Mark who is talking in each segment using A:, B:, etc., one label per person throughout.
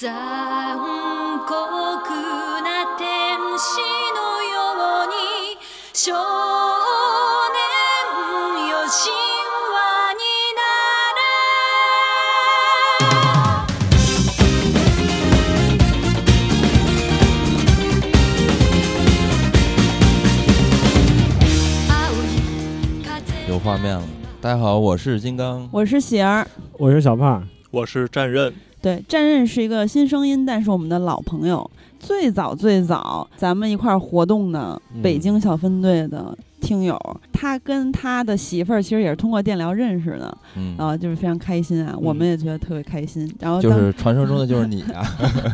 A: 残酷な天使のように少年よ神話になれ
B: 有画面了。大家好，我是金刚。
C: 我是喜儿。
D: 我是小胖，
E: 我是战刃，
C: 对，战刃是一个新声音，但是我们的老朋友。最早最早，咱们一块儿活动的
B: 嗯
C: 北京小分队的听友，他跟他的媳妇儿其实也是通过电疗认识的，
B: 嗯，
C: 啊，就是非常开心啊，我们也觉得特别开心。然后
B: 就
C: 当
B: 是传说中的就是你 啊。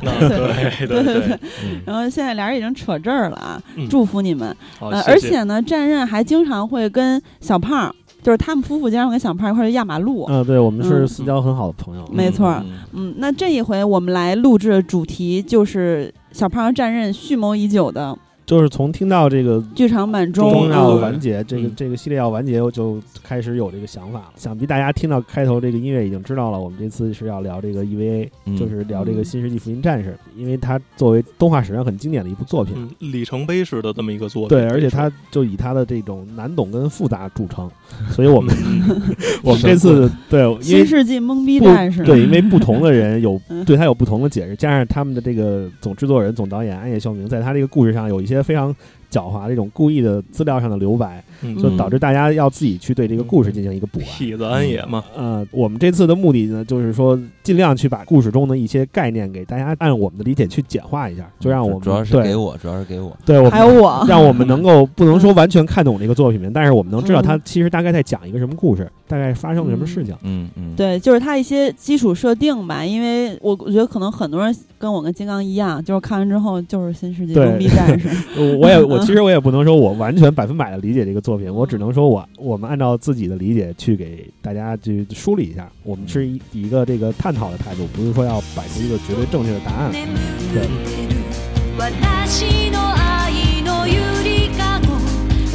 E: 那对对对，
B: 嗯
C: 然后现在俩人已经扯这儿了啊，
E: 嗯
C: 祝福你们。
E: 好，
C: 呃，
E: 谢
C: 而
E: 谢
C: 且呢，战刃还经常会跟小胖儿，就是他们夫妇经常会跟小胖儿一块儿去压马路。
D: 啊，对我们是
C: 嗯
D: 私交很好的朋友，
C: 没错儿
B: 嗯
C: 嗯，那这一回我们来录制的主题就是小胖儿战刃蓄谋已久的
D: 就是从听到这个
C: 剧场版
D: 终
C: 中，
D: 要
C: 嗯
D: 完结，这个
E: 嗯
D: 这个系列要完结，我就开始有这个想法了。想必大家听到开头这个音乐已经知道了，我们这次是要聊这个 EVA，
B: 嗯
D: 就是聊这个
C: 嗯
D: 《新世纪福音战士》，因为它作为动画史上很经典的一部作品，
E: 嗯，里程碑式的这么一个作品，
D: 对，而且它就以它的这种难懂跟复杂著称，所以我
E: 嗯
D: 们嗯我们这次对，因为
C: 新世纪懵逼
D: 不
C: 战士，
D: 对，因为不同的人有
C: 嗯
D: 对他有不同的解释，加上他们的这个总制作人、总导演安野秀明在他这个故事上有一些非常狡猾的这种故意的资料上的留白，
E: 嗯
D: 就导致大家要自己去对这个故事进行一个补完。
E: 痞子安野嘛，
D: 呃，我们这次的目的呢，就是说尽量去把故事中的一些概念给大家按我们的理解去简化一下，就让我们
B: 主要是
D: 对
B: 给我，主要是给我。
D: 对我
C: 还有
D: 们
C: 我，嗯
D: 让我们能够不能说完全看懂这个作品，但是我们能知道它其实大概在讲一个什么故事，大概发生了什么事情。
B: 嗯嗯，
C: 对，就是它一些基础设定吧，因为我我觉得可能很多人跟我跟金刚一样，就是看完之后就是新世纪
D: 对
C: 懵逼战士，
D: 我我也我其实我也不能说我完全百分百的理解这个作品，我只能说我我们按照自己的理解去给大家去梳理一下，我们是以以一个这个探讨的态度，不是说要摆出一个绝对正确的答案。
A: 眠ってる私の愛のゆりかご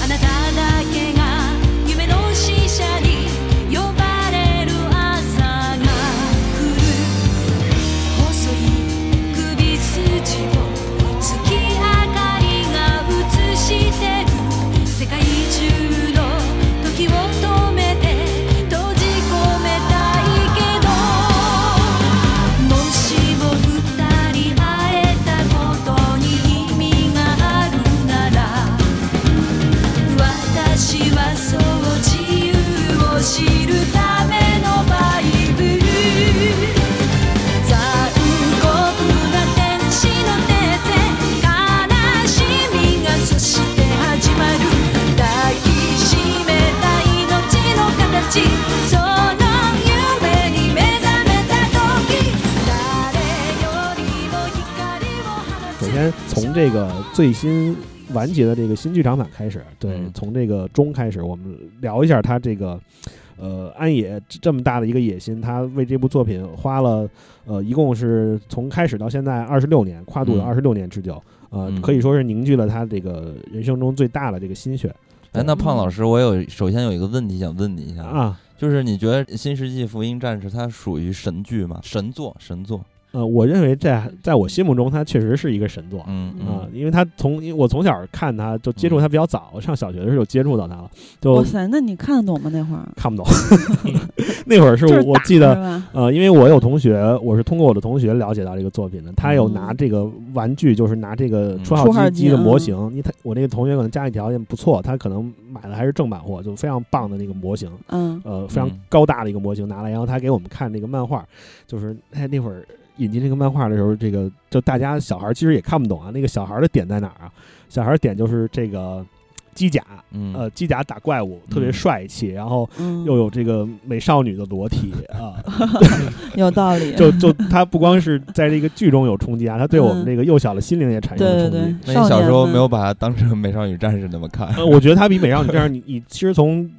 A: あなただけが夢の使者に呼ばれる朝が来る細い首筋を月明かりが映してる世界中の時を止めて閉じ込めたいけどもしも二人会えたことに意味があるなら私はそう自由を知るためのバイブル残酷な天使の手で悲しみがそして始まる抱きしめた命の形その夢に目覚めた時誰よりも
D: 首
A: 光を放
D: 先从这个最新完结的这个新剧场版开始，对
B: 嗯，
D: 从这个中开始，我们聊一下他这个。呃，安野这这么大的一个野心，他为这部作品花了，呃，一共是从开始到现在二十六年，跨度有
B: 嗯
D: 二十六年之久，呃
B: 嗯，
D: 可以说是凝聚了他这个人生中最大的这个心血
B: 哎，那胖老师，我有首先有一个问题想问你一下，
D: 啊。
B: 就是你觉得《新世纪福音战士》它属于神剧吗？神作，神作。
D: 呃，我认为在在我心目中，他确实是一个神作啊、
B: 嗯
C: 嗯
B: 嗯
D: 因为他从因为我从小看他，就接触他比较早，我上小学的时候就接触到他了，
C: 哇
D: 就
C: 塞，那你看得懂吗？那会儿
D: 看不懂。
B: 嗯
D: 那会儿是
C: 就是
D: 我我
C: 打
D: 记
C: 是
D: 得，
C: 吧
D: 呃，因为我有同学，我是通过我的同学了解到这个作品的，他有拿
C: 嗯
D: 这个玩具，就是拿这个
B: 嗯
C: 初
D: 初
C: 号
D: 号
C: 机
D: 机机的模
C: 嗯
D: 型，因为他我那个同学可能家里条件不错，他可能买的还是正版货，就非常棒的那个模型，
C: 嗯，
D: 呃，非常
B: 嗯
D: 高大的一个模型拿来，然后他给我们看那个漫画，就是哎那会儿引进这个漫画的时候，这个就大家小孩儿其实也看不懂啊，那个小孩儿的点在哪儿啊？小孩儿点就是这个机甲，
B: 嗯
D: 呃，机甲打怪物特别
B: 嗯
D: 帅气，然后
C: 嗯
D: 又有这个美少女的 裸体啊，
C: 有道理，
D: 就 就他不光是在这个剧中有冲击啊，他对我
C: 嗯
D: 们这个幼小的心灵也产生了
C: 对对
D: 冲击。
B: 那
C: 对，少
B: 你小
C: 年
B: 时候
C: 们
B: 没有把它当成美少女战士那么 看？
D: 呃，我觉得他比美少女这样，你你其实从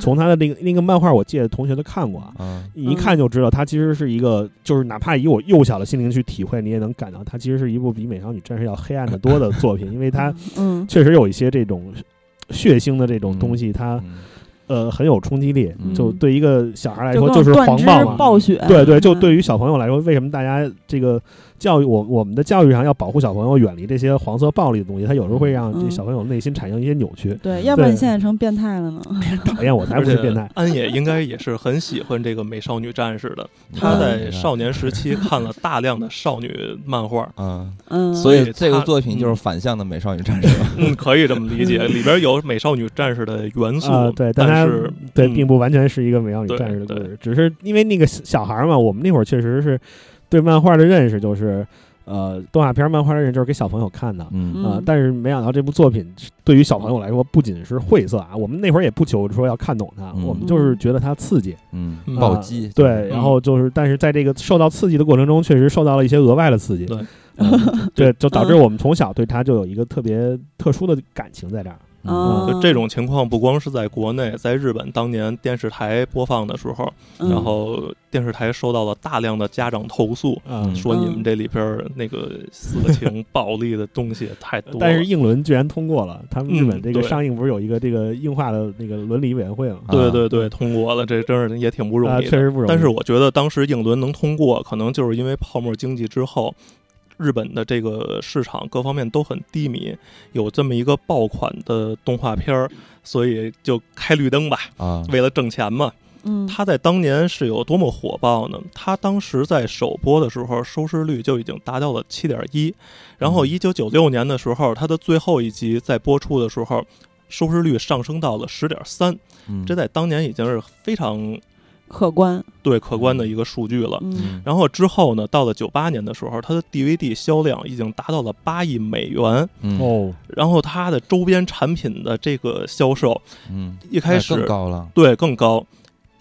D: 从他的那个那个漫画，我借同学都看过啊，
B: 嗯
D: 你一看就知道，它其实是一个，就是哪怕以我幼小的心灵去体会，你也能感到，它其实是一部比《美少女战士》要黑暗的 多的作品，因为它
C: 嗯
D: 啊确实有一些这种血腥的这种东西，它
B: 嗯
D: 呃很有冲击力，
B: 嗯
D: 就对一个小孩来
C: 就
D: 说
C: 各
D: 就
C: 种
D: 是
C: 断
D: 黄
C: 肢
D: 暴嘛。
C: 暴雪，
D: 对对，
C: 嗯
D: 就对于小朋友来说，为什么大家这个教育我我们的教育上要保护小朋友远离这些黄色暴力的东西？它有时候会让这
C: 嗯
D: 小朋友内心产生一些扭 曲。
C: 对，要不然
D: 对
C: 你现在成变态了呢。
D: 讨厌我才
E: 而
D: 不
E: 且
D: 是变态。
E: 安野应该也是很喜欢这个美少女战士的，她
C: 嗯
E: 在少年时期看了大量的少女漫
D: 哎
E: 画，
B: 嗯，
C: 嗯，
B: 所以
E: 嗯
B: 这个作品就是反向的美少女战士。
E: 嗯，可以这么理解， 里边有美少女战士的元素，
D: 啊，对，但
E: 但
D: 它
E: 是
D: 对，
E: 嗯
D: 并不完全是一个美少女
E: 对
D: 战士的故
E: 对
D: 事，只是因为那个小小孩儿嘛，我们那会儿确实是对漫画的认识就是，呃，动画片、漫画的认识就是给小朋友看的。
B: 嗯
D: 啊、
C: 嗯
D: 但是没想到这部作品是对于小朋友来说不仅是晦涩啊，我们那会儿也不求说要看懂它，
B: 嗯
D: 我们就是觉得它刺激，
B: 嗯，
E: 嗯
B: 暴击
D: 啊对，然后就是，但是在这个受到刺激的过程中，确实受到了一些额外的刺激，
E: 对
D: 嗯对，就导致我们从小对它就有一个特别特殊的感情在这儿。
C: 哦
B: 嗯
E: 就这种情况不光是在国内，在日本当年电视台播放的时候，
C: 嗯
E: 然后电视台收到了大量的家长投诉，
D: 嗯
E: 啊说你们这里边儿那个色情暴力的东西太多了。
D: 但是英伦居然通过了，他们日本
E: 嗯
D: 这个
E: 对
D: 上映不是有一个这个映画的那个伦理委员会吗？
B: 啊
E: 对对对，通过了，这真是也挺不容
D: 嗯啊，
E: 易
D: 确
E: 的。
D: 实不容易。
E: 但是我觉得当时英伦能通过，可能就是因为泡沫经济之后，日本的这个市场各方面都很低迷，有这么一个爆款的动画片儿，所以就开绿灯吧，
B: 啊，
E: 为了挣钱嘛。
C: 嗯，
E: 它在当年是有多么火爆呢？它当时在首播的时候，收视率就已经达到了七点一，然
B: 嗯
E: 后一九九六年的时候，它的最后一集在播出的时候，收视率上升到了十点三，
B: 嗯
E: 这在当年已经是非常
C: 可观，
E: 对可观的一个数据了。
C: 嗯
B: 嗯
E: 然后之后呢，到了九八年的时候，它的 DVD 销量已经达到了八亿美元，
B: 嗯
D: 哦，
E: 然后它的周边产品的这个销售
B: 嗯，
E: 一开
B: 那
E: 始
B: 更高了，
E: 对，更高。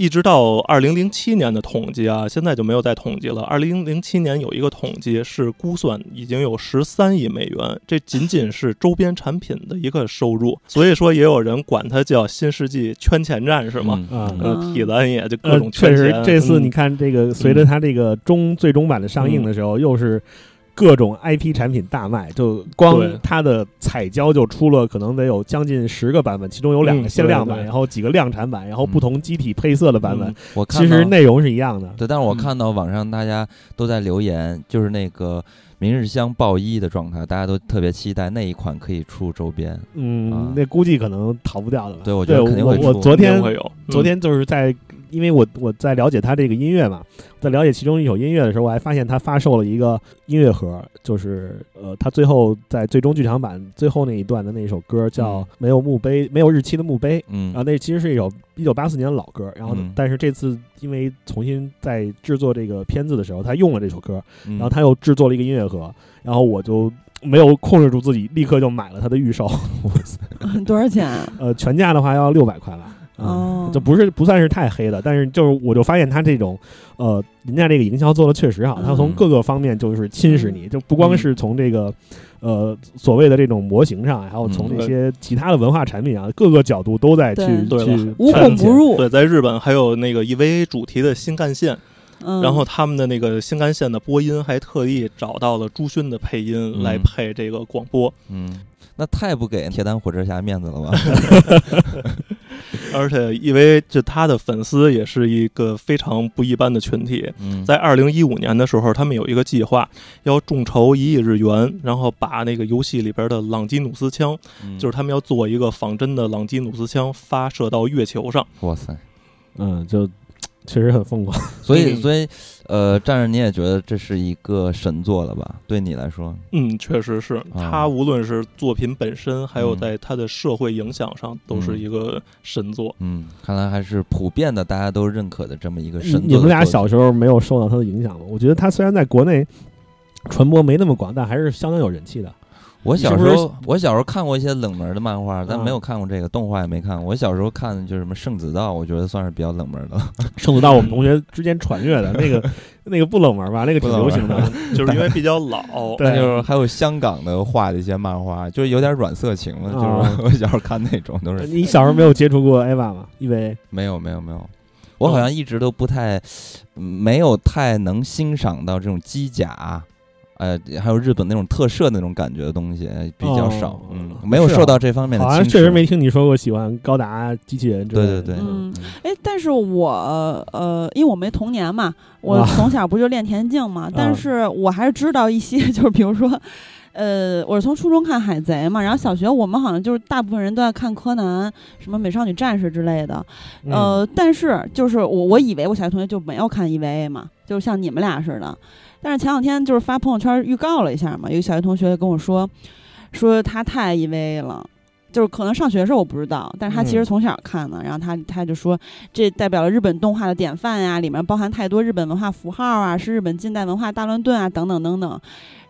E: 一直到二零零七年的统计啊，现在就没有再统计了。二零零七年有一个统计是估算已经有十三亿美元，这仅仅是周边产品的一个收入，所以说也有人管它叫新世纪圈钱战士嘛。
D: 啊
B: 嗯
C: 嗯
E: 呃，痞子安也就各
D: 呃
E: 种，圈
D: 确实，
E: 钱。
D: 这次你
E: 嗯
D: 看这个，随着它这个中最终版的上映的时候，又是。各种 IP 产品大卖，就光
E: 对
D: 它的彩胶就出了，可能得有将近十个版本，其中有两个
E: 嗯
D: 限量版，
E: 对对
D: 然后几个量产版，然后不
B: 嗯
D: 同机体配色的版本
E: 嗯，
B: 我看
D: 其实
B: 到
D: 内容是一样的。
B: 对，但是我
E: 嗯
B: 看到网上大家都在留言，就是那个《明日香爆一》的状态，大家都特别期待那一款可以出周边。啊
D: 嗯，那估计可能逃不掉的吧。
B: 对我觉得肯定会
D: 我
B: 出
D: 我昨
E: 肯定
D: 天
E: 会有，
D: 昨
E: 嗯
D: 天就是在，因为我我在了解他这个音乐嘛，在了解其中一首音乐的时候，我还发现他发售了一个音乐盒，就是呃，他最后在最终剧场版最后那一段的那首歌叫
B: 嗯
D: 《没有墓碑》，没有日期的墓碑。
B: 嗯
D: 啊，那其实是一首一九八四年的老歌，然后、
B: 嗯
D: 但是这次因为重新在制作这个片子的时候，他用了这首歌，
B: 然
D: 然后他又制作了一个音乐盒，然后我就没有控制住自己，立刻就买了他的预售，
E: 嗯
C: 多少钱啊？
D: 呃，全价的话要六百块吧，啊、
C: 哦，
D: 就不是不算是太黑的，但是就是我就发现他这种，呃，人家这个营销做的确实好，
C: 嗯
D: 他从各个方面就是侵蚀你，就不光
B: 嗯
D: 是从这个，呃，所谓的这种模型上，还有从
B: 嗯
D: 那些其他的文化产品啊，各个角度都在去
E: 对对
D: 去
E: 了
C: 无孔不入。
E: 对，在日本还有那个 EVA 主题的新干线，
C: 嗯，
E: 然后他们的那个新干线的播音还特意找到了朱勋的配音来
B: 嗯
E: 配这个广播，
B: 嗯，那太不给铁胆火车侠面子了吧？
E: 而且因为这他的粉丝也是一个非常不一般的群体。
B: 嗯，
E: 在二零一五年的时候，他们有一个计划，要众筹一亿日元，然后把那个游戏里边的朗基努斯枪，
B: 嗯
E: 就是他们要做一个仿真的朗基努斯枪发射到月球上。
B: 哇塞，
D: 嗯，就确实很疯狂。
B: 所以
E: 嗯
B: 所以呃，战士你也觉得这是一个神作了吧？对你来说，
E: 嗯，确实是他，无论是作品本身，还有
B: 哦嗯
E: 在他的社会影响上，都是
B: 嗯
E: 一个神作。
B: 嗯，看来还是普遍的，大家都认可的这么一个神作的
D: 你们俩
B: 作
D: 小时候没有受到他的影响吗？我觉得他虽然在国内传播没那么广，但还是相当有人气的。
B: 品，我
D: 你
B: 小
D: 是
B: 时
D: 不是
B: 候我小时候看过一些冷门的漫画，但
D: 啊
B: 没有看过这个动画，也没看过。我小时候看的就是什么圣子道，我觉得算是比较冷门的。
D: 圣子到我们同学之间传阅的那 个那个不冷门吧，那个挺流行的。
E: 就是因为比较 老，
D: 对
B: 那就是还有香港的画的一些漫画，就是有点软色情了。
D: 啊
B: 就是我小时候看那种都 是
D: 你小时候没有接触过 Ava 吗？因为
B: 没有没有没有，我好像一直都不太没有太能欣赏到这种机甲呃，还有日本那种特摄那种感觉的东西呃比较少，
D: 哦
B: 嗯，没有
D: 是啊
B: 受到这方面的
D: 好
B: 侵
D: 像
B: 蚀。
D: 确实没听你说过喜欢高达机器人之类
B: 对
D: 的。
B: 对对，
C: 嗯哎，但是我呃，因为我没童年嘛，我
D: 啊
C: 从小不就练田径 嘛，
D: 啊
E: 嗯
C: 但是我还是知道一些， 就是比如说，呃，我是从初中看《海贼》嘛，然后小学我们好像就是大部分人都在看柯南、什么美少女战士之类的，
D: 嗯
C: 呃，但是就是我我以为我小学同学就没有看 EVA 嘛，就是像你们俩似的。但是前两天就是发朋友圈预告了一下嘛，有一个小学同学跟我说，说他太 EVA 了。就是可能上学的时候我不知道，但是他其
D: 嗯
C: 实从小看的，然后他他就说这代表了日本动画的典范呀、里面包含太多日本文化符号啊，是日本近代文化大乱炖啊，等等等等，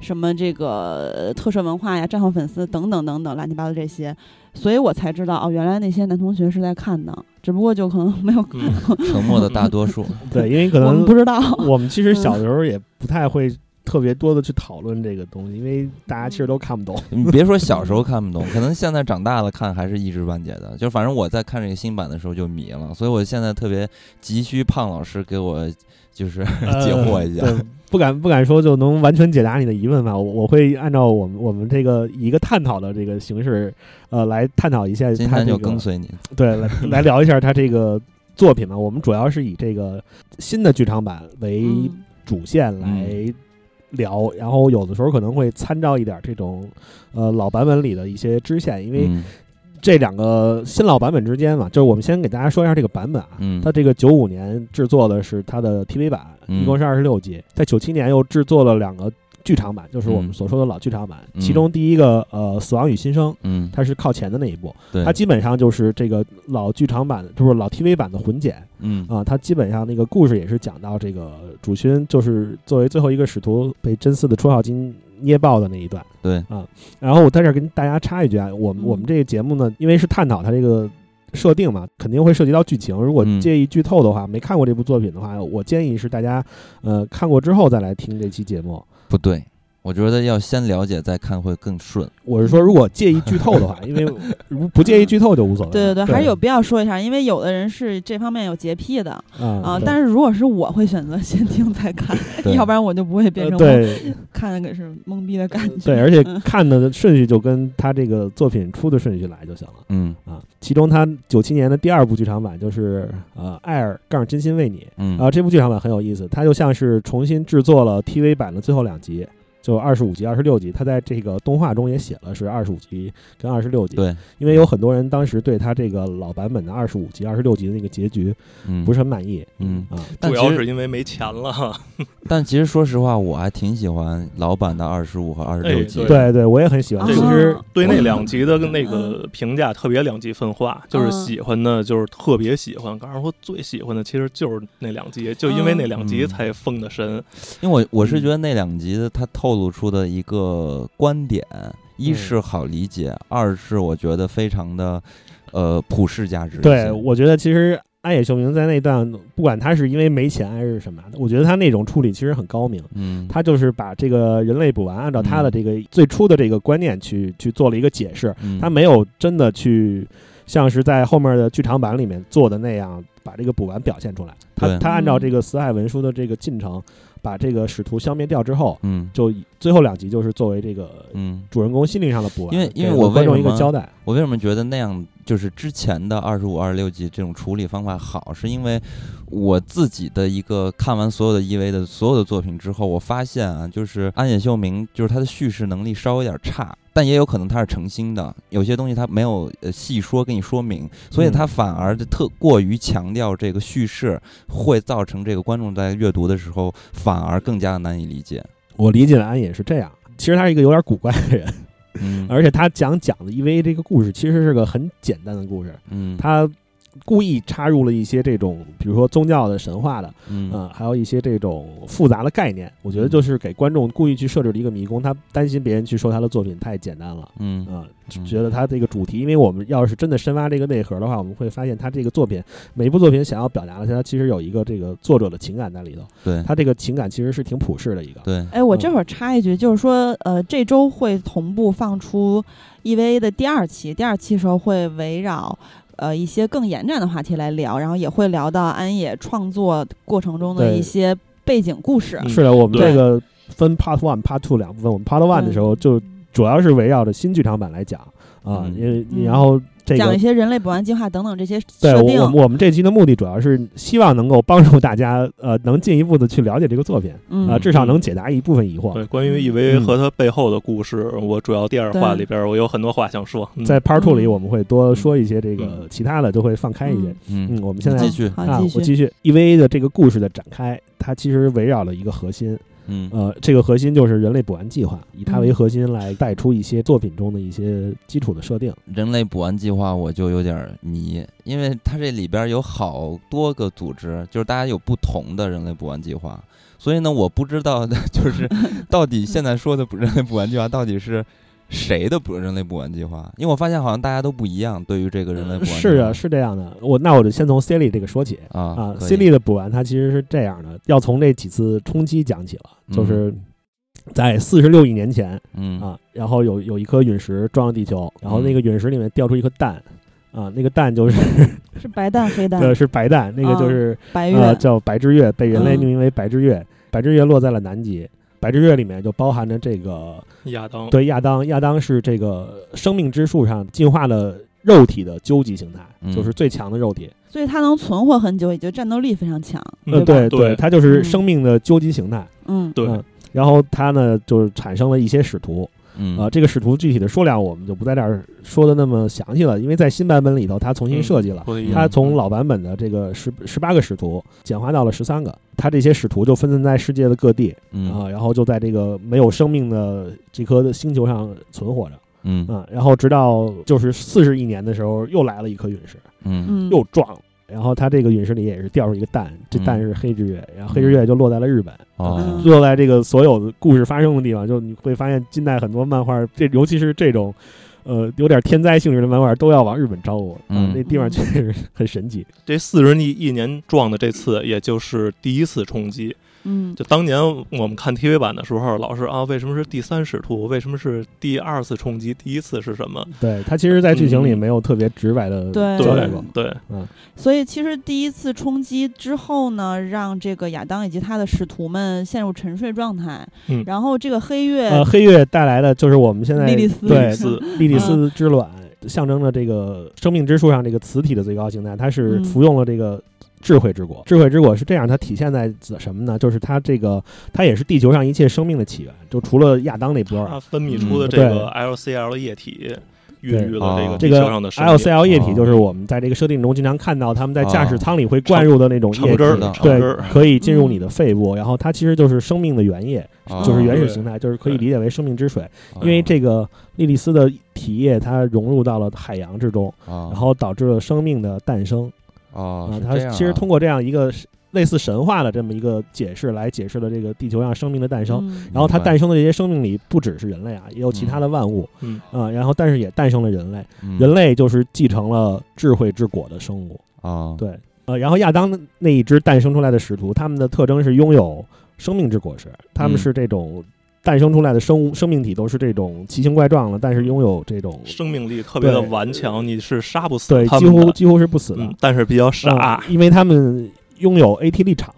C: 什么这个呃特摄文化呀、战后粉丝等等等等乱七八糟这些，所以我才知道哦，原来那些男同学是在看的，只不过就可能没有
E: 嗯，
B: 沉默的大多数，
D: 对，因为可
C: 我
D: 能
C: 们不嗯知道。
D: 我们其实小的时候也不太会特别多的去讨论这个东西，因为大家其实都看不懂。
B: 你别说小时候看不懂，可能现在长大了看还是一知半解的。就反正我在看这个新版的时候就迷了，所以我现在特别急需胖老师给我就是 嗯解惑一下。
D: 呃对不敢不敢说就能完全解答你的疑问吧，我我会按照我们我们这个以一个探讨的这个形式，呃，来探讨一下
B: 今
D: 他
B: 天
D: 这
B: 就
D: 个
B: 跟随你，
D: 对来来聊一下他这个作品嘛。我们主要是以这个新的剧场版为
C: 嗯
D: 主线来聊，然后有的时候可能会参照一点这种呃老版本里的一些支线，因为
B: 嗯
D: 这两个新老版本之间嘛，就是我们先给大家说一下这个版本啊，
B: 嗯
D: 它这个九五年制作的是它的 TV 版，
B: 嗯
D: 一共是二十六集，在九七年又制作了两个剧场版，就是我们
B: 嗯
D: 所说的老剧场版，
B: 嗯
D: 其中第一个呃《死亡与新生》。
B: 嗯，
D: 它是靠前的那一部，
B: 对
D: 它，基本上就是这个老剧场版，就是老 TV 版的混剪
B: 嗯
D: 啊。它基本上那个故事也是讲到这个主勋，就是作为最后一个使徒被真嗣的初号金捏爆的那一段。啊
B: 对，
D: 然后我在这儿跟大家插一句啊，我们
C: 嗯
D: 我们这个节目呢，因为是探讨它这个设定嘛，肯定会涉及到剧情。如果
B: 嗯
D: 介意剧透的话，没看过这部作品的话，我建议是大家呃看过之后再来听这期节目。
B: 不对，我觉得要先了解再看会更 顺。
D: 我是说，如果介意剧透的话，因为如不介意剧透就无所谓。
C: 对对
D: 对，
C: 对，还是有必要说一下，因为有的人是这方面有洁癖的
D: 啊
C: 啊。但是如果是我会选择先听再看，
B: 对
C: 要不然我就不会变
D: 嗯
C: 成
D: 呃
C: 我
D: 对
C: 看的可 是懵逼的感觉。
D: 对，而且
C: 嗯
D: 看的顺序就跟他这个作品出的顺序来就行了
B: 嗯
D: 啊。其中他九七年的第二部剧场版就是呃《艾尔杠真心为你》，
B: 嗯
D: 啊，这部剧场版很有意思，它就像是重新制作了 TV 版的最后两集，就二十五集、二十六集。它在这个动画中也写了是二十五集跟二十六集，
B: 对，
D: 因为有很多人当时对它这个老版本的二十五集、二十六集的那个结局
B: 嗯
D: 不是很满意，
B: 嗯
D: 啊，
B: 但
E: 主
B: 其
E: 要
B: 实
E: 是因为没钱了。
B: 但其实说实话，我还挺喜欢老版的二十五和二十六
E: 哎
B: 集。
E: 对
D: 对对，我也很喜欢。
C: 啊
D: 其实
E: 对那两集的那个评价特别两极分化，就是喜欢的，就是特别喜欢。刚才说最喜欢的其实就是那两集，就因为那两
D: 嗯
E: 集才封的神。
B: 因为我我是
E: 嗯
B: 觉得那两集的它透露出的一个观点，一是好理解，二是我觉得非常的呃普世价值一些。
D: 对，我觉得其实安野秀明在那一段，不管他是因为没钱还是什么，我觉得他那种处理其实很高明。
B: 嗯，
D: 他就是把这个人类补完，按照他的这个最初的这个观念去去做了一个解释，
B: 嗯
D: 他没有真的去像是在后面的剧场版里面做的那样把这个补完表现出来。他
B: 对
D: 他按照这个死海文书的这个进程，把这个使徒消灭掉之后，
B: 嗯
D: 就以最后两集就是作为这个
B: 嗯，
D: 主人公心灵上的补完，
B: 因为因为
D: 给
B: 我
D: 观众
B: 为
D: 一
B: 什
D: 个
B: 么
D: 交代。
B: 我为什么觉得那样就是之前的二十五、二十六集这种处理方法好，是因为我自己的一个看完所有的 EV 的所有的作品之后，我发现啊，就是安野秀明就是他的叙事能力稍微有点差，但也有可能他是诚心的，有些东西他没有呃细说跟你说
D: 嗯
B: 明，所以他反而就特过于强调这个叙事，会造成这个观众在阅读的时候反而更加的难以理解。
D: 我理解的安野是这样，其实他是一个有点古怪的人，
B: 嗯
D: 而且他讲讲的 EVA 这个故事其实是个很简单的故事，
B: 嗯
D: 他故意插入了一些这种，比如说宗教的、神话的，
B: 嗯
D: 嗯，还有一些这种复杂的概念。我觉得就是给观众故意去设置了一个迷宫，他担心别人去说他的作品太简单了。
B: 嗯
D: 啊、
B: 嗯
D: 觉得他这个主题，因为我们要是真的深挖这个内核的话，我们会发现他这个作品每一部作品想要表达的，它其实有一个这个作者的情感在里头。
B: 对
D: 他这个情感其实是挺普世的一个。
B: 对
C: 哎，我这会儿插一句，就是说，呃，这周会同步放出 EVA 的第二期，第二期时候会围绕呃一些更延展的话题来聊，然后也会聊到安野创作过程中的
D: 对
C: 一些背景故事。
E: 嗯
D: 是的，我们
E: 对
D: 这个分 Part One、Part Two 两部分。我们 Part One
C: 对
D: 的时候就主要是围绕着新剧场版来讲啊，
B: 嗯
D: 因为
C: 嗯
D: 然后这
C: 讲
D: 个
C: 一些人类补完计划等等这些
D: 对
C: 设
D: 我
C: 定啊
D: 我，们我们这期的目的主要是希望能够帮助大家呃能进一步的去了解这个作品
C: 嗯
D: 啊，至少能解答一部分疑惑。
E: 对，关于
D: 嗯
E: EVA 和它背后的故事，我主要第二话里边我有很多话想说。嗯
D: 在 Part Two 里，
C: 嗯
D: 我们会多说一些这个
E: 嗯
D: 其他的，就会放开一些。
B: 嗯
D: 嗯，我们现在
B: 继续
C: 好
D: 啊
C: 继，续
D: 我继续 EVA 的这个故事的展开，它其实围绕了一个核心，
B: 嗯
D: 呃，这个核心就是人类补完计划，以它为
C: 嗯
D: 核心来带出一些作品中的一些基础的设定。
B: 人类补完计划我就有点儿迷，因为它这里边儿有好多个组织，就是大家有不同的人类补完计划，所以呢，我不知道 就是到底现在说的补 人类补完计划到底是谁的补人类补完计划，因为我发现好像大家都不一样，对于这个人类补完计划
D: 是啊，是这样的。我那我就先从 C 莉这个说起
B: 啊
D: 啊。
B: 可以
D: C 莉的补完，它其实是这样的，要从这几次冲击讲起了，就是在四十六亿年前
B: 嗯
D: 啊，然后有有一颗陨石撞了地球，然后那个陨石里面掉出一颗蛋。啊，那个蛋就是
C: 是白蛋黑蛋
D: 呃是白蛋，那个就
C: 啊
D: 是
C: 白
D: 呃，
C: 月，
D: 叫白之月，被人类
C: 嗯
D: 命名为白之月。白之月落在了南极。白之月里面就包含着这个
E: 亚当，
D: 对亚当，亚当是这个生命之树上进化了肉体的究极形态，
B: 嗯
D: 就是最强的肉体。
C: 所以它能存活很久，也就战斗力非常强，
D: 呃，
E: 嗯
D: 对
E: 对
D: 它就是生命的究极形态。
C: 嗯，
E: 对
D: 嗯然后它呢，就是产生了一些使徒，
B: 嗯
D: 啊，这个使徒具体的数量我们就不在这儿说的那么详细了，因为在新版本里头它重
E: 嗯
D: 新设计了，嗯
E: 不一样
D: 它从老版本的这个十十八个使徒简化到了十三个，它这些使徒就分散在世界的各地
B: 嗯
D: 啊，然后就在这个没有生命的这颗星球上存活着
B: 嗯
D: 啊，然后直到就是四十亿年的时候，又来了一颗陨石，
B: 嗯
C: 嗯，
D: 又撞了。然后它这个陨石里也是掉出一个蛋，这蛋是黑之月，然后黑之月就落在了日本，
B: 哦
D: 落在这个所有的故事发生的地方，就你会发现近代很多漫画，这尤其是这种，呃，有点天灾性质的漫画，都要往日本招呼。啊
B: 嗯
D: 那地方确实很神奇。
E: 这四十亿一年撞的这次，也就是第一次冲击。
C: 嗯
E: 就当年我们看 TV 版的时候，老是啊，为什么是第三使徒？为什么是第二次冲击？第一次是什么？
D: 对，它其实，在剧情里
E: 嗯
D: 没有特别直白的
C: 对
D: 交代
E: 对
D: 过。
E: 对，
C: 所以其实第一次冲击之后呢，让这个亚当以及他的使徒们陷入沉睡状态，
E: 嗯
C: 然后这个黑月、
D: 呃，黑月带来的就是我们现在
C: 莉莉丝
D: 对
E: 四
D: 莉莉丝之卵，象征着这个生命之树上这个磁体的最高形态，它是
C: 嗯
D: 服用了这个。智慧之果，智慧之果是这样，它体现在什么呢？就是它这个，它也是地球上一切生命的起源，就除了亚当那波儿
E: 它，分泌出的
D: 嗯
E: 这个 LCL 液体孕育了这
B: 哦
E: 个
D: 这
E: 地
D: 个
E: 球上的生命
D: LCL 液体
B: 哦
D: 就是我们在这个设定中经常看到，他们在驾驶
B: 哦
D: 舱里会灌入的那种液体
E: 橙汁，啊儿
B: 知道，
E: 橙汁
D: 对
E: 儿，，
D: 可以进入你的肺部，然后它其实就是生命的原液，
E: 啊
B: 哦
D: 就是原始
E: 对
D: 形态，就是可以理
E: 对
D: 解为生命之水。
B: 哦
D: 嗯因为这个莉莉丝的体液，它融入到了海洋之中，
B: 哦
D: 然后导致了生命的诞生
B: 哦
D: 啊。
B: 是
D: 它
B: 这样
D: 其实
B: 啊
D: 通过这样一个类似神话的这么一个解释来解释了这个地球上生命的诞生。
C: 嗯
D: 然后它
B: 明白
D: 诞生的这些生命里不只是人类啊，也有其他的万物
E: 嗯，
D: 啊。然后但是也诞生了人类，
B: 嗯
D: 人类就是继承了智慧之果的生物。
B: 哦
D: 对，呃，然后亚当那一只诞生出来的使徒，他们的特征是拥有生命之果实，他们
B: 嗯
D: 是这种诞生出来的生物生命体都是这种奇形怪状的，但是拥有这种
E: 生命力特别的
D: 对
E: 顽强，你是杀不死
D: 对
E: 他
D: 几
E: 们
D: 乎
E: 的，
D: 几乎是不死的
E: 嗯，，但是比较傻
D: 啊，，因为他们拥有 AT 立场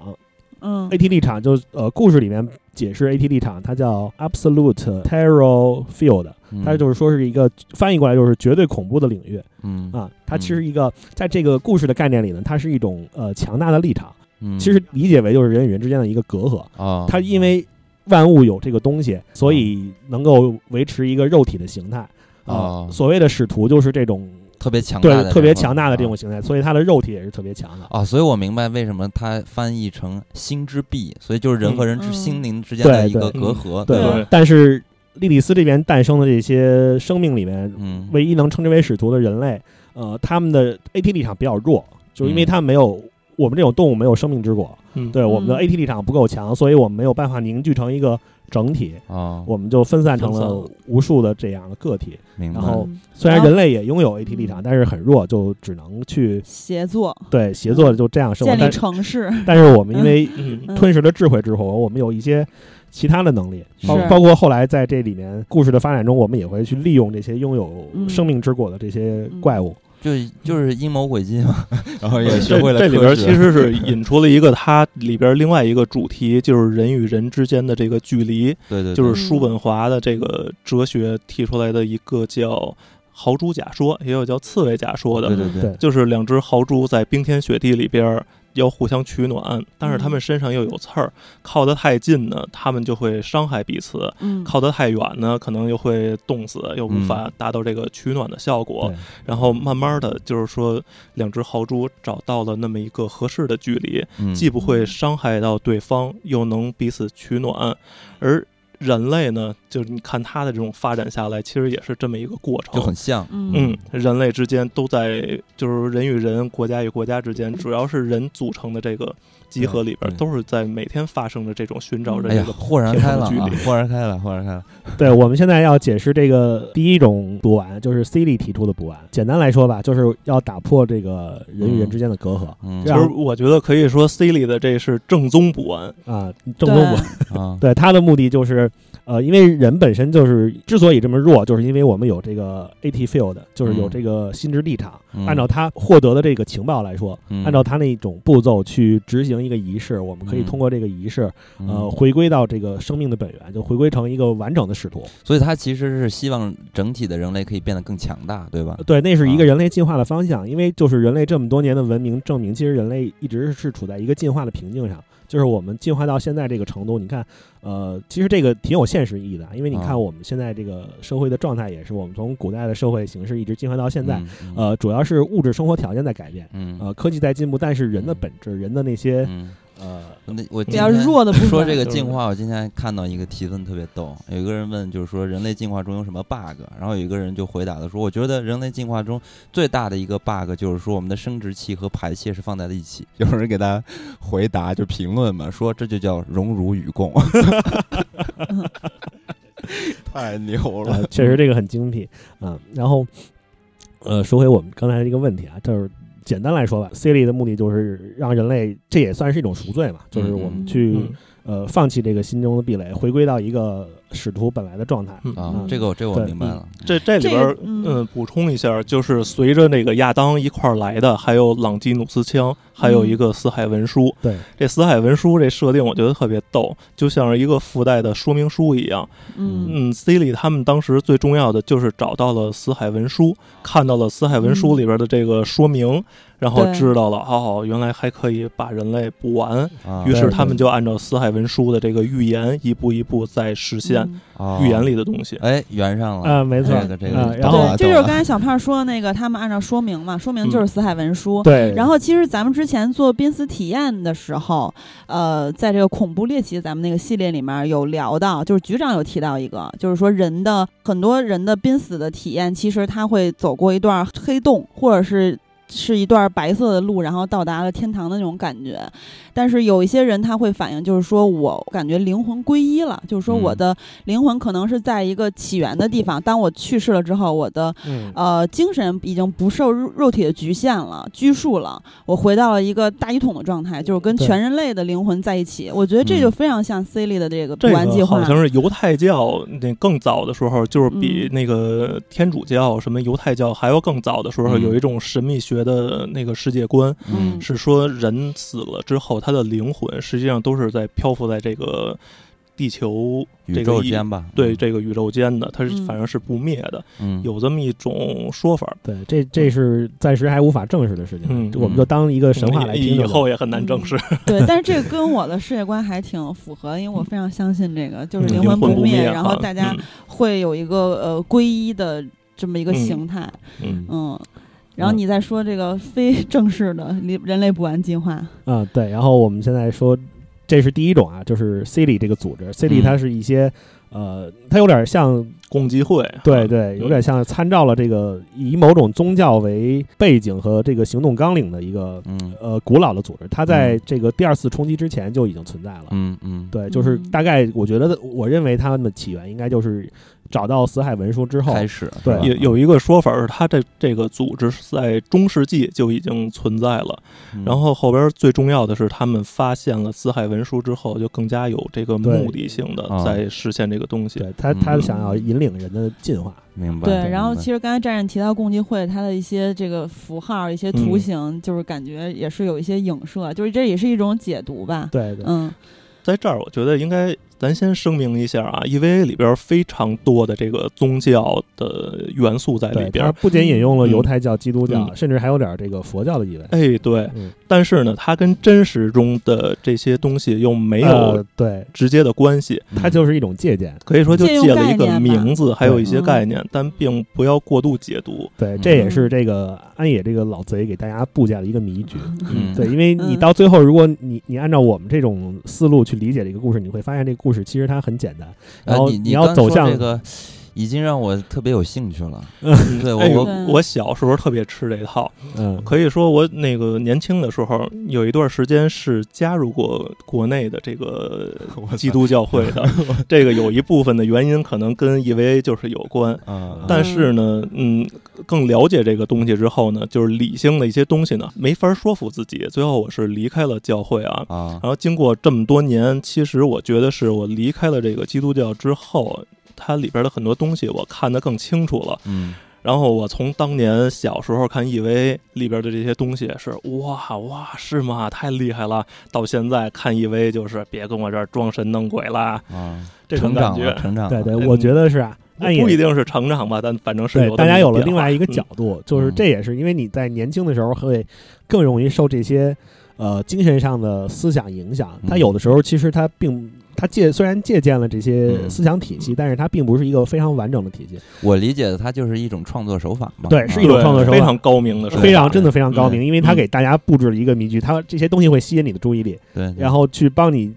C: 嗯
D: ，AT 立场就是呃故事里面解释 AT 立场，它叫 Absolute Terror Field，它就是说是一个翻译过来就是绝对恐怖的领域。
B: 嗯嗯
D: 啊，它其
B: 嗯
D: 实一个在这个故事的概念里呢，它是一种呃强大的立场，
B: 嗯
D: 其实理解为就是人与人之间的一个隔阂。
B: 啊，
D: 它因为万物有这个东西，所以能够维持一个肉体的形态啊
B: 哦。
D: 所谓的使徒就是这种
B: 特别强大的
D: 对特别
B: 人物
D: 强大的这
B: 啊
D: 种形态，所以它的肉体也是特别强的。
B: 啊，所以我明白为什么它翻译成“心之壁”，所以就是人和人之
C: 嗯
B: 心灵之间的
D: 对
B: 一个
E: 对
B: 隔阂，
D: 对
B: 吧？
E: 对
D: 但是莉莉丝这边诞生的这些生命里面，
B: 嗯，
D: 唯一能称之为使徒的人类，呃，他们的 AT 立场比较弱，就是因
B: 嗯
D: 为他们没有我们这种动物没有生命之果。
E: 嗯，
D: 对我们的
C: 嗯
D: AT 立场不够强，所以我们没有办法凝聚成一个整体，
B: 啊，
D: 我们就分散成
E: 哦分散
D: 了
E: 了
D: 无数的这样的个体。
B: 明白
D: 然后
C: 嗯
D: 虽然
C: 然后嗯
D: 人类也拥有 AT 立场，但是很弱，就只能去
C: 协作
D: 对协作就这样生活。
C: 嗯建立
D: 但是
C: 城市，
D: 但是我们因为
E: 嗯，
C: 嗯
D: 吞噬了智慧之后，我们有一些其他的能力，包
C: 是
D: 包括后来在这里面故事的发展中，我们也会去利用这些拥有
C: 嗯
D: 生命之果的这些怪物
B: 就就是阴谋诡计嘛，然后也学
E: 这
B: 会了
E: 这里
B: 科
E: 边
B: 学
E: 其实 是引出了一个它里边另外一个主题，就是人与人之间的这个距离，
B: 对对，对
E: 就是叔本华的这个哲学提出来的一个叫豪猪假说，也有叫刺猬假说
B: 对
E: 的，
B: 对
D: 对
E: 就是两只豪猪在冰天雪地里边儿要互相取暖，但是它们身上又有刺儿，靠得太近呢，它们就会伤害彼此。
C: 嗯，
E: 靠得太远呢，可能又会冻死，又无法达到这个取暖的效果。
D: 对
E: 然后慢慢的，就是说，两只豪猪找到了那么一个合适的距离，
B: 嗯
E: 既不会伤害到对方，又能彼此取暖。而人类呢，就是你看它的这种发展下来，其实也是这么一个过程，
B: 就很像，
C: 嗯
E: 嗯，人类之间都在，就是人与人、国家与国家之间，只要是人组成的这个集合里边，
B: 对对
E: 都是在每天发生的这种寻找着
B: 哎
E: 这
B: 呀，
E: 个。
B: 豁然
E: 天
B: 开
E: 上的
B: 朗
E: 距
B: 啊
E: 离，
B: 豁然开朗，豁然开朗，
D: 对，我们现在要解释这个第一种补完，就是 C 里提出的补完。简单来说吧，就是要打破这个人与人之间的隔阂
B: 嗯
D: 这
E: 就
D: 样
E: 是我觉得可以说 C 里的这是正宗补完，
D: 啊，
C: 对
D: 正宗补完。
B: 啊，
D: 对，他的目的就是，呃，因为人本身就是之所以这么弱，就是因为我们有这个 AT field，就是有
B: 嗯
D: 这个心智立场。
B: 嗯
D: 按照他获得的这个情报来说，
B: 嗯
D: 按照他那种步骤去执行一个仪式，我们可以
B: 嗯
D: 通过这个仪式，呃，
B: 嗯，
D: 回归到这个生命的本源，就回归成一个完整的使徒。
B: 所以他其实是希望整体的人类可以变得更强大，对吧？
D: 对，那是一个
B: 啊
D: 人类进化的方向，因为就是人类这么多年的文明证明，其实人类一直是处在一个进化的瓶颈上，就是我们进化到现在这个程度，你看，呃，其实这个挺有现实意义的，因为你
B: 啊
D: 看我们现在这个社会的状态，也是我们从古代的社会形式一直进化到现在，
B: 嗯，
D: 呃，主要是物质生活条件在改变，
B: 嗯，
D: 呃，科技在进步，但是人的本质，人的那些
B: 嗯，
D: 呃，
B: 那我
C: 比
B: 今
C: 较
B: 天
C: 弱的部分。
B: 说这个
E: 就是
B: 进化，我今天看到一个提问特别逗，有一个人问，就是说人类进化中有什么 bug，然后有一个人就回答了说，我觉得人类进化中最大的一个 bug 就是说我们的生殖器和排泄是放在了一起。 有人给他回答就评论嘛，说这就叫荣辱与 共，太牛了啊
D: 呃，，确实这个很精辟啊、然后，呃，说回我们刚才这个问题啊，就是简单来说吧，C 类的目的就是让人类，这也算是一种赎罪嘛，就是我们去、
E: 嗯，
D: 呃放弃这个心中的壁垒，回归到一个呃使徒本来的状态。
E: 嗯
B: 啊
C: 嗯，
B: 这个我这个我
D: 对
B: 明白了，
E: 这这里边
C: 这
E: 儿
C: 个，嗯
E: 嗯，补充一下，就是随着那个亚当一块儿来的，还有朗基努斯枪，还
C: 嗯
E: 有一个死海文书。
D: 对，
E: 这死海文书这设定，我觉得特别逗，就像是一个附带的说明书一样。
C: 嗯
E: 嗯 c i l y 他们当时最重要的就是找到了死海文书，看到了死海文书里边的这个说明，然后
C: 嗯对
E: 知道了哦，原来还可以把人类补完。
B: 啊
E: 于
D: 对
E: 是他们就按照死海文书的这个预言，一步一步在实现
C: 嗯
B: 哦
E: 预言里的东西。
B: 哎圆上了
D: 啊、没错，
B: 这个这个
D: 啊
B: 懂
D: 然
B: 了
D: 后
C: 对，这就是
B: 懂
C: 刚
B: 了
C: 才小胖说的那个，他们按照说明嘛，说明就是死海文书。
D: 对，
C: 哦然后其实咱们之前做濒死体验的时候，呃，在这个恐怖猎奇咱们那个系列里面有聊到，就是局长有提到一个，就是说人的很多人的濒死的体验，其实他会走过一段黑洞，或者是。是一段白色的路，然后到达了天堂的那种感觉。但是有一些人他会反映，就是说我感觉灵魂皈依了，就是说我
B: 嗯
C: 的灵魂可能是在一个起源的地方。当我去世了之后，我的
D: 嗯
C: 呃，精神已经不受肉肉体的局限了、拘束了，我回到了一个大一统的状态，就是跟
D: 对
C: 全人类的灵魂在一起。我觉得这就
B: 嗯
C: 非常像 C 类的这个补
E: 这
C: 完计
E: 个
C: 划
E: 好。像是犹太教那更早的时候，就是比
C: 嗯
E: 那个天主教、什么犹太教还要更早的时候，
B: 嗯
E: 有一种神秘学的那个世界观，
B: 嗯
E: 是说人死了之后，他的灵魂实际上都是在漂浮在这个地球
B: 宇
E: 这
B: 宙
E: 个一
B: 间吧
D: 嗯
E: 对这个宇宙间的，它是
C: 嗯
E: 反正是不灭的，
B: 嗯
E: 有这么一种说法。
D: 对，这这是暂时还无法证实的事情，
E: 嗯
D: 就我们就当一个神话来
E: 以
D: 听
E: 以
D: 就行。
E: 后也很难证实。
C: 对，嗯但是这个跟我的世界观还挺符合，因为我非常相信这个，就是
E: 嗯
C: 灵
E: 灵
C: 魂
E: 魂
C: 不
E: 灭
C: 灭，
E: 啊，
C: 然后大家
E: 嗯
C: 会有一个呃皈依的这么一个
E: 嗯
C: 形态，
E: 嗯
C: 嗯。然后
D: 嗯
C: 你再说这个非正式的人人类补完计划，
D: 嗯，对。然后我们现在说，这是第一种啊，就是 C 里这个组织，C 里
B: 嗯
D: 它是一些。呃，它有点像
E: 共济会，
D: 对对，有点像参照了这个以某种宗教为背景和这个行动纲领的一个
B: 嗯
D: 呃古老的组织，它在
B: 嗯
D: 这个第二次冲击之前就已经存在了。
B: 嗯嗯
D: 对，就是
C: 嗯
D: 大概我觉得，我认为他们的起源应该就是找到死海文书之后，
B: 开始是
D: 对
B: 吧
E: 有有一个说法是，它这这个组织是在中世纪就已经存在了。
B: 嗯
E: 然后后边最重要的是，他们发现了死海文书之后，就更加有这个目的性的
B: 啊
E: 在实现这个东西。
D: 对他他
B: 嗯
D: 想要引领人的进化，
B: 明白
C: 对，然后
B: 明白
C: 其实刚才战士提到共济会，它的一些这个符号、一些图形，就是感觉也是有一些影射，就是这也是一种解读吧。
D: 对对，
C: 嗯，
E: 在这儿，我觉得应该咱先声明一下啊，EVA 里边非常多的这个宗教的元素在
D: 对
E: 里
D: 他
E: 边。
D: 不仅引用了
E: 嗯
D: 犹太教、基督教，
E: 嗯
D: 甚至还有点这个佛教的意味。
E: 哎，对，
D: 嗯，
E: 但是呢，它跟真实中的这些东西又没有
D: 呃对，
E: 直接的关系，
B: 嗯
D: 它就是一种借鉴。
E: 可以说就
C: 借用
E: 借了一
C: 概
E: 个
C: 念吧
E: 名字，还有一些
C: 嗯
E: 概念，但并不要过度解读。
D: 对，
B: 嗯
D: 这也是这个安野这个老贼给大家布下的一个迷局。
B: 嗯
D: 对，因为你
C: 嗯
D: 到最后，如果你你按照我们这种思路去理解这个故事，你会发现这个故事其实它很简单。然后
B: 呃、你
D: 你要
B: 刚
D: 走
B: 说
D: 向
B: 这个，已经让我特别有兴趣了。
E: 嗯
B: 对我
E: 哎
B: 我
C: 对
E: 我小时候特别吃这套，
D: 嗯，
E: 可以说我那个年轻的时候有一段时间是加入过国内的这个基督教会的，这个有一部分的原因可能跟 EVA 就是有关。
B: 嗯，
E: 但是呢，嗯，更了解这个东西之后呢，就是理性的一些东西呢，没法说服自己。最后我是离开了教会啊，
B: 啊
E: 然后经过这么多年，其实我觉得是我离开了这个基督教之后，它里边的很多东西我看得更清楚了。
B: 嗯
E: 然后我从当年小时候看 EVA 里边的这些东西是哇哇是吗？太厉害了！到现在看 EVA 就是别跟我这儿装神弄鬼啦，
B: 啊，
E: 这
B: 成
E: 种感
B: 长
E: 觉
B: 了，成长了，
D: 对对，
E: 嗯
D: 我觉得是啊，安野
E: 不一定是成长吧，但反正是
D: 对
E: 有
D: 大家有了
E: 这
D: 另
E: 么
D: 外一个
E: 变
D: 角度，就是
B: 嗯
D: 这也是因为你在年轻的时候会更容易受这些呃精神上的思想影响。
B: 嗯
D: 他有的时候其实他并他借虽然借鉴了这些
B: 嗯
D: 思想体系，但是它并不是一个非常完整的体系。
B: 我理解的，它就是一种创作手法嘛。
D: 对
B: 啊
D: 是一
E: 一
D: 种
E: 对
D: 创作手法
E: 非常高明的手法，
D: 非常真的非常高明，因为他
E: 嗯
D: 给大家布置了一个迷局，他这些东西会吸引你的注意力，
B: 对，嗯对
D: 然后去帮你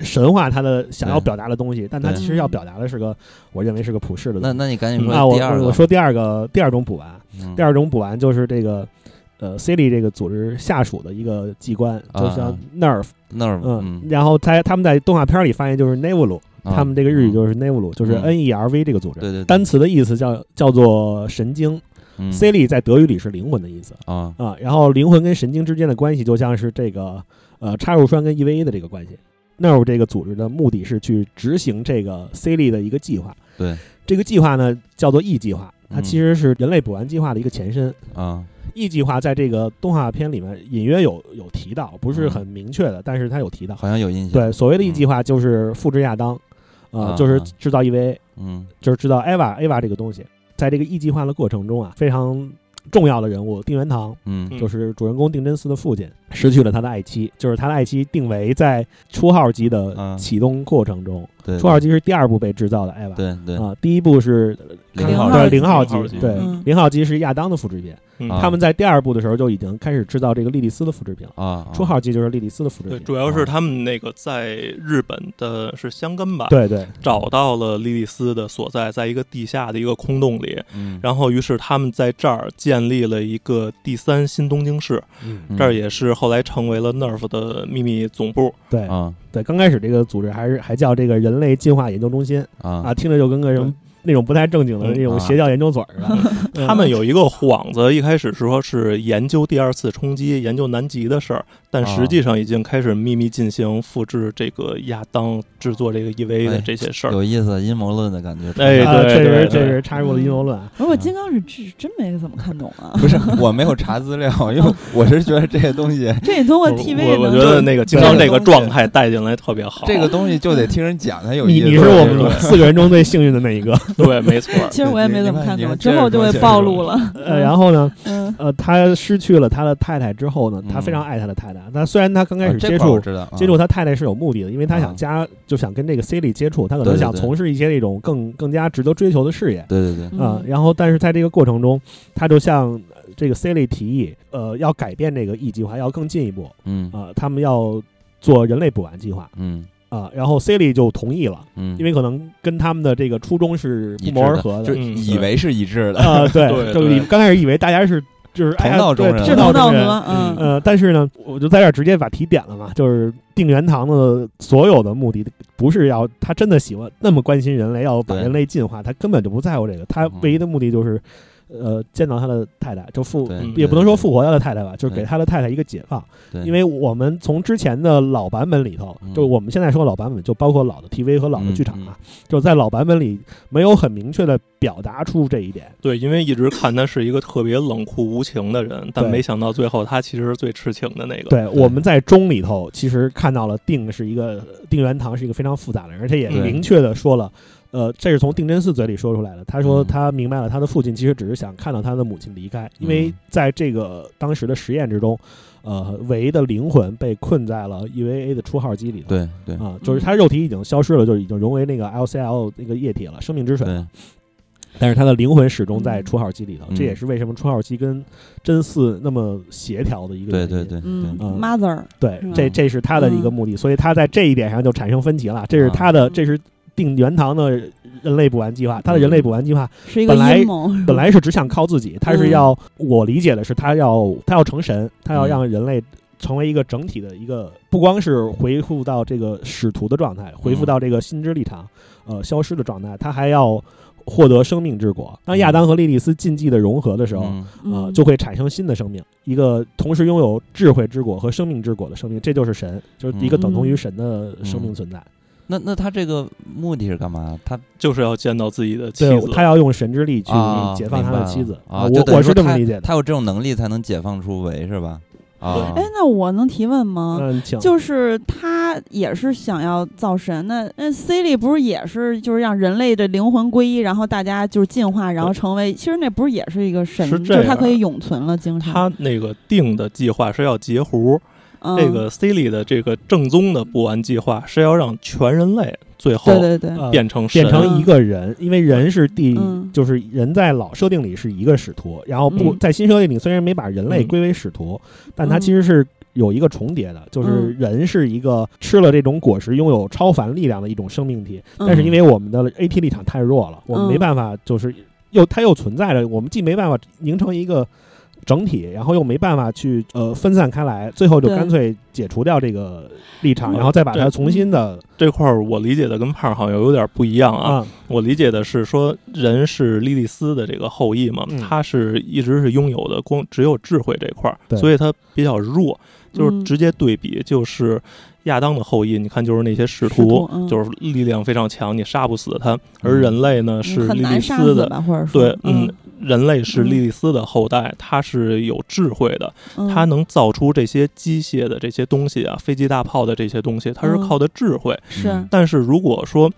D: 神化他的想要
B: 对
D: 表达的东西，但他
B: 对
D: 其实要表达的是个，我认为是个普世的东
B: 那
D: 西。
B: 那你赶紧
E: 嗯
B: 说
D: 啊，我
B: 第二
D: 我
B: 个，
D: 我说第二个第二种补完，
B: 嗯
D: 第二种补完就是这个，呃 c i l y 这个组织下属的一个机关，就像
B: 啊
D: NERF，
B: 那儿
D: 嗯，
B: 嗯，
D: 然后在他们在动画片里翻译就是 NEVLU，
B: 啊
D: 他们这个日语就是 NEVLU，就是
B: 嗯
D: N E R V 这个组织，
B: 对对对
D: 单词的意思叫叫做神经
B: 嗯
D: c i l y 在德语里是灵魂的意思
B: 啊
D: 啊，然后灵魂跟神经之间的关系就像是这个呃插入栓跟 EVA 的这个关系。NERV 这个组织的目的是去执行这个 c i l y 的一个计划，
B: 对
D: 这个计划呢叫做 E 计划，它
B: 嗯
D: 其实是人类补完计划的一个前身。
B: 啊
D: E 计划在这个动画片里面隐约有有提到，不
B: 嗯
D: 是很明确的，但是它有提到。
B: 好像有印象。
D: 对，，所谓的 E
B: 嗯
D: 计划就是复制亚当，呃，
B: 啊
D: 就是
B: 啊
D: 制造 EVA，
B: 嗯
D: 就是制造 EVA EVA 这个东西。在这个 E 计划的过程中啊，非常重要的人物定元堂，
B: 嗯
D: 就是主人公定真司的父亲，失去了他的爱妻，就是他的爱妻定为在初号机的
B: 啊
D: 启动过程中，
B: 对，
D: 初号机是第二部被制造的 EVA
B: 对对
D: 啊，第一部是
B: 零号
D: 对
C: 机
D: 零号
E: 零号
D: 机
E: 机
D: 对
C: 嗯
D: 零号机是亚当的复制品。
E: 嗯
B: 啊
D: 他们在第二部的时候就已经开始制造这个莉莉丝的复制品了。
B: 啊，
D: 初号机就是莉莉丝的复制
E: 对，
D: 品。
E: 主要是他们那个在日本的是香根吧，
D: 对对
E: 找到了莉莉丝的所在，在一个地下的一个空洞里，
B: 嗯，
E: 然后，于是他们在这儿建立了一个第三新东京市，
B: 嗯
E: 这儿也是后来成为了 NERF 的秘密总部。
D: 对
B: 啊
D: 对，刚开始这个组织还是还叫这个人类进化研究中心啊，
B: 啊
D: 听着就跟个什么
E: 嗯
D: 那种不太正经的
E: 嗯
D: 那种
B: 啊
D: 邪教研究所似的。
B: 嗯
E: 他们有一个幌子，一开始是说是研究第二次冲击、研究南极的事儿，但
B: 啊
E: 实际上已经开始秘密进行复制这个亚当制作这个 EVA
B: 哎
E: 的这些事儿。
B: 有意思，阴谋论的感觉。
E: 哎
D: 啊，
E: 对
D: 确实
E: 对
D: 确
E: 对
D: 实插入了阴谋论啊。
C: 而我金刚是真真没怎么看懂啊，
B: 不是，我没有查资料，因为我是觉得这些东西，
C: 这你通
E: 我
C: 过 TV 也
E: 我我
C: 能
E: 觉得那个金刚这个
B: 对
E: 状态带进来特别好。
B: 这个东西就得听人讲才有意
D: 你
B: 思。
D: 你是我
E: 对对
B: 啊
D: 们
E: 对
D: 四个人中最幸运的那一个。
E: 对，没错。
C: 其实我也没怎么看
B: 你
C: 懂，
B: 看
C: 之后就会暴露了。
D: 呃，然后呢，
C: 嗯，
D: 呃，他失去了他的太太之后呢，他
B: 嗯
D: 非常爱他的太太。他虽然他刚开
B: 啊
D: 始
B: 这
D: 接
B: 块
D: 触
B: 我知道啊
D: 接触他太太是有目的的，因为他想
B: 啊
D: 加，就想跟这个 C 里接触，他可能
B: 对对
D: 想
B: 对
D: 从事一些那种更更加值得追求的事业
B: 对对对，
D: 啊、
C: 嗯
D: 然后，但是在这个过程中，他就向呃这个 C 里提议，呃，要改变这个 E 计划，要更进一步
B: 嗯
D: 啊、他们要做人类补完计划
B: 嗯
D: 啊、然后 C 里就同意了，
B: 嗯，
D: 因为可能跟他们的这个初衷是
B: 一
D: 不
B: 致
D: 谋而
B: 的
D: 合
B: 就
D: 的
E: 嗯
B: 以为是一致的，
D: 啊、对，
E: 对
D: 就
E: 对
D: 以刚开始以为大家是就是
B: 同道中人
D: 哎呀对
B: 嗯
D: 志
C: 同
D: 同道
C: 道
D: 中人
C: 合，嗯，
D: 呃，但是呢，我就在这儿直接把题点了嘛，就是定元堂的所有的目的，不是要他真的喜欢那么关心人类，要把
B: 对
D: 人类进化，他根本就不在乎这个，他
B: 嗯
D: 唯一的目的就是，呃，见到他的太太，就复
B: 对
E: 嗯，
D: 也不能说复
B: 活，
D: 活他的太太吧，就是给
B: 对
D: 他的太太一个解放，
B: 对
D: 因为我们从之前的老版本里头，
B: 嗯
D: 就是我们现在说老版本，就包括老的 TV 和老的剧场
B: 嗯
D: 啊，就是在老版本里没有很明确的表达出这一点，
E: 对，因为一直看他是一个特别冷酷无情的人，但
D: 对
E: 没想到最后他其实是最痴情的那个。
D: 对，我们在中里头其实看到了定是一个定元堂是一个非常复杂的人，而且也
E: 对
D: 明确的说了，呃，这是从定真寺嘴里说出来的。他说
B: 嗯
D: 他明白了，他的父亲其实只是想看到他的母亲离开，因为
B: 嗯
D: 在这个当时的实验之中，呃，维的灵魂被困在了 EVA 的初号机里头。
B: 对对
D: 啊，就是他肉体已经消失了，就是已经融为那个 LCL 那个液体了，生命之水。
B: 对，
D: 但是他的灵魂始终在初号机里头，
B: 嗯
D: 这也是为什么初号机跟真四那么协调的一个原
B: 对
D: 因。
B: 对对对
C: 嗯
D: 嗯
C: ，mother，
D: 对
C: 是，吧
D: 这这是他的一个目的，所以他在这一点上就产生分歧了。这
B: 啊
D: 是他的，
C: 嗯
D: 这是定元堂的人类补完计划。他的人类
B: 嗯
D: 补完计划
C: 是一个
D: 本来
C: 阴谋，
D: 本来是只想靠自己，他是
C: 嗯
D: 要，我理解的是他要他要成神，他要
B: 嗯
D: 让人类成为一个整体的一个，不光是恢复到这个使徒的状态，
B: 嗯
D: 恢复到这个心之立场，呃，消失的状态，他还要获得生命之果。当亚当和莉莉丝禁忌的融合的时候，
B: 嗯
D: 呃，
C: 嗯
D: 就会产生新的生命，一个同时拥有智慧之果和生命之果的生命，这就是神，就是一个等
B: 嗯
D: 同于神的生命存在。
B: 那那他这个目的是干嘛？他
E: 就是要见到自己的妻
D: 对
E: 子，
D: 他要用神之力去
B: 啊，
D: 嗯解放他
B: 明白
D: 的
B: 了
D: 妻子
B: 啊，就
D: 我
B: 等于
D: 我是
B: 说
D: 这么
B: 他
D: 理解的。
B: 他有这种能力才能解放出维是吧？啊，
C: 哎，那我能提问吗？
D: 嗯，请
C: 就是他也是想要造神，那那 C 里不是也是就是让人类的灵魂归一，然后大家就是进化，然后成为，其实那不是也是一个神，
E: 嗯是这
C: 就是他
E: 样
C: 可以永存了，精神。
E: 他那个定的计划是要截胡，
C: 嗯、
E: 这个 C 里的这个正宗的不完计划是要让全人类最后
C: 对对对，
D: 呃
E: 变成神
D: 变成一个人，因为人是第
C: 嗯，
D: 就是人在老设定里是一个使徒，然后不
C: 嗯
D: 在新设定里虽然没把人类
E: 嗯
D: 归为使徒，但它
C: 嗯
D: 其实是。有一个重叠的，就是
C: 嗯
D: 人是一个吃了这种果实拥有超凡力量的一种生命体，
C: 嗯
D: 但是因为我们的 AT 立场太弱了，我们没
C: 嗯
D: 办法，就是又它又存在着，我们既没办法凝成一个整体，然后又没办法去呃分散开来，最后就
C: 对
D: 干脆解除掉这个立场，
E: 嗯
D: 然后再把它
E: 对
D: 重新的
E: 这块儿，我理解的跟胖儿好像有点不一样
C: 嗯
E: 啊。
D: 啊，
E: 我理解的是说，人是莉莉丝的这个后裔嘛，
D: 嗯
E: 他是一直是拥有的光只有智慧这块儿，
D: 对
E: 所以他比较弱。就是
C: 嗯
E: 直接对比，就是亚当的后裔，你看就是那些使
C: 使徒
E: 徒，
C: 嗯
E: 就是力量非常强，你杀不死他。而人类呢
C: 嗯
E: 是
C: 很
E: 莉
C: 难
E: 莉
C: 杀
E: 丝
C: 死
E: 的，
C: 吧，或者说，
E: 对，
C: 嗯，
E: 人类是
C: 嗯
E: 莉莉丝的后代，他是有智慧的，
C: 嗯
E: 它能造出这些机械的这些东西啊，飞机大炮的这些东西，它是
C: 嗯
E: 靠的智慧。
C: 是
B: 嗯
E: 但是如果说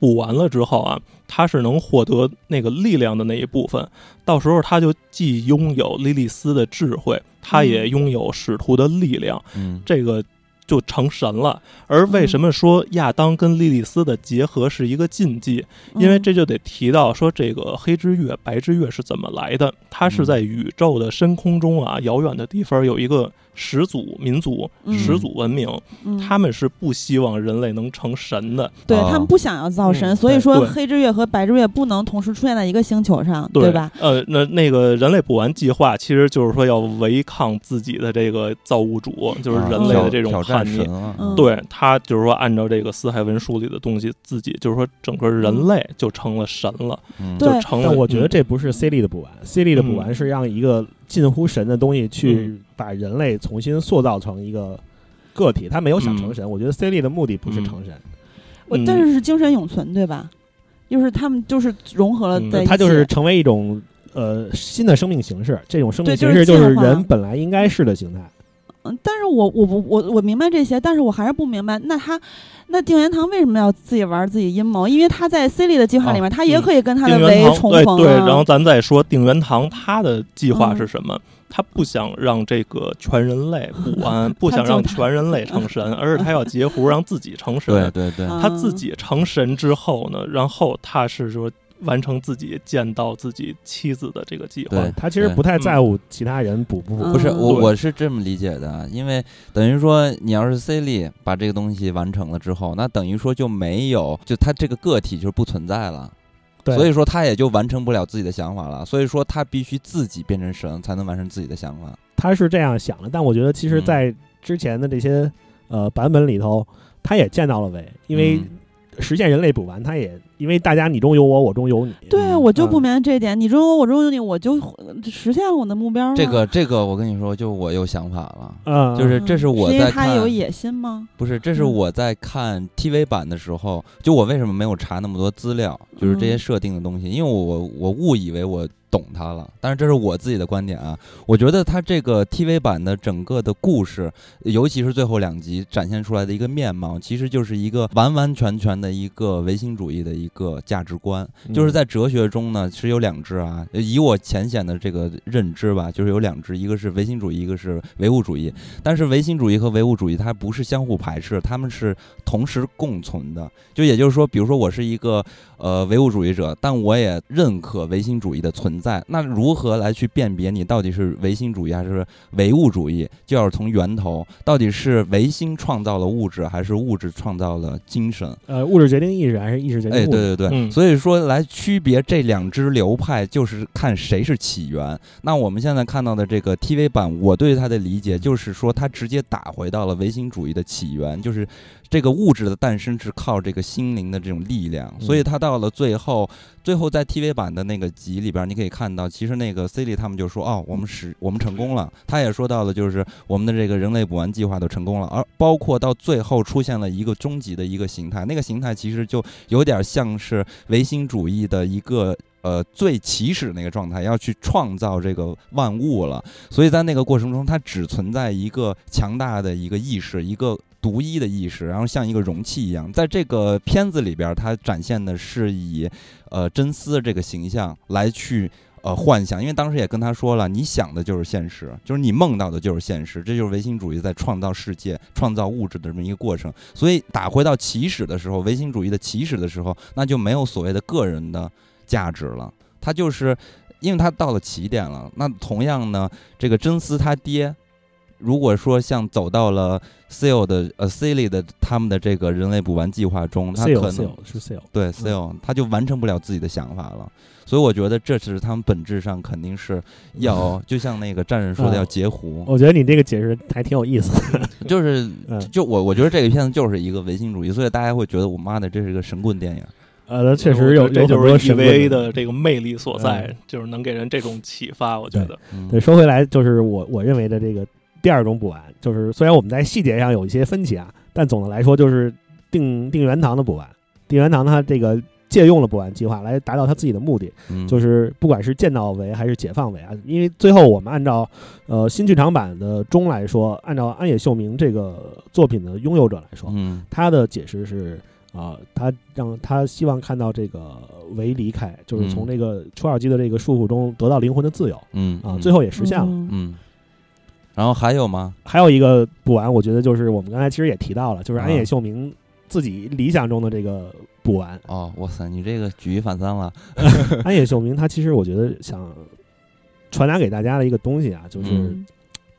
E: 补完了之后啊，它是能获得那个力量的那一部分，到时候它就既拥有莉莉丝的智
C: 嗯
E: 慧，它也拥有使徒的力量，
B: 嗯
E: 这个。就成神了，而
C: 嗯
E: 为什么说亚当跟莉莉丝的结合是一个禁忌？因
C: 嗯
E: 为这就得提到说，这个黑之月、白之月是怎么来的？它是在宇宙的深空中啊，遥远的地方有一个始祖民族、
C: 嗯
E: 始祖文明，
C: 嗯
E: 他们是不希望人类能成神的。
C: 对
B: 啊
C: 他们不想要造神，
E: 嗯
C: 所以
E: 对
C: 说
E: 对
C: 黑之月和白之月不能同时出现在一个星球上，
E: 对
C: 吧？？
E: 呃，那那个人类补完计划，其实就是说要违抗自己的这个造物主，就是
B: 啊
E: 人类
B: 挑
E: 的这种
B: 挑
E: 叛
B: 战
E: 逆。
B: 神啊
C: 嗯
E: 对他就是说，按照这个死海文书里的东西，自己就是说，整个人类就成了神了，
B: 嗯
C: 嗯对
E: 就成了。
D: 但我觉得
E: 嗯
D: 这不是 C 力的补完，C E 力的补完
E: 嗯
D: 是让一个近乎神的东西去
E: 嗯
D: 把人类重新塑造成一个个体，他没有想成神。我觉得 C E 力的目的不是成神，
C: 我
E: 嗯
C: 但是是精神永存，对吧？就是他们就是融合了
E: 嗯
C: 呃在一起，
D: 它就是成为一种呃新的生命形式。这种生命
C: 对就
D: 形
C: 是
D: 式就
C: 进
D: 是
C: 化
D: 人本来应该是的形态。
C: 嗯，但是我我不我我明白这些，但是我还是不明白，那他那定元堂为什么要自己玩自己阴谋？因为他在 C 里的计划里面，他也可以跟他的
E: 定
C: 维
E: 元堂
C: 重
E: 对
C: 逢、啊
E: 对，然后咱再说定元堂他的计划
C: 嗯
E: 是什么？他不想让这个全人类 不安，不想让全人类成神，而是他要截胡让自己成
B: 对
E: 神。
B: 对对，
C: 啊
E: 他自
D: 嗯
E: 己成神之后呢，然后他是说完成自己见到自己妻子的这个计划
B: 对。
D: 他其实
B: 对嗯
D: 不太在乎其他人补不补。
C: 嗯
B: 不是我，
E: 对
B: 我是这么理解的啊，因为等于说你要是 C 力把这个东西完成了之后，那等于说就没有，就它这个个体就是不存在了，
D: 对
B: 所以说他也就完成不了自己的想法了。所以说他必须自己变成神，才能完成自己的想法。
D: 他是这样想的，但我觉得其实，
B: 嗯
D: 在之前的这些呃版本里头，他也见到了伪，因为
B: 嗯
D: 实现人类补完，他也因为大家你中有我，我中有你，
C: 对啊，
B: 嗯
C: 我就
D: 嗯
C: 不明白这一点。你中有我中有你，我就呃实现了我的目标了。
B: 这个这个，我跟你说，就我有想法了。
D: 嗯，
B: 就是
C: 嗯
B: 这是我
C: 因为
B: 在
C: 他
B: 看，
C: 有野心吗？
B: 不是这是
C: 嗯
B: 我在看 TV 版的时候，就我为什么没有查那么多资料，就是这些
C: 嗯
B: 设定的东西，因为我我误以为我懂它了，但是这是我自己的观点啊。我觉得它这个 TV 版的整个的故事，尤其是最后两集展现出来的一个面貌，其实就是一个完完全全的一个唯心主义的一个价值观。
D: 嗯
B: 就是在哲学中呢是有两支啊，以我浅显的这个认知吧，就是有两支，一个是唯心主义，一个是唯物主义。但是唯心主义和唯物主义它不是相互排斥，它们是同时共存的。就也就是说，比如说我是一个呃唯物主义者，但我也认可唯心主义的存在。那如何来去辨别你到底是唯心主义还是唯物主义，就要是从源头，到底是唯心创造了物质，还是物质创造了精神？
D: 呃物质决定意识还是意识决定
B: 哎，
D: 物质？
B: 对对对，
E: 嗯
B: 所以说来区别这两支流派，就是看谁是起源。那我们现在看到的这个 TV 版，我对它的理解就是说，它直接打回到了唯心主义的起源，就是这个物质的诞生是靠这个心灵的这种力量。
D: 嗯
B: 所以它到了最后，最后在 TV 版的那个集里边，你可以看到，其实那个 C 莉他们就说，哦，我们使我们成功了。他也说到了，就是我们的这个人类补完计划都成功了，而包括到最后出现了一个终极的一个形态，那个形态其实就有点像是唯心主义的一个。呃，最起始那个状态要去创造这个万物了，所以在那个过程中，它只存在一个强大的一个意识，一个独一的意识，然后像一个容器一样。在这个片子里边，它展现的是以呃真丝这个形象来去呃幻想，因为当时也跟他说了，你想的就是现实，就是你梦到的就是现实，这就是唯心主义在创造世界、创造物质的这么一个过程。所以打回到起始的时候，唯心主义的起始的时候，那就没有所谓的个人的价值了，它就是因为它到了起点了。那同样呢，这个真丝他爹。如果说像走到了 Seal 的呃 Silly 的他们的这个人类补完计划中，他
D: s a l
B: 可
D: e
B: 能
D: sale 是 sale，
B: 对 s a l 他就完成不了自己的想法了。所以我觉得这是他们本质上肯定是要， 就像那个战士说的
D: 嗯
B: 要截胡，
D: 我觉得你这个解释还挺有意思的。
B: 就是
D: 嗯
B: 就我我觉得这个片子就是一个唯心主义，所以大家会觉得我妈的这是一个神棍电影。
D: 呃，确
E: 我
D: 实
E: 觉
D: 有
E: 得这
D: 有很多
E: 就是
D: 神棍
E: EVA 的这个魅力所在
D: 嗯，
E: 就是能给人这种启发。我觉得，
B: 嗯
D: 对，，说回来，就是我我认为的这个第二种补完，就是虽然我们在细节上有一些分歧啊，但总的来说就是定定元堂的补完。定元堂他这个借用了补完计划来达到他自己的目的，
B: 嗯
D: 就是不管是建造维还是解放维啊，因为最后我们按照呃新剧场版的中来说，按照安野秀明这个作品的拥有者来说，
B: 嗯
D: 他的解释是啊、他让他希望看到这个维离开，就是从
B: 嗯
D: 这个初耳机的这个束缚中得到灵魂的自由
B: 嗯
D: 啊，
B: 嗯
D: 最后也实现了。
C: 嗯
B: 嗯，然后还有吗？
D: 还有一个补完，我觉得就是我们刚才其实也提到了，就是
B: 啊
D: 安野秀明自己理想中的这个 补完。
B: 哦，哇塞，你这个举一反三了。
D: 安野秀明他其实我觉得想传达给大家的一个东西啊，就是、
B: 嗯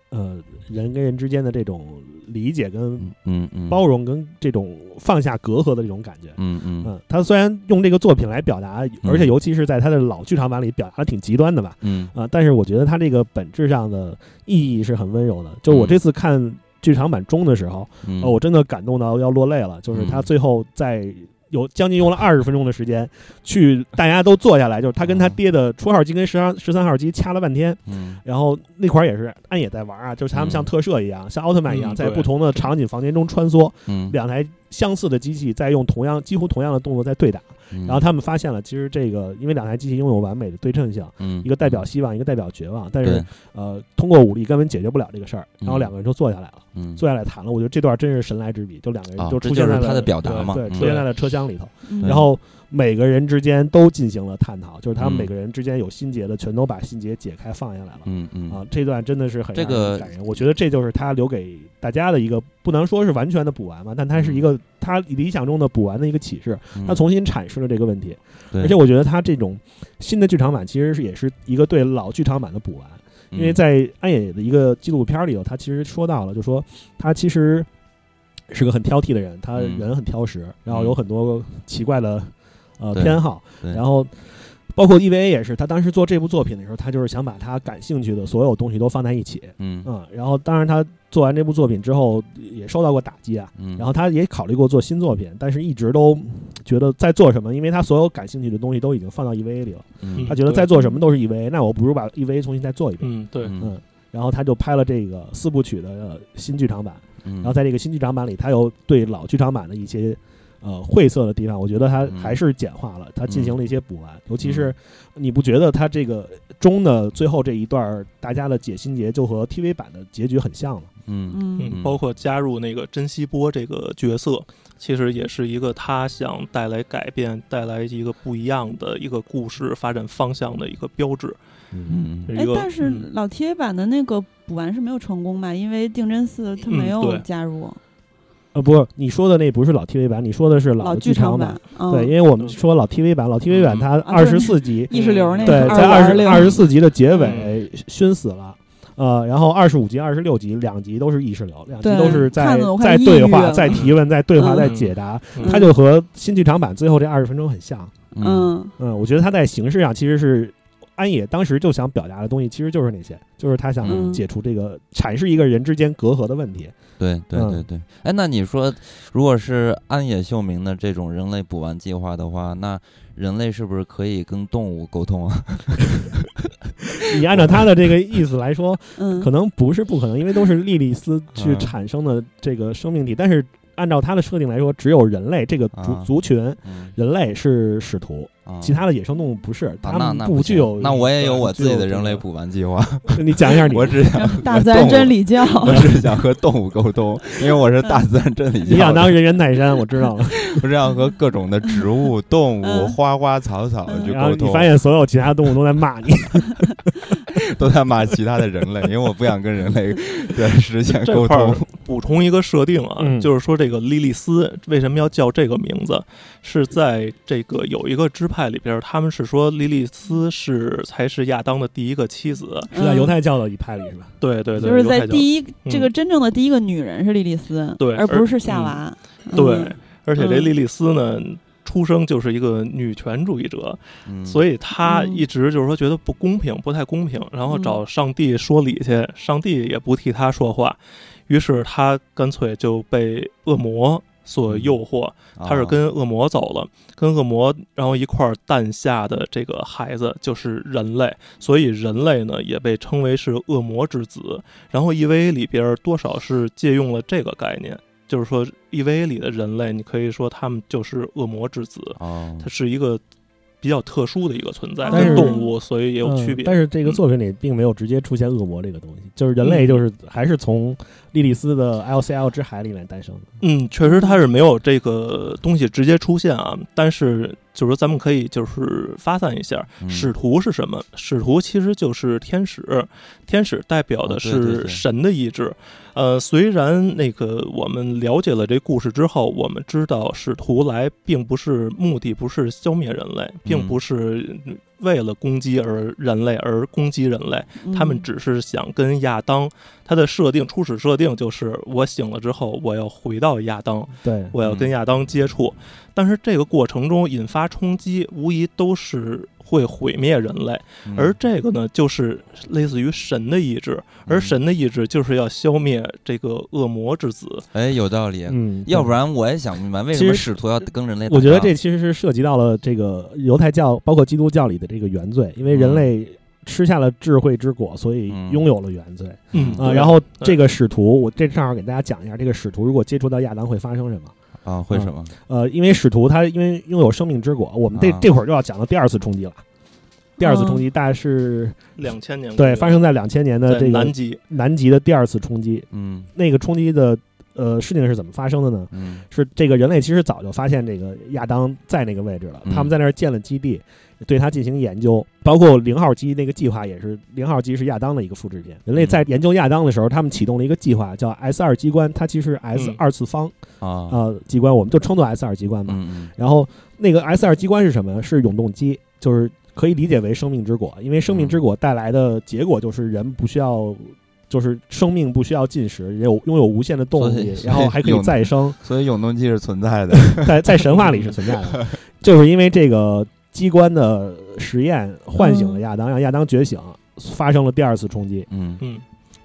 D: 呃人跟人之间的这种理解跟
B: 嗯嗯嗯，
D: 包容跟这种放下隔阂的这种感觉。
B: 嗯嗯
D: 嗯，他虽然用这个作品来表达，而且尤其是在他的老剧场版里表达的挺极端的吧，
B: 嗯
D: 啊、但是我觉得他这个本质上的意义是很温柔的。就我
B: 嗯
D: 这次看剧场版中的时候，
B: 嗯，
D: 哦，我真的感动到要落泪了。就是他最后在有将近用了二十分钟的时间，去大家都坐下来，就是他跟他爹的初号机跟十二十三号机掐了半天，
B: 嗯
D: 然后那块儿也是安也在玩啊，就是他们像
B: 嗯
D: 特摄一样，像奥特曼一样，
E: 嗯
D: 在
E: 对
D: 不同的场景房间中穿梭，
B: 嗯，
D: 两台相似的机器在用同样几乎同样的动作在对打。
B: 然
D: 然后他们发现了，其实这个因为两台机器拥有完美的对称性。
B: 嗯
D: 一个代表希望，一个代表绝望，但是
B: 对
D: 呃，通过武力根本解决不了这个事儿。然后
B: 嗯
D: 两个人就坐下来了，
B: 嗯
D: 坐下来谈了。我觉得这段真是神来之笔，就两个人
B: 啊，
D: 就
B: 这
D: 出
B: 就
D: 现在
B: 是
D: 了、
B: 他的表达嘛。
D: 对，
B: 嗯
D: 出现在了车厢里头。
C: 嗯
D: 然后每个人之间都进行了探讨，就是他
B: 嗯
D: 们每个人之间有心结的，全都把心结解开放下来了。
B: 嗯嗯
D: 啊，这段真的是很
B: 这
D: 让人
B: 个
D: 感人，我觉得这就是他留给大家的一个，不能说是完全的补完吧，但他是一个他理想中的补完的一个启示，
B: 嗯
D: 他重新阐释了这个问题，
B: 对
D: 而且我觉得他这种新的剧场版其实是也是一个对老剧场版的补完，因为
B: 嗯
D: 在安野的一个纪录片里头，他其实说到了，就说他其实是个很挑剔的人，他
B: 嗯
D: 人很挑食，然后有
B: 嗯
D: 很多奇怪的呃
B: 对
D: 偏好，
B: 对
D: 然后。包括 EVA 也是，他当时做这部作品的时候，他就是想把他感兴趣的所有东西都放在一起，
B: 嗯
D: 嗯，然后当然他做完这部作品之后也受到过打击啊，
B: 嗯，
D: 然后他也考虑过做新作品，但是一直都觉得在做什么，因为他所有感兴趣的东西都已经放到 EVA 里了，
B: 嗯
D: 他觉得在做什么都是 EVA，那我不如把 EVA 重新再做一遍，
E: 嗯，对，
B: 嗯
D: 嗯，然后他就拍了这个四部曲的呃新剧场版，
B: 嗯，
D: 然后在这个新剧场版里，他又对老剧场版的一些呃晦涩的地方，我觉得
B: 嗯
D: 他还是简化了，他进行了一些补完。尤其是
B: 嗯
D: 你不觉得他这个中的最后这一段儿，大家的解心结就和 TV 版的结局很像吗？
B: 嗯
C: 嗯
E: 嗯，包括加入那个珍惜波这个角色，其实也是一个他想带来改变、带来一个不一样的一个故事发展方向的一个标志。
B: 嗯嗯
E: 一
C: 哎，
E: 个
C: 但是
E: 嗯
C: 老 TA 版的那个补完是没有成功吧？因为定真寺它
E: 嗯
C: 没有
E: 对
C: 加入
D: 呃，不是，你说的那不是老 TV 版，你说的是
C: 老
D: 剧
C: 场
D: 版。，
C: 嗯
D: 对，因为我们说老 TV 版，老 TV
B: 嗯
D: 版它
C: 啊
D: 二
C: 对
D: 十四集，
C: 意识流那
D: 对
C: 个，
D: 在二十
C: 六
D: 二十四集的结尾熏死了。呃，然后二十五集、二十六集两集都是意识流，两集
C: 对
D: 都是在
C: 看得我快
D: 在对
C: 抑郁
D: 话、
C: 了
D: 在提问、在对话、
C: 嗯
D: 在解答，
E: 嗯
D: 它就和新剧场版最后这二十分钟很像。
C: 嗯
D: 嗯，我觉得它在形式上其实是安野当时就想表达的东西，其实就是那些，就是他想
C: 嗯
D: 解除这个阐释一个人之间隔阂的问题。
B: 对对
D: 嗯
B: 对对，哎，那你说，如果是安野秀明的这种人类补完计划的话，那人类是不是可以跟动物沟通啊？
D: 你按照他的这个意思来说，
C: 嗯，
D: 可能不是不可能，因为都是莉莉丝去
B: 嗯
D: 产生的这个生命体，但是按照他的设定来说，只有人类这个
B: 啊
D: 族族群。
B: 嗯，
D: 人类是使徒，
B: 啊
D: 其他的野生动物不是，
B: 啊
D: 它
B: 那
D: 们
B: 那
D: 不
B: 行
D: 具有。
B: 那我也有我自己
D: 具有
B: 的人类
D: 这个。
B: 补完计划，
D: 你讲一下你，
B: 我只 想和
C: 大自然
B: 动物
C: 真，理教，
B: 我只想和动物沟通，因为我是大自然真理教的。
D: 你想当 人猿泰山，我知道了。
B: 不是要和各种的植物、动物、
C: 嗯
B: 花花草草
C: 嗯
B: 去
D: 然后
B: 沟
D: 你
B: 通，
D: 发现所有其他动物都在骂 你，
B: 都在骂其他的人类，因为我不想跟人类 对实现
E: 这
B: 沟
E: 块儿
B: 通。
E: 补充一个设定啊，
D: 嗯
E: 就是说这个莉莉丝为什么要叫这个名字，是在这个有一个支派里边儿，他们是说莉莉丝是才是亚当的第一个妻子。
D: 是啊在犹太教的一派里是吧？
E: 对对对，
C: 就是
E: 犹
C: 在
E: 太教
C: 第一这
E: 嗯
C: 个真正的第一个女人是莉莉丝，
E: 对
C: 而
E: 而
C: 不是夏娃，
E: 对，而且这
C: 嗯
E: 莉莉丝呢，出生就是一个女权主义者，所
B: 以
E: 以她
C: 嗯
E: 一直就是说觉得不公平，不太公平，然后找上帝说理去，上帝也不替她说话，于是她干脆就被恶魔所诱惑，
B: 哦啊
E: 她是跟恶魔走了，跟恶魔然后一块儿诞下的这个孩子就是人类，所以人类呢也被称为是恶魔之子。然后 EVA 里边儿多少是借用了这个概念，就是说 EVA 里的人类，你可以说他们就是恶魔之子，
B: 哦，
E: 它是一个比较特殊的一个存在，
D: 但是
E: 跟动物所以也有
D: 嗯
E: 区别。
D: 但是这个作品里并没有直接出现恶魔这个东西，就是人
E: 嗯
D: 类就是还是从莉莉丝的 LCL 之海里面诞生的。
E: 嗯，确实它是没有这个东西直接出现啊，但是就是说咱们可以就是发散一下，
B: 嗯
E: 使徒是什么？使徒其实就是天使，天使代表
B: 哦
E: 的
B: 对对
E: 是
B: 对
E: 神的意志。呃，虽然那个我们了解了这故事之后，我们知道使徒来并不是目的，不是消灭人类，并
B: 嗯
E: 不是为了攻击而人类而攻击人类，
C: 嗯
E: 他们只是想跟亚当。他的设定初始设定就是我醒了之后，我要回到亚当，
D: 对，
E: 我要跟亚当接触，但是这个过程中引发冲击，无疑都是会毁灭人类。
B: 嗯
E: 而这个呢，就是类似于神的意志，
D: 嗯
E: 而神的意志就是要消灭这个恶魔之子。
B: 哎有道理，
D: 嗯，
B: 要不
D: 然。
B: 然我也想不明白为什
D: 其
B: 么
D: 实
B: 使徒要跟人类打仗。
D: 我觉得这其实是涉及到了这个犹太教，包括基督教里的这个原罪，因为人类吃下了智慧之果，所以
B: 嗯
D: 拥有了原罪。
E: 嗯
D: 啊，
E: 对
D: 然后
E: 对
D: 这个使徒，我这正好给大家讲一下，这个使徒如果接触到亚当会发生什么？
B: 啊会什么？
D: 呃，因为使徒他因为拥有生命之果，我们这、
B: 啊
D: 这会儿就要讲到第二次冲击了。第二次冲击大概是、
E: 两千年
D: 对发生在两千年的
E: 在
D: 这
E: 南
D: 个
E: 极，
D: 南极的第二次冲击。
B: 嗯
D: 那个冲击的呃事情是怎么发生的呢？
B: 嗯
D: 是这个人类其实早就发现这个亚当在那个位置了，
B: 嗯
D: 他们在那儿建了基地，对他进行研究，包括零号机那个计划也是，零号机是亚当的一个复制品。人类在
B: 嗯
D: 研究亚当的时候，他们启动了一个计划叫 S 二机关，它其实是 S 二次方
B: 嗯啊
D: 呃机关，我们就称作 S 二机关吧。
B: 嗯
D: 然后那个 S 二机关是什么？是永动机，就是可以理解为生命之果，因为生
B: 嗯
D: 命之果带来的结果就是人不需要。就是生命不需要进食，也有拥有无限的动
B: 所以
D: 力，然后还可以再生
B: 嗯，，所以永动机是存在的。
D: 在在神话里是存在的。就是因为这个机关的实验唤醒了亚当，让亚当觉醒，发生了第二次冲击。
B: 嗯
E: 嗯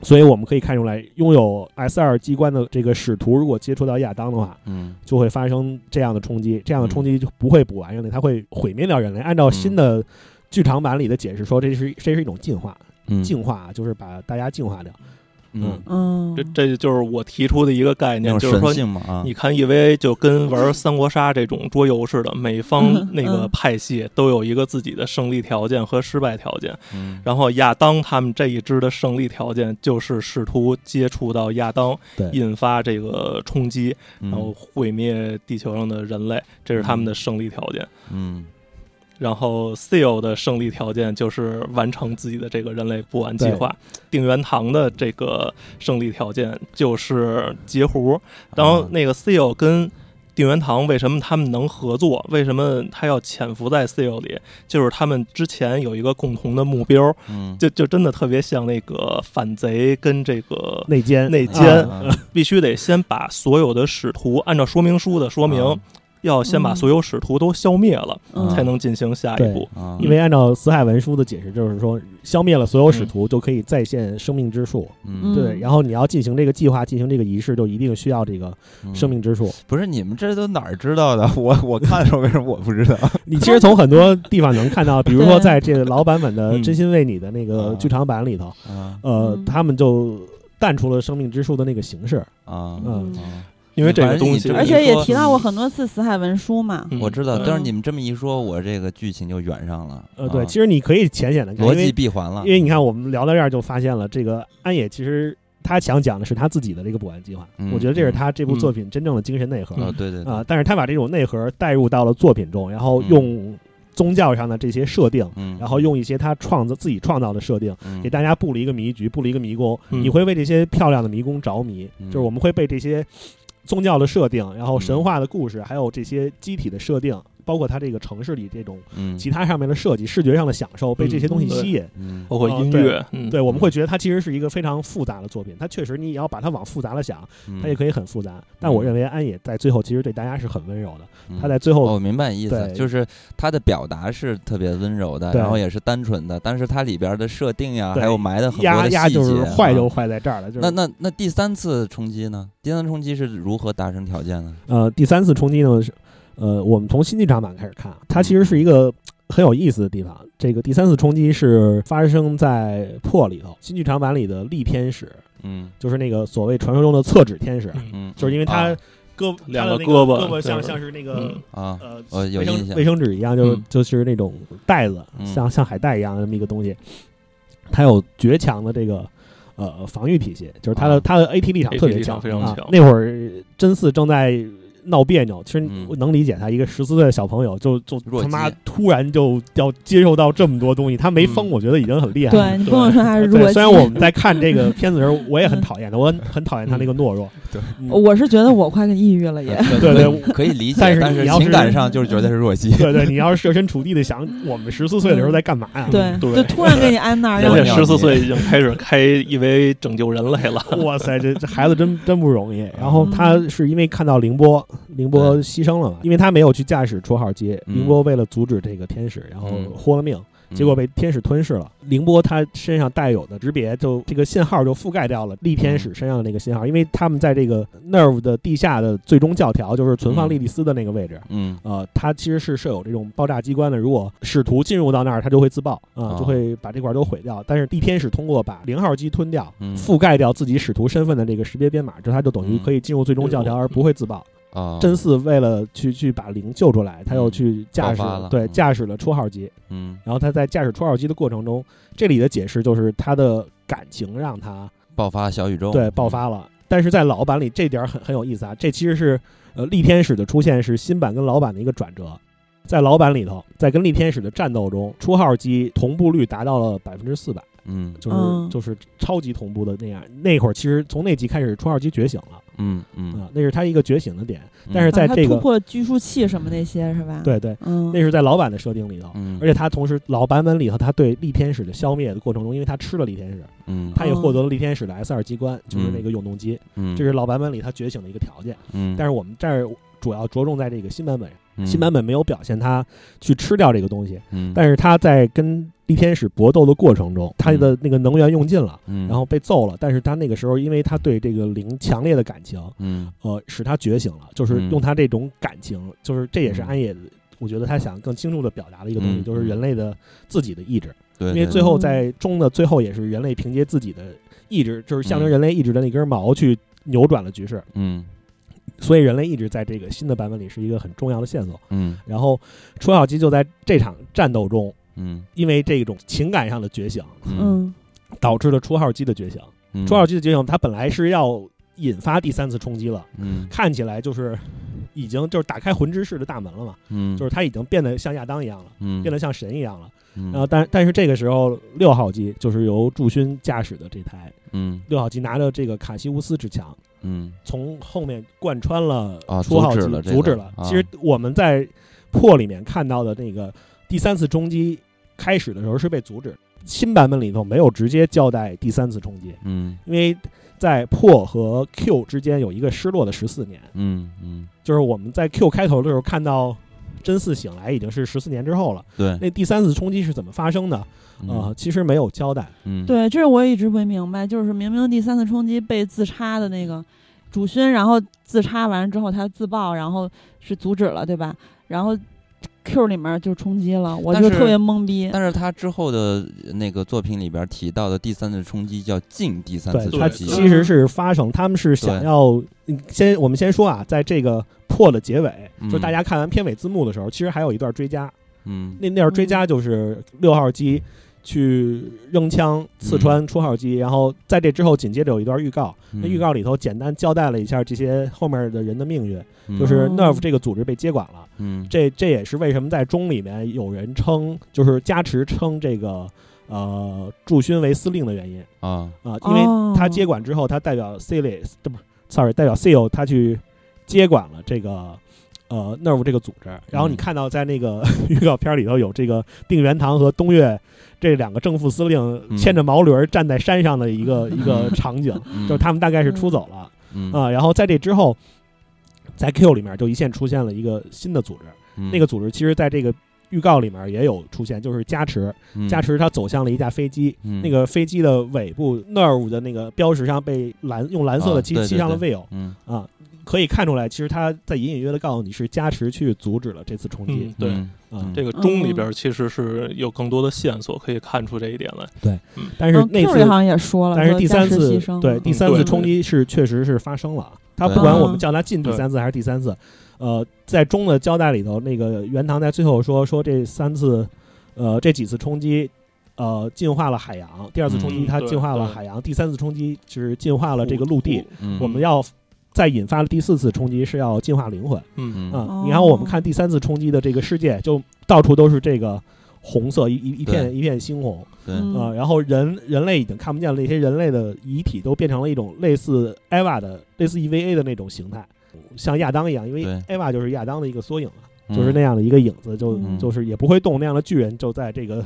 D: 所以我们可以看出来，拥有 S 二机关的这个使徒，如果接触到亚当的话，
B: 嗯
D: 就会发生这样的冲击，这样
E: 嗯
D: 的冲击就不会补完人类，它会毁灭掉人类。按照新的剧场版里的解释说，这是这是一种进化，
B: 嗯，
D: 进化啊就是把大家进化掉。
B: 嗯
C: 嗯，
E: 这这就是我提出的一个概
B: 那种
E: 念，嗯就是说
B: 神性嘛啊，
E: 你看 EVA 就跟玩三国杀这种桌游似的，每
C: 嗯
E: 方那个
C: 嗯
E: 派系都有一个自己的胜利条件和失败条件。
B: 嗯
E: 然后亚当他们这一支的胜利条件就是试图接触到亚当，
D: 对
E: 引发这个冲击，然后
B: 嗯
E: 毁灭地球上的人类，这是他们的胜利条件。
B: 嗯
E: 然后 Seal 的胜利条件就是完成自己的这个人类不完计划，定元堂的这个胜利条件就是截胡。然后那个 Seal 跟定元堂为什么他们能合作？为什么他要潜伏在 Seal 里？就是他们之前有一个共同的目标，
B: 嗯
E: 就就真的特别像那个反贼跟这个
D: 内奸，
E: 内
B: 啊
E: 奸
B: 啊
E: 必须得先把所有的使徒按照说明书的说明
B: 啊，
E: 要先把所有使徒都消灭了，
C: 嗯
E: 才能进行下一步。
B: 啊
D: 因为按照死海文书的解释，就是说消灭了所有
E: 嗯
D: 使徒就可以再现生命之树。
B: 嗯
D: 对，
C: 嗯
D: 然后你要进行这个计划，进行这个仪式，就一定需要这个
B: 嗯
D: 生命之树。
B: 不是你们这都哪儿知道的？我我看的时候为什么我不知道？
D: 你其实从很多地方能看到，比如说
C: 对
D: 在这个老版本的《
E: 嗯
D: 真心为你》的那个
B: 啊
D: 剧场版里头，
B: 啊
D: 呃
C: 嗯，
D: 他们就淡出了生命之树的那个形式。
B: 啊
D: 嗯
B: 啊！
E: 因为这个东西，
B: 对
C: 而且也
B: 说
C: 提到过很多次死海文书嘛，
E: 嗯
B: 我知道，
C: 嗯
B: 但是你们这么一说，我这个剧情就圆上了。
D: 呃，
B: 啊
D: 对，其实你可以浅显的看，
B: 逻
D: 因
B: 辑
D: 为
B: 闭环了
D: 因。为你看我们聊到这儿就发现了，这个安野其实他想讲的是他自己的这个补完计划
B: 嗯，
D: 我觉得这是
B: 嗯
D: 他这部
E: 嗯
D: 作品真正的精神内核。
B: 啊，对对对
D: 啊，但是他把这种内核带入到了作品中，然后
B: 嗯
D: 用宗教上的这些设定，
B: 嗯，
D: 然后用一些他创造自己创造的设定，
B: 嗯
D: 给大家布了一个迷局，布了一个迷宫，
E: 嗯
D: 你会为这些漂亮的迷宫着迷，
B: 嗯
D: 就是我们会被这些宗教的设定，然后
B: 嗯
D: 神话的故事，还有这些机体的设定，包括它这个城市里这种
B: 嗯
D: 其他上面的设计、视觉上的享受，被这些东西
E: 嗯
D: 吸引。
B: 嗯
E: 包括音乐，嗯，
D: 对，我们会觉得它其实是一个非常复杂的作品，它确实你也要把它往复杂了想，
B: 嗯
D: 它也可以很复杂。但我认为安野在最后其实对大家是很温柔的，
B: 嗯
D: 他在最后
B: 哦，我明白你意思，
D: 对
B: 就是他的表达是特别温柔的，
D: 对
B: 然后也是单纯的，但是它里边的设定呀，
D: 对
B: 还有埋的很多
D: 压
B: 的
D: 压
B: 细节，
D: 就是坏就
B: 啊。
D: 坏在这儿了，就是
B: 那那那第三次冲击呢？第三次冲击是如何达成条件呢？
D: 呃第三次冲击呢是呃我们从新剧场版开始看，啊它其实是一
B: 嗯
D: 个很有意思的地方。这个第三次冲击是发生在破里头，新剧场版里的力天使
B: 嗯
D: 就是那个所谓传说中的厕纸天使，
E: 嗯
B: 嗯，
D: 就是因为他
B: 啊
D: 胳他的
E: 两个
D: 那个
E: 胳膊
D: 胳膊像
E: 对
D: 像是那个
E: 嗯
B: 啊，
D: 呃
B: 我有
D: 卫
B: 印
D: 生
B: 象
D: 卫，生纸一样，就是
E: 嗯
D: 就是那种袋子，
B: 嗯
D: 像像海带一样的那么一个东西，它有绝强的这个呃防御体系，就是它的
B: 啊
D: 它的 AT 力场
E: AT
D: 特别
E: 力场非常
D: 啊
E: 强
D: 那会儿真嗣正在闹别扭，其实
B: 嗯
D: 我能理解他，一个十四岁的小朋友就就
B: 弱
D: 他妈
B: 鸡
D: 突然就要接受到这么多东西，他没疯，
E: 嗯
D: 我觉得已经很厉害了。
C: 对你不能说他是弱
D: 嗯对，
C: 鸡。
D: 虽然我们在看这个片子的时候，我也很讨厌他，我很很讨厌他那
E: 嗯
D: 个懦弱。
C: 我是觉得我快抑郁了也，
D: 呃对对
B: 可以可以理解，
D: 但是
B: 但
D: 你
B: 是
D: 要
B: 情
D: 是
B: 感上就是觉得是弱 鸡。
D: 对对，你要是设身处地的想，我们十四岁的时候在干嘛呀？
C: 对，
E: 对
C: 就啊突然给你安 那儿，
E: 而
C: 让
E: 且
C: 你
E: 十四岁已经开始开 EVA 拯救人类了，
B: 嗯
D: 哇塞，这这孩子真真不容易。啊然后他是因为看到凌波，凌波牺牲了嘛，因为他没有去驾驶绰号机，
B: 嗯
D: 凌波为了阻止这个天使，然后
B: 嗯
D: 豁了命，结果被天使吞噬了。凌波他身上带有的识别就这个信号就覆盖掉了力天使身上的那个信
B: 嗯
D: 号，因为他们在这个 Nerve 的地下的最终教条就是存放
B: 嗯
D: 莉莉丝的那个位置。
B: 嗯
D: 呃，它其实是设有这种爆炸机关的。如果使徒进入到那儿，它就会自爆啊、
B: 啊
D: 就会把这块儿都毁掉。但是地天使通过把零号机吞掉，
B: 嗯
D: 覆盖掉自己使徒身份的这个识别编码，这它就等于
B: 嗯
D: 可以进入最终教条
E: 嗯
D: 而不会自爆。
B: 啊，
D: 真嗣为了去去把零救出来，他又去驾驶、
B: 嗯爆发了
D: 对
B: 嗯
D: 驾驶了初号机。
B: 嗯
D: 然后他在驾驶初号机的过程中，这里的解释就是他的感情让他
B: 爆发小宇宙，
D: 对爆发了。但是在老版里这点儿很很有意思啊，这其实是呃力天使的出现是新版跟老版的一个转折。在老版里头，在跟力天使的战斗中，初号机同步率达到了百分之四百，
B: 嗯，
D: 就是、
C: 嗯
D: 就是超级同步的那样。那会儿其实从那集开始，初号机觉醒了
B: 嗯嗯
D: 啊、
B: 嗯，
D: 那是它一个觉醒的点。
B: 嗯
D: 但是在
C: 他
D: 这
C: 突
D: 个、
C: 破拘束器什么那些是吧？，
D: 对对，
C: 嗯
D: 那，是在老版的设定里头，
B: 嗯，
D: 而且它同时老版本里头，它对力天使的消灭的过程中，因为它吃了力天使，
B: 嗯
D: 它也
C: 哦
D: 获得了力天使的 S 二机关，就是那
B: 嗯
D: 个永动机，
B: 嗯，
D: 这是老版本里它觉醒的一个条件。
B: 嗯，
D: 但是我们这儿主要着重在这个新版本上，
B: 嗯
D: 新版本没有表现他去吃掉这个东西，
B: 嗯，
D: 但是他在跟力天使搏斗的过程中，他的那个能源用尽了，
B: 嗯，
D: 然后被揍了。但是他那个时候，因为他对这个零强烈的感情，
B: 嗯
D: 呃，使他觉醒了，就是
B: 嗯
D: 用他这种感情，就是这也是
B: 嗯
D: 安野，我觉得他想更清楚的表达的一个东西，
B: 嗯
D: 就是人类的自己的意志。
B: 对，
D: 因为
B: 对
D: 最后在中的最后也是人类凭借自己的意志，就是象征人类意志的那根毛去扭转了局势，
B: 嗯
D: 所以人类意志在这个新的版本里是一个很重要的线索。
B: 嗯
D: 然后楚小鸡就在这场战斗中，
B: 嗯
D: 因为这种情感上的觉醒，
B: 嗯
C: 嗯
D: 导致了初号机的觉醒。
B: 嗯，
D: 初号机的觉醒，它本来是要引发第三次冲击了，
B: 嗯
D: 看起来就是已经就是打开魂之室的大门了嘛，
B: 嗯
D: 就是它已经变得像亚当一样了，
B: 嗯
D: 变得像神一样了。
B: 嗯
D: 然后但但是这个时候六号机就是由祝勋驾驶的这台
B: 嗯
D: 六号机拿着这个卡西乌斯之枪，
B: 嗯
D: 从后面贯穿了
B: 啊
D: 初号
B: 阻
D: 机，
B: 止了这个
D: 阻止了。
B: 啊
D: 其实我们在破里面看到的那个第三次冲击开始的时候是被阻止的，新版本里头没有直接交代第三次冲击，
B: 嗯
D: 因为在破和 Q 之间有一个失落的十四年，
B: 嗯嗯，
D: 就是我们在 Q 开头的时候看到。真嗣醒来已经是十四年之后了，
B: 对，
D: 那第三次冲击是怎么发生的？
B: 嗯
D: 呃，其实没有交代。
B: 嗯
C: 对，这我也一直没明白，就是明明第三次冲击被自插的那个主勋，然后自插完之后他自爆，然后是阻止了，对吧？然后 Q 里面就冲击了，我
B: 但
C: 就是特别懵逼。
B: 但是他之后的那个作品里边提到的第三次冲击叫近第三次
D: 对，它
B: 冲击，
D: 其实是发生，他们是想要嗯先我们先说啊，在这个破的结尾，
B: 嗯
D: 就是大家看完片尾字幕的时候，其实还有一段追加，
B: 嗯
D: 那那段追加就是六号机去扔枪刺穿初号机，然后在这之后紧接着有一段预告，那
B: 嗯
D: 预告里头简单交代了一下这些后面的人的命运，
B: 嗯
D: 就是 NERV
C: 哦
D: 这个组织被接管了，
B: 嗯
D: 这这也是为什么在中里面有人称就是加持称这个呃驻勋为司令的原因。
B: 啊
D: 啊，因为他接管之后，他代表 c l i s 不是，sorry，代表 CEO，他去接管了这个呃 Nerve 这个组织。然后你
B: 嗯
D: 看到在那个 预告片里头有这个定元堂和东岳这两个正副司令
B: 嗯
D: 牵着毛驴儿站在山上的一 个一个场景，
B: 嗯
D: 就是他们大概是出走了
B: 嗯
D: 啊。然后在这之后，在 Q 里面就一线出现了一个新的组织，
B: 嗯
D: 那个组织其实在这个。预告里面也有出现，就是加持，
B: 嗯
D: 加持他走向了一架飞机，那
B: 那
D: 个飞机的尾部 NERV 的那个标识上被蓝用蓝色的
B: 啊
D: 漆
B: 对对
D: 漆上了
B: 对
D: VIL
B: 嗯
D: 啊，可以看出来，其实他在隐隐约约的告诉你是加持去阻止了这次冲
E: 嗯
D: 击，
E: 对，
B: 嗯
D: 啊
B: 嗯
E: 这个钟里边其实是有更多的线索可以看出这一点来。
D: 但
C: 嗯
D: 是那
C: Q 里好
D: 次，
C: 像也说了，
D: 但是
C: 说
D: 第
C: 暂
D: 三
C: 时
D: 次
C: 牺牲
D: 对
C: 了
D: 第三次
E: 对
D: 冲击是确实是发生了，他不
B: 对
D: 管我
C: 嗯
D: 们叫他进第三次还是第三次，呃，在中的交代里头，那个元堂在最后说说这三次，呃，这几次冲击。呃，净化了海洋。第二次冲击，
E: 嗯
D: 它
E: 对
D: 净化了
E: 对
D: 海洋；第三次冲击是净化了这个陆地。
B: 嗯
D: 我们要再引发第四次冲击是要净化灵魂
E: 嗯，
B: 嗯
D: 啊、
C: 哦
D: 你看我们看第三次冲击的这个世界，就到处都是这个红色一一一片
B: 对
D: 一片猩红
B: 对
C: 嗯
D: 啊、然后人人类已经看不见了，那些人类的遗体都变成了一种类似 EVA 的类似 EVA 的那种形态，像亚当一样，因为
B: 对
D: EVA 就是亚当的一个缩影嘛，
B: 嗯
D: 就是那样的一个影子，就、
C: 嗯
D: 就是也不会动那样的巨人，就在这个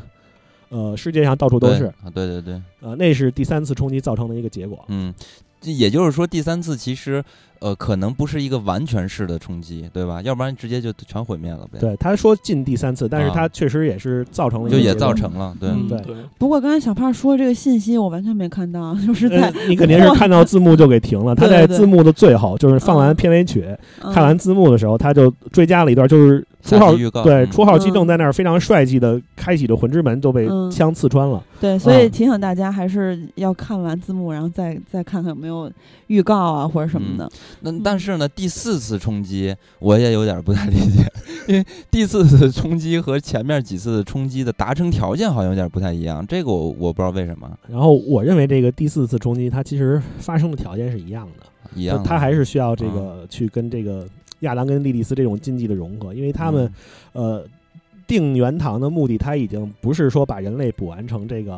D: 呃世界上到处都
B: 对
D: 是，
B: 啊，对对对，
D: 呃，那是第三次冲击造成的一个结果。
B: 嗯，这也就是说，第三次其实呃，可能不是一个完全式的冲击，对吧？要不然直接就全毁灭了呗，，
D: 对，他说进第三次，但是
B: 啊
D: 他确实也是造成了一个
B: 就也
D: 结果
B: 造成了，对，
E: 嗯
D: 对
E: 对，
C: 不过刚才小胖说这个信息我完全没看到， 就是在
D: 呃你肯定是看到字幕就 给停了。他
C: 对
D: 在
C: 对
D: 字幕的最后，就是放
C: 嗯
D: 完片尾曲，
C: 嗯
D: 看完字幕的时候，他就追加了一段，就是初
B: 嗯下
D: 号
B: 集预告
D: 对
B: 嗯
D: 初号机
C: 嗯
D: 正在那儿非常帅气的开启着魂之门，就被
C: 嗯
D: 枪刺穿了。
C: 对，所以
D: 嗯
C: 提醒大家还是要看完字幕，然后再再看看有没有预告啊或者什么的。
B: 那
C: 嗯
B: 但是呢，第四次冲击我也有点不太理解，因为第四次冲击和前面几次的冲击的达成条件好像有点不太一样，这个我我不知道为什么
D: 然后我认为这个第四次冲击，它其实发生的条件是一样的，
B: 一
D: 就
B: 样的，
D: 它还是需要这个去跟这个亚当跟莉莉丝这种禁忌的融合，因为他们呃，定元堂的目的，它已经不是说把人类补完成这个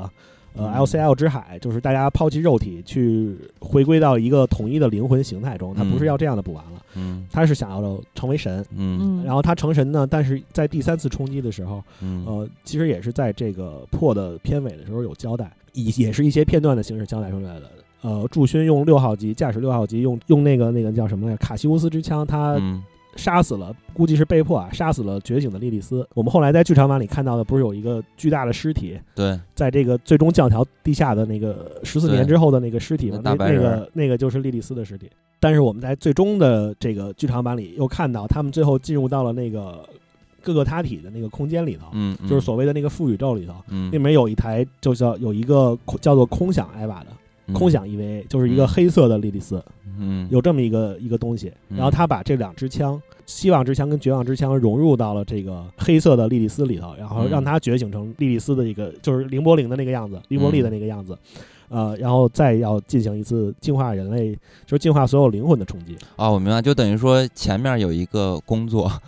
D: 呃
B: 嗯
D: LCL 之海，就是大家抛弃肉体去回归到一个统一的灵魂形态中，它不是
B: 嗯
D: 要这样的补完了，
B: 嗯
D: 它是想要成为神。
B: 嗯
C: 嗯，
D: 然后它成神呢，但是在第三次冲击的时候，
B: 嗯嗯
D: 呃，其实也是在这个破的片尾的时候有交代，以也是一些片段的形式交代出来的。呃，祝勋用六号机驾驶六号机，用用那个那个叫什么来着？卡西乌斯之枪，他
B: 嗯
D: 杀死了，估计是被迫啊，杀死了觉醒的莉莉丝。我们后来在剧场版里看到的，不是有一个巨大的尸体，
B: 对，
D: 在这个最终教条地下的那个十四年之后的那个尸体嘛，
B: 那大
D: 那
B: 白
D: 那
B: 人
D: 个那个就是莉莉丝的尸体。但是我们在最终的这个剧场版里又看到，他们最后进入到了那个各个他体的那个空间里头，
B: 嗯，嗯
D: 就是所谓的那个副宇宙里头，
B: 嗯
D: 那里面有一台就叫有一个空叫做空想艾娃的。
B: 嗯
D: 空想 EVA 就是一个
B: 嗯
D: 黑色的莉莉丝，
B: 嗯
D: 有这么一个一个东西，
B: 嗯
D: 然后他把这两支枪，希望之枪跟绝望之枪融入到了这个黑色的莉莉丝里头，然后
B: 嗯
D: 让它觉醒成莉莉丝的一个，就是凌波灵的那个样子，凌波丽
B: 嗯
D: 的那个样子，呃，然后再要进行一次净化人类，就是净化所有灵魂的冲击。
B: 哦，我明白，就等于说前面有一个工作，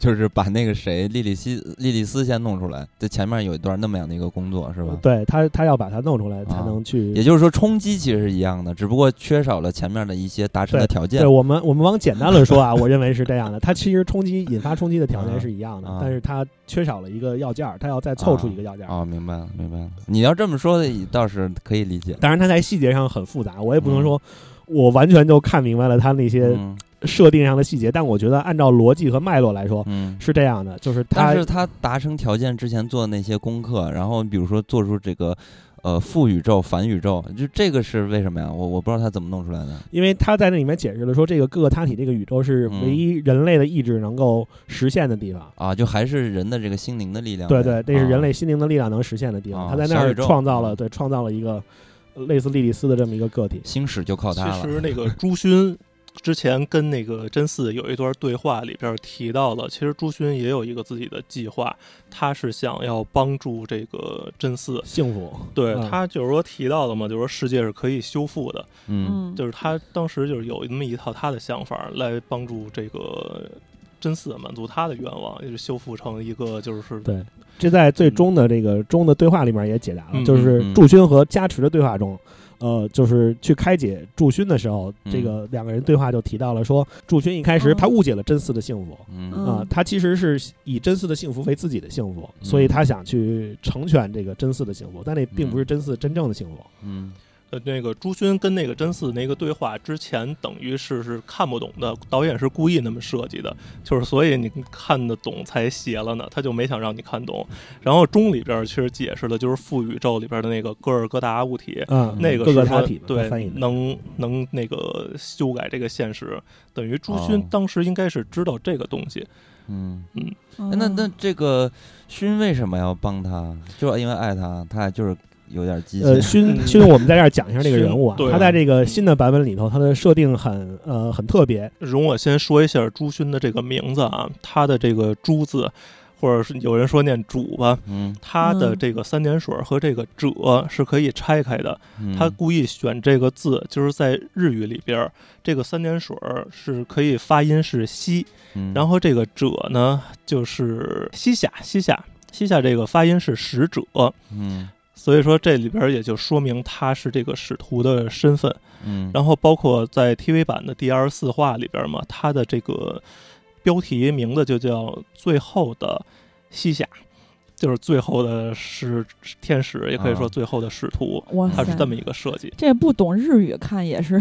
B: 就是把那个谁莉莉丝莉莉丝先弄出来，在前面有一段那么样的一个工作是吧？
D: 对他，他要把它弄出来才
B: 啊
D: 能去。
B: 也就是说，冲击其实是一样的，只不过缺少了前面的一些达成的条件
D: 对。我们，我们往简单了说啊，我认为是这样的。它其实冲击引发冲击的条件
B: 啊
D: 是一样的，
B: 啊
D: 但是它缺少了一个要件儿，它要再凑出一个要件儿。
B: 哦，明白了，明白了。你要这么说的，倒是可以理解。
D: 当然，它在细节上很复杂，我也不能说我完全就看明白了它那些
B: 嗯
D: 设定上的细节，但我觉得按照逻辑和脉络来说
B: 嗯，
D: 是这样的，就是它
B: 但是他达成条件之前做的那些功课，然后比如说做出这个呃副宇宙、反宇宙，就这个是为什么呀？我我不知道他怎么弄出来的。
D: 因为它在那里面解释了说，这个各个他体这个宇宙是
B: 嗯
D: 唯一人类的意志能够实现的地方。
B: 啊，就还是人的这个心灵的力量呗。
D: 对对，那是人
B: 啊
D: 类心灵的力量能实现的地方。
B: 啊
D: 他在那
B: 小
D: 儿
B: 宇宙
D: 创造了，
B: 嗯
D: 对，创造了一个呃类似莉莉丝的这么一个个体。
B: 星矢就靠他
E: 其
B: 了。
E: 实那个朱勋之前跟那个真嗣有一段对话，里边提到了，其实朱勋也有一个自己的计划，他是想要帮助这个真嗣。
D: 幸福，
E: 对、
D: 嗯
E: 他就是说提到了嘛，就是说世界是可以修复的，
B: 嗯，
C: 嗯，
E: 就是他当时就是有那么一套他的想法来帮助这个真嗣满足他的愿望，也是修复成一个就是
D: 对这在最终的这个中的对话里面也解答了，
E: 嗯
D: 就是
B: 嗯嗯
D: 祝勋和加持的对话中。呃，就是去开解祝勋的时候，
B: 嗯
D: 这个两个人对话就提到了说，祝勋一开始
C: 哦
D: 他误解了真嗣的幸福
B: 嗯
C: 嗯
D: 啊、他其实是以真嗣的幸福为自己的幸
E: 嗯
D: 福，所以他想去成全这个真嗣的幸福，但那并
E: 嗯
D: 不是真嗣真正的幸福。
B: 嗯
E: 呃，那个朱勋跟那个真嗣那个对话之前，等于是是看不懂的，导演是故意那么设计的，就是所以你看得懂才写了呢，他就没想让你看懂。然后中里边儿其实解释了，就是副宇宙里边的那个戈尔戈达物体，
D: 嗯，
E: 那个
D: 各
E: 是
D: 个
E: 说
D: 他体嘛它翻译
E: 对
D: 的
E: 能能那个修改这个现实，等于朱勋
B: 哦
E: 当时应该是知道这个东西，
B: 嗯，
C: 嗯
B: 哎那那这个勋为什么要帮他？就因为爱他，他就是有点激
D: 呃，
B: 情。
D: 勋
E: 嗯
D: 勋，我们在这儿讲一下这个
E: 勋
D: 人物啊
E: 对，
D: 他在这个新的版本里头，他的设定很呃很特别，
E: 容我先说一下朱勋的这个名字啊，他的这个“朱”字，或者是有人说念“主”吧，
B: 嗯，
E: 它的
C: 嗯
E: 这个三点水和这个者是可以拆开的。
B: 嗯
E: 他故意选这个字，就是在日语里边儿，这个三点水是可以发音是西，
B: 嗯
E: 然后这个者呢就是西夏，西夏，西夏这个发音是使者，
B: 嗯
E: 所以说这里边儿也就说明他是这个使徒的身份。
B: 嗯，
E: 然后包括在 TV 版的第二十四话里边嘛，它的这个标题名字就叫《最后的西夏》，就是最后的使天使，也可以说
B: 啊
E: 最后的使徒，
C: 哇
E: 它
C: 塞
E: 是，这么一个设计。
C: 这不懂日语看也是，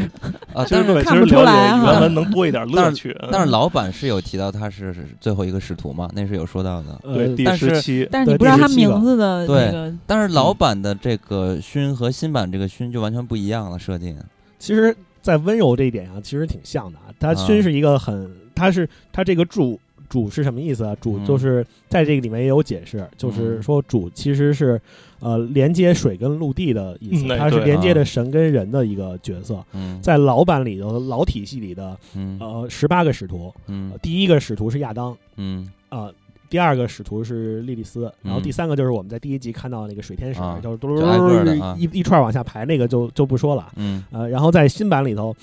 B: 啊，
E: 其实
B: 但
E: 对，
B: 是
E: 其
C: 看
E: 实
C: 不出
E: 了
C: 来啊
E: 解原文能多一点乐趣。
B: 但是老板是有提到他是是最后一个使徒嘛，那是有说到的。
E: 对
D: 呃
E: 第
B: 但是
E: 十期，
C: 但是你
D: 对
C: 不知道
D: 第
C: 他
D: 17
C: 名字的
B: 对
C: 那个，
B: 但是老版的这个勋和新版这个勋就完全不一样了，设定。
D: 其实，在温柔这一点上，其实挺像的啊。他勋是一个很，他是他这个主主是什么意思啊？主
B: 嗯
D: 就是在这个里面也有解释，就是说主其实是呃连接水跟陆地的意思，
E: 嗯哎
D: 它是
E: 对
D: 连接
B: 啊
D: 着神跟人的一个角色。
B: 嗯，
D: 在老版里头，老体系里的
B: 嗯
D: 呃十八个使徒，呃
B: 嗯
D: 第一个使徒是亚当
B: 嗯
D: 啊、第二个使徒是莉莉丝，然后
B: 嗯
D: 第三个就是我们在第一集看到的那个水天使，
B: 啊
D: 就是嘟嘟
B: 就挨个儿的啊
D: 一一串往下排那个就就不说了。
B: 嗯
D: 呃，然后在新版里头，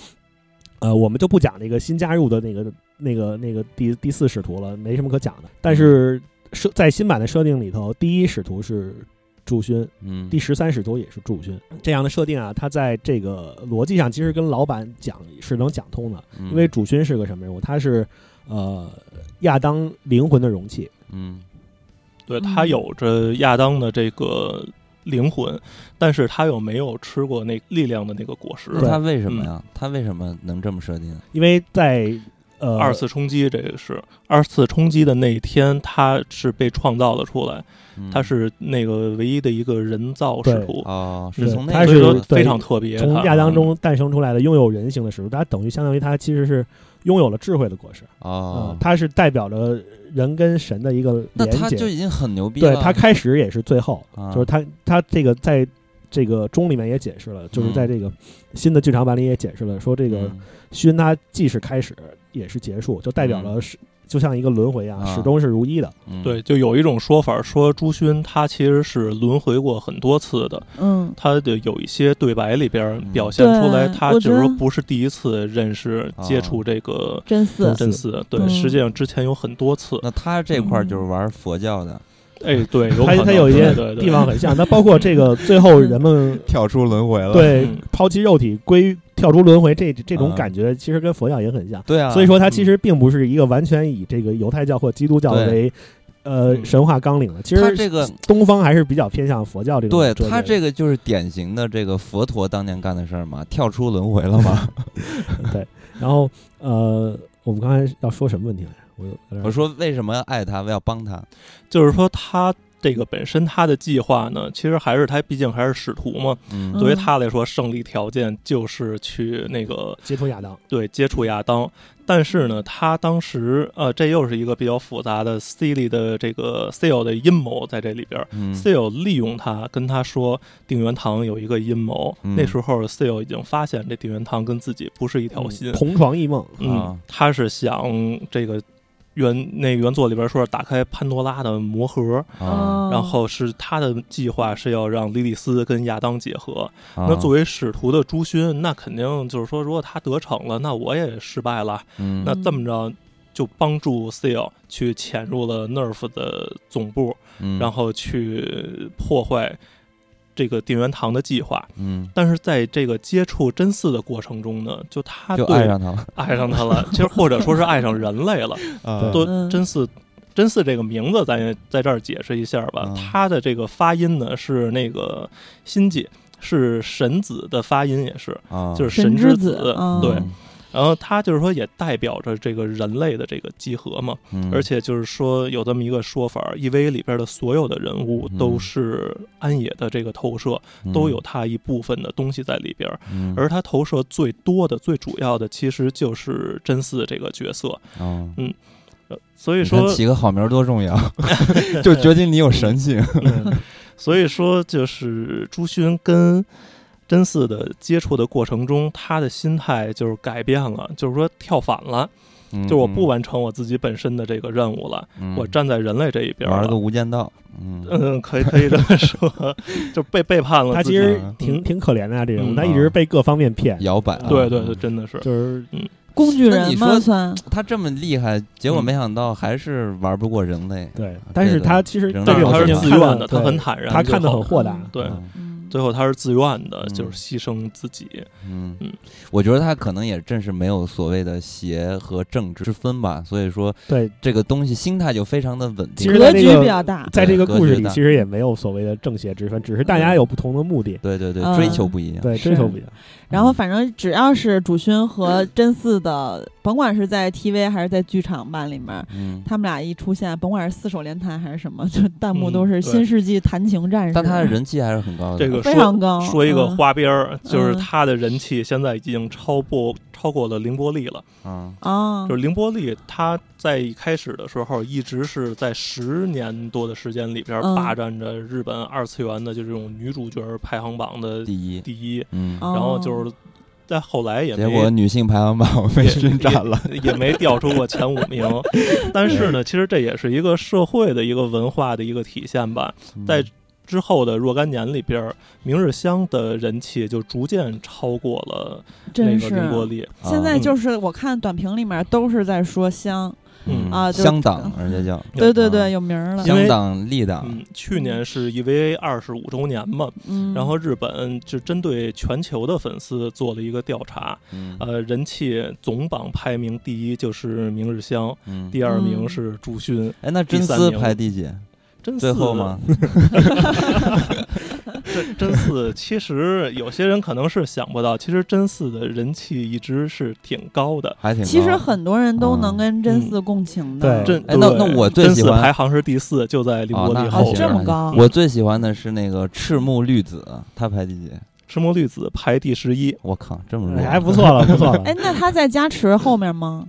D: 呃，我们就不讲那个新加入的那个那个那个第第四使徒了，没什么可讲的。
E: 嗯
D: 但是设在新版的设定里头，第一使徒是祝勋，
B: 嗯，
D: 第十三使徒也是祝勋。这样的设定啊，它在这个逻辑上其实跟老版讲是能讲通的，
B: 嗯
D: 因为主勋是个什么人物？他是呃亚当灵魂的容器，
B: 嗯
E: 对他有着亚当的这个灵魂，但是他又没有吃过那力量的那个果实。
B: 那
D: 对
B: 他为什么呀？他为什么能这么设定？
D: 因为在。呃
E: 二次冲击这个是二次冲击的那一天，它是被创造了出来，
B: 嗯
E: 它是那个唯一的一个人造使徒，
B: 哦，
D: 对
B: 是从那
D: 它
E: 所
B: 个
E: 以
D: 是
E: 说
D: 对
E: 非常特别。
D: 从
E: 它
D: 亚当
E: 嗯
D: 中诞生出来的拥有人形的使徒，它等于相当于它其实是拥有了智慧的果实
B: 哦
D: 嗯，它是代表着人跟神的一个
B: 那
D: 连
B: 他就
D: 接。
B: 已经很牛逼了。
D: 对，它开始也是最后，
B: 啊
D: 就是它它这个在这个钟里面也解释了，就是在这个新的剧场版里也解释了，说这个
B: 嗯
D: 勋它既是开始也是结束，就代表了是就像一个轮回一样，
B: 啊
D: 始终是如一的。
B: 嗯
E: 对，就有一种说法说朱勋他其实是轮回过很多次的，
C: 嗯，
E: 他的有一些对白里边
B: 嗯
E: 表现出来，
C: 对
E: 他
C: 我
E: 就是说
C: 觉得
E: 不是第一次认识
B: 啊
E: 接触这个
C: 真四
D: 真
E: 真嗣，对，
C: 嗯
E: 实际上之前有很 多次，
B: 那他这块儿就是玩佛教的，
E: 哎，对，有可
D: 它
E: 能
D: 它有一些
E: 对对对
D: 地方很像，它包括这个最后人们
B: 跳出轮回了
D: 对
E: 嗯
D: 抛弃肉体归跳出轮回这这种
B: 啊
D: 感觉，其实跟佛教也很像。
B: 对啊，
D: 所以说，它其
E: 嗯
D: 实并不是一个完全以这个犹太教或基督教
B: 对
D: 为呃
E: 嗯
D: 神话纲领的。其
B: 他
D: 实
B: 这个
D: 东方还是比较偏向佛教这
B: 嗯
D: 种
B: 对
D: 哲学的。
B: 他这个就是典型的这个佛陀当年干的事儿嘛，跳出轮回了 嘛。
D: 然后呃，我们刚才要说什么问题来着？我有有点
B: 我说为什么要爱他，要帮他？
E: 就是说他这个本身他的计划呢，其实还是他毕竟还是使徒嘛，
B: 嗯，
E: 对于他来说，胜利条件就是去那个
D: 接触亚当，
E: 对接触亚当。但是呢，他当时呃，这又是一个比较复杂的 C 里的这个 C l 的阴谋在这里边儿。
B: 嗯
E: C l 利用他跟他说定元堂有一个阴谋，
B: 嗯
E: 那时候 C l 已经发现这定元堂跟自己不是一条心，
D: 同床异梦。
E: 嗯，
B: 嗯啊
E: 他是想这个原那原作里边说是打开潘多拉的魔盒，
B: 啊，
E: 然后是他的计划是要让莉莉丝跟亚当结合。那
B: 啊
E: 作为使徒的朱勋，那肯定就是说，如果他得逞了，那我也失败了。
B: 嗯
E: 那这么着。就帮助 Seal 去潜入了 Nerf 的总部，
B: 嗯
E: 然后去破坏这个定元堂的计划。
B: 嗯，
E: 但是在这个接触真嗣的过程中呢，就他
B: 就
E: 对
B: 爱上他了
E: 爱上他了，其实或者说是爱上人类了。
B: 啊
E: 都
C: 嗯
E: 真嗣，真嗣这个名字咱也在这儿解释一下吧
B: 嗯。
E: 它的这个发音呢是那个心界，是神子的发音，也是
B: 啊，
E: 就是是神之
C: 神之子嗯
E: 对，然后它就是说也代表着这个人类的这个集合嘛。
B: 嗯
E: 而且就是说有这么一个说法，EV 里边的所有的人物
B: 嗯
E: 都是安野的这个投射，都有，他一部分的东西在里边。
B: 嗯嗯
E: 而他投射最多的、最主要的，其实就是真嗣这个角色。
B: 啊
E: 呃，所以
B: 你
E: 说
B: 看起个好名儿多重要，就决定你有神性。
E: 嗯，所以说，就是朱勋跟真嗣的接触的过程中，他的心态就是改变了，就是说跳反了，就是我不
B: 玩，
E: 完成我自己本身的这个任务了，
B: 嗯
E: 我站在人类这一边
B: 玩儿个
E: 了。
B: 无间道，嗯，
E: 嗯，可以可以这么说，就被背叛了
D: 他
E: 自
D: 其
E: 己。
D: 实
B: 嗯
D: 挺挺可怜的啊，这人物
E: 嗯
D: 他一直被各方面骗，
B: 摇摆。啊
E: 对对对，，真的是。
D: 就是
C: 工具
B: 那
C: 人
B: 你
C: 嘛
B: 说
C: 算，
B: 他这么厉害，结果
E: 嗯
B: 没想到还是玩不过人类。
D: 对。但是
B: 对对
D: 他其实
B: 仍
D: 对
E: 但
D: 这
E: 是
D: 种
E: 他
D: 事
E: 是
D: 情
E: 自
D: 看
E: 愿
D: 得
E: 的，他
D: 对
E: 很坦然，
D: 他看得很豁达
C: 嗯，
E: 对
B: 嗯
C: 嗯
E: 最后他是自愿的，
B: 嗯
E: 就是牺牲自己。
B: 嗯
E: 嗯，
B: 我觉得他可能也正是没有所谓的邪和正之分吧，所以说
D: 对，
B: 这个东西心态就非常的稳
D: 其
B: 定
D: 实。
C: 格
D: 在这
C: 局
D: 个
C: 比较大，
D: 在这个故
B: 格
D: 事
B: 局
D: 里
B: 大
D: 其实也没有所谓的正邪之分，只是大家有不同的目的，
B: 对对对，
C: 嗯
B: 追求不一样。
D: 对
C: 是
D: 追求不一样。
C: 然后反正只要是主勋和真嗣的，甭管是在 TV 还是在剧场版里面，
B: 嗯，
C: 他们俩一出现，甭管是四手联弹还是什么，就弹幕
E: 嗯
C: 都是
E: 对
C: “新世纪弹琴战士”，
B: 但他的人气还是很高的。
E: 这个
C: 非
E: 说
C: 常高
E: 说一个
C: 嗯
E: 花边儿，就是
C: 嗯
E: 他的人气现在已经超过超过了凌波丽了。
B: 啊，
C: 啊
E: 就是凌波丽，她在一开始的时候一直是在十年多的时间里边
C: 嗯
E: 霸占着日本二次元的，就这种女主角排行榜的
B: 第一，
E: 第一。
B: 嗯，
C: 哦
E: 然后就是在后来也
B: 结
E: 没
B: 果女性排行榜被
E: 也
B: 侵占了。
E: 也，也没掉出过前五 名。但是呢，其实这也是一个社会的一个文化的一个体现吧。
B: 嗯
E: 在之后的若干年里边，明日香的人气就逐渐超过了那
C: 真
E: 个
C: 是。
E: 凌波丽。
B: 啊
C: 现在就是我看短评里面都是在说香，
E: 嗯
C: 啊就
B: 香党，而且叫
C: 对对
B: 啊
C: 对，有名儿了
E: 因，
B: 香
E: 为
B: 党立党，
E: 嗯，去年是 EVA 二十五周年嘛，
C: 嗯，
E: 然后日本就针对全球的粉丝做了一个调查，
B: 嗯
E: 呃，人气总榜排名第一就是明日香，
B: 嗯
E: 第二名
C: 嗯
E: 是朱勋，
B: 哎，那
E: 第
B: 真
E: 三
B: 丝
E: 名
B: 排第几？
E: 真
B: 最
E: 嗣
B: 后吗？
E: 真真四其实有些人可能是想不到，其实真四的人气一直是挺高的。
B: 还挺高。
C: 其实很多人都能
B: 嗯
C: 跟真四共情的，
D: 嗯对
E: 真
B: 哎那
E: 对
B: 那我最
E: 真
B: 喜
E: 四
B: 欢
E: 排行是第四，就在凌
B: 哦，
E: 波
B: 那
E: 丽
B: 还
E: 后
B: 行
C: 哦这
E: 边。
C: 么
B: 还行
C: 高
B: 我最喜欢的是那个赤木绿子，她排第几？
E: 赤木绿子排第十一，
B: 我靠，这么
D: 哎还
B: 弱！
D: 不错了，不错了。
C: 哎，那他在加持后面吗？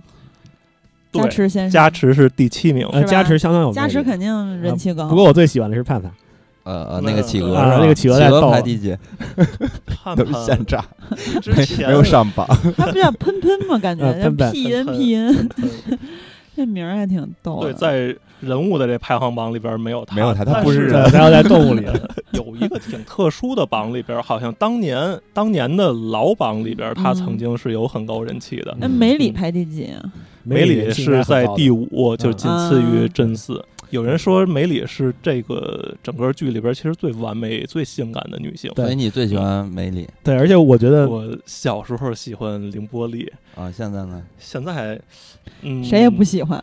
E: 对
C: 加持先生，
E: 加持是第七名。
B: 哎
D: 呃，
C: 是吧
D: 加持相当有魅力，
C: 加持肯定人气高。
D: 啊不过我最喜欢的是盼盼，
B: 呃呃，那个企鹅是
E: 啊
B: 吧？
D: 那个企鹅在逗
B: 排第几？
E: 盼
B: 都是
E: 盼
B: 现炸，
E: 之前
B: 没有上榜。
C: 他不叫喷喷 吗？感觉
D: 呃喷喷
C: 屁音
E: 喷
C: 屁音，
E: 嗯
C: 这名儿还挺逗的。
E: 对，在人物的这排行榜里边没有他，
B: 没有他他
E: 但
B: 不是
E: 是啊
B: 人
D: 对然后在动物里，
E: 有一个挺特殊的榜里边，好像当年当年的老榜里边，他
C: 嗯
E: 曾经是有很高人气的。
C: 那梅
D: 嗯
C: 里排第几啊？
E: 梅里
D: 人性格
E: 是
D: 很
E: 在
D: 高的
E: 第五，就仅次于
C: 嗯
E: 真嗣。有人说梅里是这个整个剧里边其实最完美、最性感的女性。
D: 对
B: 所以你最喜欢梅里
D: 对，而且我觉得
E: 我小时候喜欢凌波丽，
B: 啊？现在呢？
E: 现在嗯
C: 谁也不喜 欢。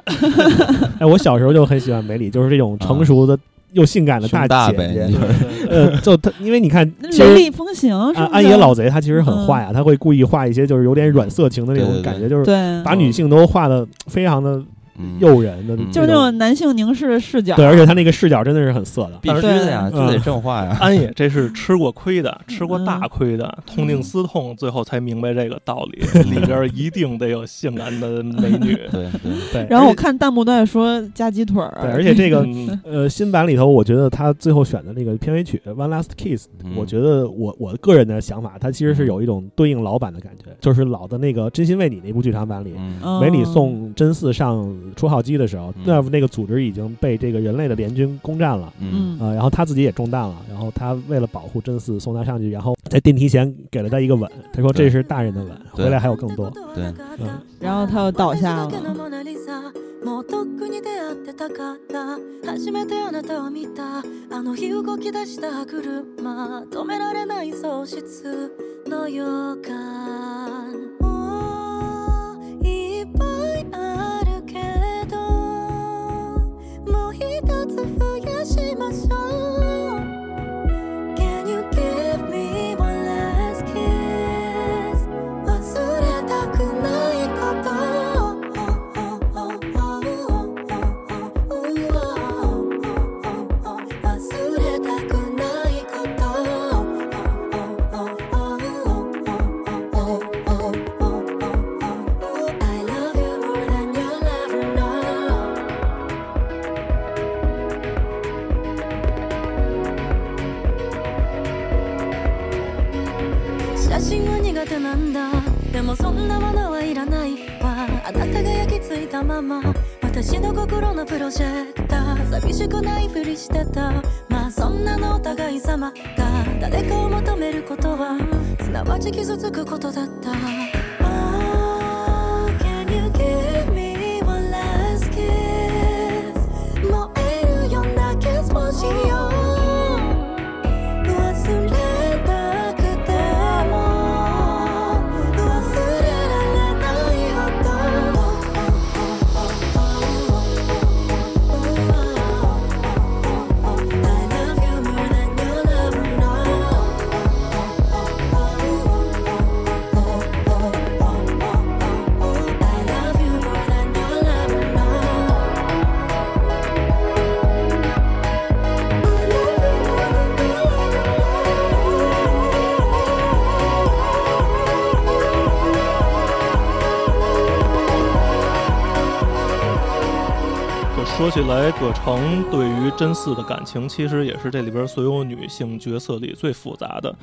D: 哎，我小时候就很喜欢梅里，就是这种成熟的又性感的
B: 胸
D: 大
B: 大
D: 姐
B: 呗，
D: 姐
B: 你。就是
D: 呃，就她，因为你看，
C: 那
D: 其
C: 雷
D: 实
C: 厉风行是
D: 啊
C: 不是？
D: 安野老贼他其实
C: 嗯
D: 很坏啊，他会故意画一些就是有点软色情的那
B: 对
D: 种
B: 对对
D: 感觉，就是
C: 对，
D: 把女性都画的非常的
B: 嗯
D: 诱人的，
B: 嗯
C: 就是那种男性凝视的视角。
D: 对，而且他那个视角真的是很色的。
B: 必须的呀，
D: 对
B: 就得正话呀。
E: 安野这是吃过亏的，吃过大
C: 嗯
E: 亏的，痛定思痛，最后才明白这个道 理。里边一定得有性感的美女。
B: 对对，
D: 对，
C: 然后我看弹幕都在说加鸡腿儿，
D: 对，而且这个
E: 嗯，
D: 呃新版里头，我觉得他最后选的那个片尾曲《One Last Kiss》，
B: 嗯
D: 我觉得我我个人的想法，它其实是有一种对应老版的感觉，就是老的那个《真心为你》那部剧场版里，
B: 嗯
C: 嗯
D: 梅里送真嗣上初号机的时候
B: 嗯，
D: 那那个组织已经被这个人类的联军攻占了。
B: 嗯，
C: 嗯
D: 呃，然后他自己也中弹了，然后他为了保护真嗣送他上去，然后在电梯前给了他一个吻，他说
B: 对
D: 这是大人的吻，
B: 对
D: 回来还有更多。
B: 对
D: 嗯
C: 然后他又倒下了。
A: もうとっくに出会ってたから初めてあなたを見たあの日動き出した車止められない喪失の予感もういっぱいあるけどもう一つ増やしましょう Can you give me one last kiss 忘れたくないこと忘れたくないこと I love you more than you'll ever know 写真は苦手なんだでもそんなものはいらないわあなたが焼き付いたまま私の心のプロジェクター寂しくないふりしてたまあそんなのお互い様が誰かを求めることはすなわち傷つくことだった Oh, can you give me one last kiss 燃えるようなキスをしよう忘れたくても忘れたくないこと忘れられないほど I love you more than you'll ever know I love you more than you'll ever know
E: 就说起来，葛城对于真嗣的感情，其实也是这里边所有女性角色里最复杂的。